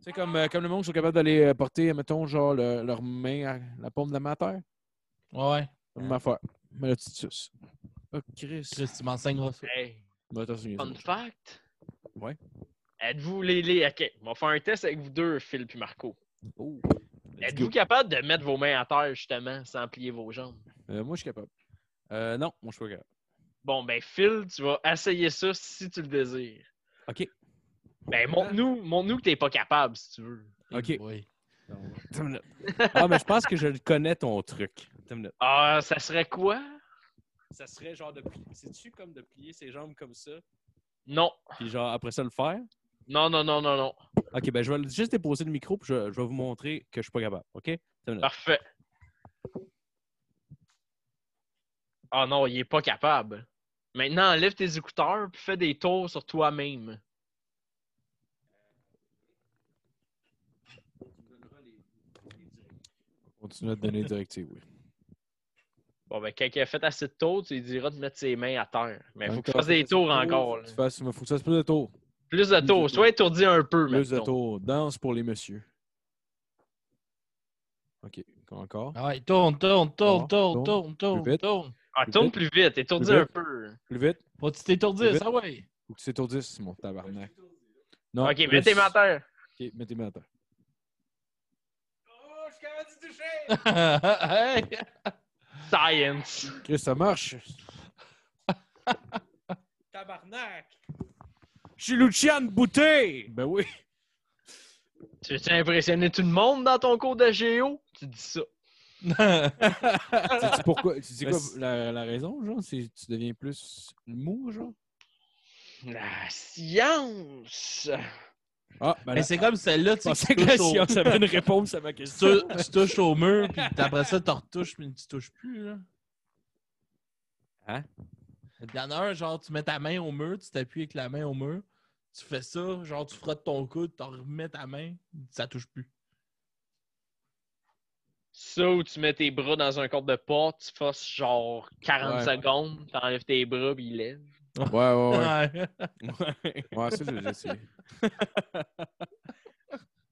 S1: C'est comme, euh, comme le monde qui sont capables d'aller euh, porter, mettons, genre, le- leur main à la paume de la main à terre.
S3: Ouais,
S1: Comme ma affaire. Mais là, tu te suces. Oh, Chris.
S3: Chris, tu m'enseigneras ça.
S4: Hey,
S1: Ouais, t'en souviens,
S4: fun
S1: c'est bon.
S4: fact.
S1: Ouais.
S4: Êtes-vous les, les. Ok, on va faire un test avec vous deux, Phil puis Marco.
S1: Oh. Let's
S4: Êtes-vous
S1: go.
S4: capable de mettre vos mains à terre, justement, sans plier vos jambes?
S1: Euh, moi, je suis capable.
S2: Euh, non, mon choix. gars.
S4: Bon, ben, Phil, tu vas essayer ça si tu le désires.
S2: OK.
S4: Ben, montre-nous montre que t'es pas capable, si tu veux.
S2: OK.
S3: Oui.
S2: Attends une minute. Ah, mais je pense que je le connais ton truc. Attends une minute.
S4: Ah, ça serait quoi?
S2: Ça serait genre de plier. C'est-tu comme de plier ses jambes comme ça?
S4: Non.
S2: Puis genre après ça le faire?
S4: Non, non, non, non, non.
S2: OK, ben je vais juste déposer le micro puis je, je vais vous montrer que je suis pas capable. OK? Attends une minute.
S4: Parfait. Ah non, il est pas capable. Maintenant, enlève tes écouteurs puis fais des tours sur toi-même.
S1: Continue à te donner des directives, oui.
S4: Bon, ben, quand il a fait assez de tours, tu lui diras de mettre ses mains à terre. Mais il Ben, faut
S1: Quand
S4: qu'il
S1: t'as
S4: fasse des
S1: fait
S4: tours
S1: assez de
S4: encore.
S1: faut que
S4: là.
S1: tu fasses- Faut que tu fasses plus de tours.
S4: Plus de
S1: de
S4: tours.
S1: tours.
S4: Sois étourdi un peu,
S1: Plus de
S4: mettons.
S1: tours. Danse pour les messieurs. OK. Encore.
S3: Ah ouais, tourne, tourne, tourne,
S1: Bon,
S3: tourne, tourne,
S1: tourne. Plus
S3: tourne,
S1: vite.
S3: tourne.
S4: Ah,
S1: Plus
S4: tourne
S1: vite.
S4: plus vite. Étourdi
S1: Plus
S4: un
S1: vite.
S4: peu.
S1: Plus vite.
S3: Faut que tu t'étourdisses,
S1: Vite.
S3: ah ouais. *laughs*
S1: Faut que tu t'étourdisses, mon tabarnak. Non,
S4: ok,
S1: plus.
S4: mets tes mains à terre.
S1: OK, mets tes mains à terre.
S3: Hey!
S4: Science.
S1: Chris, ça marche.
S2: Tabarnak! Je suis Luciane Boutet!
S1: Ben oui.
S4: Tu veux-tu impressionner tout le monde dans ton cours de géo? Tu dis ça.
S1: *laughs* Sais-tu pourquoi? Tu sais
S2: Mais
S1: quoi
S2: c'est-
S1: la, la raison, genre? C'est tu deviens plus mou, genre?
S4: La science.
S1: Ah, ben
S3: Mais
S1: là,
S3: c'est comme celle-là,
S2: Je
S3: tu, sais,
S2: pensais
S3: tu
S2: que la
S3: touches, au...
S2: science avait une réponse à ma
S3: tu
S2: question.
S3: tou- tu touches au mur, puis après ça, tu retouches, mais tu touches plus. Là.
S2: Hein?
S3: Il y en a un, genre, tu mets ta main au mur, tu t'appuies avec la main au mur, tu fais ça, genre, tu frottes ton coude, tu remets ta main, ça touche plus.
S4: Ça où tu mets tes bras dans un corps de porte, tu fasses genre 40
S1: Ouais.
S4: secondes, t'enlèves tes bras puis il lève.
S1: ouais, ouais, ouais.
S3: Ouais. *laughs*
S2: Ouais.
S1: Ouais, ça, j'ai déjà essayé.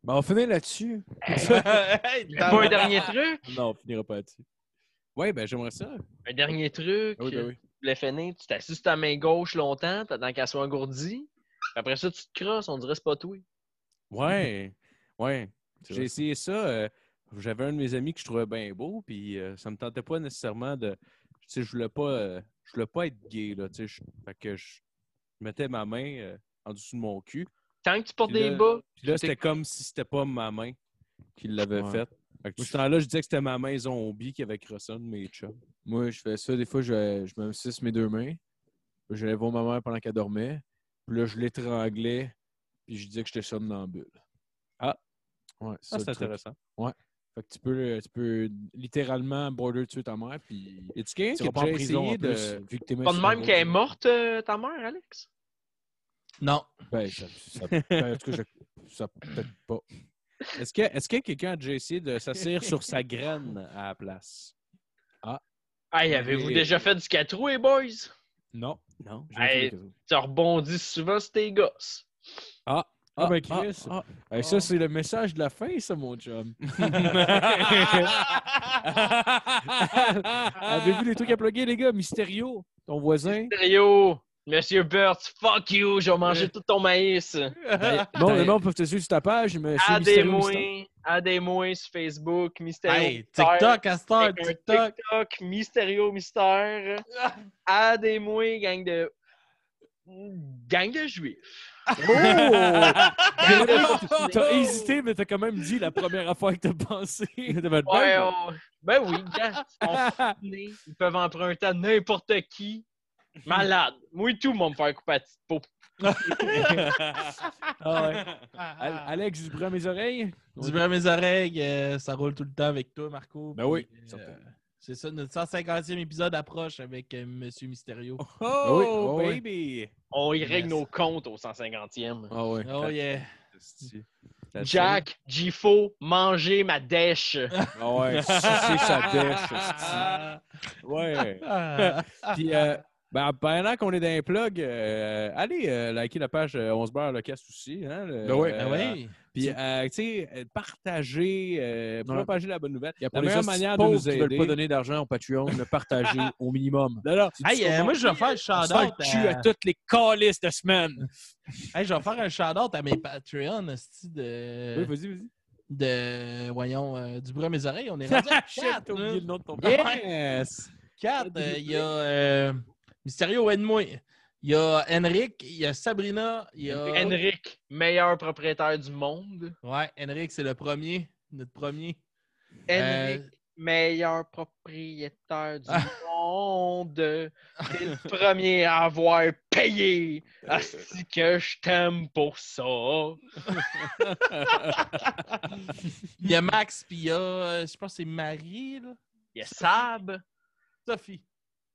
S1: ben, on finit là-dessus.
S3: Hey,
S4: Pas un dernier truc?
S1: Non, on finira pas là-dessus.
S2: *laughs* Ouais, ben j'aimerais ça.
S4: Un dernier truc.
S1: Ah oui, ben oui.
S4: Tu l'as fini, tu t'assis sur ta main gauche longtemps, t'attends qu'elle soit engourdie. Puis Après ça, tu te crosses, on dirait c'est pas toi.
S2: Ouais, ouais.
S1: C'est
S2: J'ai
S1: vrai.
S2: essayé ça. euh, J'avais un de mes amis que je trouvais bien beau, puis euh, ça me tentait pas nécessairement de. Tu sais, je voulais pas, euh, je voulais pas être gay, là. Tu sais, je- fait que je mettais ma main euh, en dessous de mon cul.
S4: Tant que tu portes
S2: Puis
S4: des
S2: là-
S4: bas,
S2: Puis là,
S4: C'était-
S2: c'était comme si c'était pas ma main qui l'avait
S1: Ouais.
S2: faite. Fait que tout ce temps-là, je disais que c'était ma main zombie qui avait crossé un de mes chums.
S1: Moi, je fais ça. Des fois, je, je me suce mes deux mains. Puis J'allais voir ma mère pendant qu'elle dormait. Puis là, je l'étranglais. Puis je disais que j'étais somnambule.
S2: Ah.
S1: Ouais, c'est ça.
S2: Ah, c'est
S1: le truc.
S2: intéressant.
S1: Fait que tu peux, tu peux littéralement border tuer ta mère. Puis
S2: Et tu quelqu'un
S1: tu
S2: qui a
S1: vas pas en
S2: déjà
S1: prison.
S2: essayé
S1: en
S2: de.
S1: plus, vu que t'es
S4: pas de même qu'elle est morte, euh, ta mère, Alex?
S3: Non.
S1: Ben, ça, ça- ben, en tout cas, je- ça peut-être pas.
S2: Est-ce que, est-ce que quelqu'un a déjà essayé de s'assire sur sa graine à la place?
S4: Hey, avez-vous
S2: Et-
S4: déjà fait du 4 roues, les boys?
S1: Non.
S2: Non.
S1: jamais fait
S4: Hey.
S1: quelque chose.
S4: Ça rebondit souvent sur tes gosses.
S1: Ah, ben,
S2: ah,
S1: Chris.
S2: ah.
S1: Hey, ça, c'est le message de la fin, ça, mon
S2: *laughs*
S1: chum. Avez-vous des trucs à plugger, les gars? Mysterio, ton voisin.
S4: Sérieux? Monsieur Burt, fuck you, j'ai mangé tout ton maïs.
S1: Bon, les gens peuvent te suivre sur ta page. mais chez
S4: À des
S1: Mysterio Mysterio.
S4: moins, à des moins sur Facebook, Mysterio.
S3: hein. Hey,
S4: Mystère,
S3: TikTok, Astor,
S4: avec un
S3: TikTok.
S4: TikTok,
S3: *laughs*
S4: Mysterio Mystère. À des moins, gang de. Gang de juifs.
S2: *laughs*
S4: Gang
S1: Oh!
S4: de
S1: T'as hésité, mais t'as quand même dit la première affaire que *laughs* t'as pensé.
S4: Ouais, on- Ben oui, gars, on
S3: *laughs*
S4: se connaît. ils peuvent emprunter à n'importe qui. Malade. Moi et tout, mon faire couper la petite peau.
S1: Ah
S2: *laughs*
S1: ouais. Al- Alex, du bruit à mes oreilles.
S3: Du bruit à mes oreilles, euh, ça roule tout le temps avec toi, Marco.
S1: Ben oui,
S3: Puis, euh,
S1: certainement.
S3: c'est ça, notre 150e épisode approche avec euh, Monsieur Mysterio.
S2: Oh,
S1: oui, oui.
S2: baby!
S4: On y règle
S3: Yes.
S4: nos comptes au 150e.
S1: Ah ouais.
S3: Oh yeah. Ben,
S4: Jack, Jifo, mangez ma dèche.
S1: Ah
S2: *laughs*
S1: ouais. C'est sa dèche. esti. Ouais.
S3: Ah.
S1: Puis, euh, ben, pendant qu'on est dans les plugs, euh, allez euh, liker la page euh, 11 beurre le casse aussi. Hein, le-
S2: Ben oui.
S1: euh,
S3: Ben oui.
S2: Tu-
S1: Puis, euh, tu sais, euh, partager, euh,
S2: Ouais.
S1: propager la bonne nouvelle.
S2: Il y a
S1: La
S2: pour les
S1: meilleure
S2: gens
S1: manière de
S2: pauvres
S1: nous
S2: qui
S1: aider.
S2: veulent pas
S1: donner d'argent au Patreon, le partager au minimum.
S2: D'ailleurs,
S3: Hey, euh, moi, je vais faire un
S1: se faire
S3: shout-out
S1: le cul à
S3: à-
S1: toutes les calices de semaine. *laughs*
S3: Hey, je vais faire un shout-out à mes Patreons, hostie, de...
S1: vas-y, vas-y.
S3: de... Voyons, euh, du bruit à mes oreilles. On est rendu
S1: *laughs*
S3: à 4.
S1: Ah, oublié le nom de ton euh,
S2: yes!
S3: 4, il y a euh, Mysterio Edmouy. Il y a Henrik, il y a Sabrina, il y
S4: Euh,
S3: a...
S4: Henrik, meilleur propriétaire du monde.
S3: Ouais, Henrik, c'est le premier, notre premier. Euh,
S4: Henrik, meilleur propriétaire du
S3: Ah.
S4: monde. T'es le premier à avoir payé.
S3: Euh,
S4: Asti que je t'aime pour ça.
S3: Il y a Max, puis il y a, euh, je pense que c'est Marie, là.
S4: Il y a Sab.
S3: Sophie.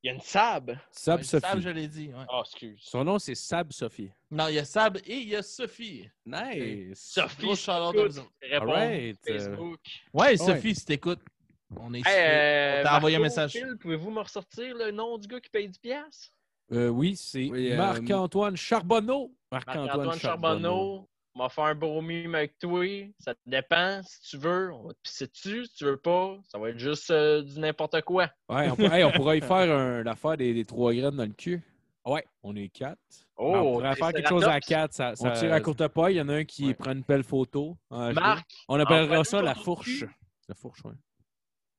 S4: Il y a une Sab.
S1: Sab
S3: Ouais,
S1: Sophie.
S3: Sab, je l'ai dit. ouais.
S4: Oh, excuse.
S2: Son nom, c'est Sab Sophie.
S3: Non, il y a Sab et il y a Sophie.
S2: Nice!
S4: Sophie,
S3: Gros
S4: si
S3: shout-out à
S4: t'écoutes,
S3: vous autres.
S4: réponds
S2: Alright.
S4: sur
S1: Ben,
S4: Facebook.
S3: Ouais, Sophie, si t'écoutes, on est
S4: Hey, euh,
S3: on t'a envoyé un
S4: Marco,
S3: message.
S4: Phil, Pouvez-vous me ressortir le nom du gars qui paye 10 piastres?
S1: Euh, oui, c'est
S2: Oui, euh,
S1: Marc-Antoine Charbonneau.
S4: Marc-Antoine Charbonneau. M'a fait un beau mime avec toi. Ça te dépend. Si tu veux, on va te pisser dessus. Si tu veux pas, ça va être juste euh, du n'importe quoi.
S1: Ouais, on, pour- hey, on pourrait y faire un- l'affaire des, des trois graines dans le cul. Ouais. On est quatre.
S4: Oh,
S1: Ben, on pourrait faire quelque chose à quatre. Ça,
S2: ça-
S1: on tire à courte paille. Il y en a un qui
S2: Ouais.
S1: prend une belle photo. en gelée.
S4: Marc,
S1: On appellera
S4: envoie-nous
S1: ça la
S4: ton
S1: fourche.
S4: cul.
S1: La fourche, oui.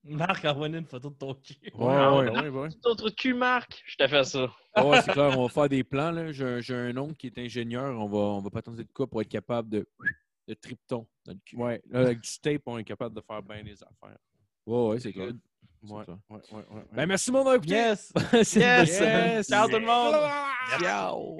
S3: Marc, envoie-nous une photo de ton cul.
S1: Ouais,
S4: Ah,
S1: ouais,
S4: ouais.
S1: ouais, ouais.
S4: tout ton trou de cul, Marc. Je te fais ça.
S1: Ah ouais, c'est clair, on va faire des plans. là. J'ai un- j'ai un oncle qui est ingénieur. On va, on va patenter de quoi pour être capable de, de tripton dans le cul.
S2: Ouais, là, avec du tape, on est capable de faire bien des affaires.
S1: Ouais, ouais, c'est clair. C'est
S2: Ouais,
S1: clair.
S2: ouais, ouais. ouais, ouais.
S1: *laughs* Ben, merci, mon écouté.
S3: *laughs* Yes!
S1: C'est une
S3: Yes!
S1: belle semaine.
S3: Ciao tout le monde!
S1: Ciao.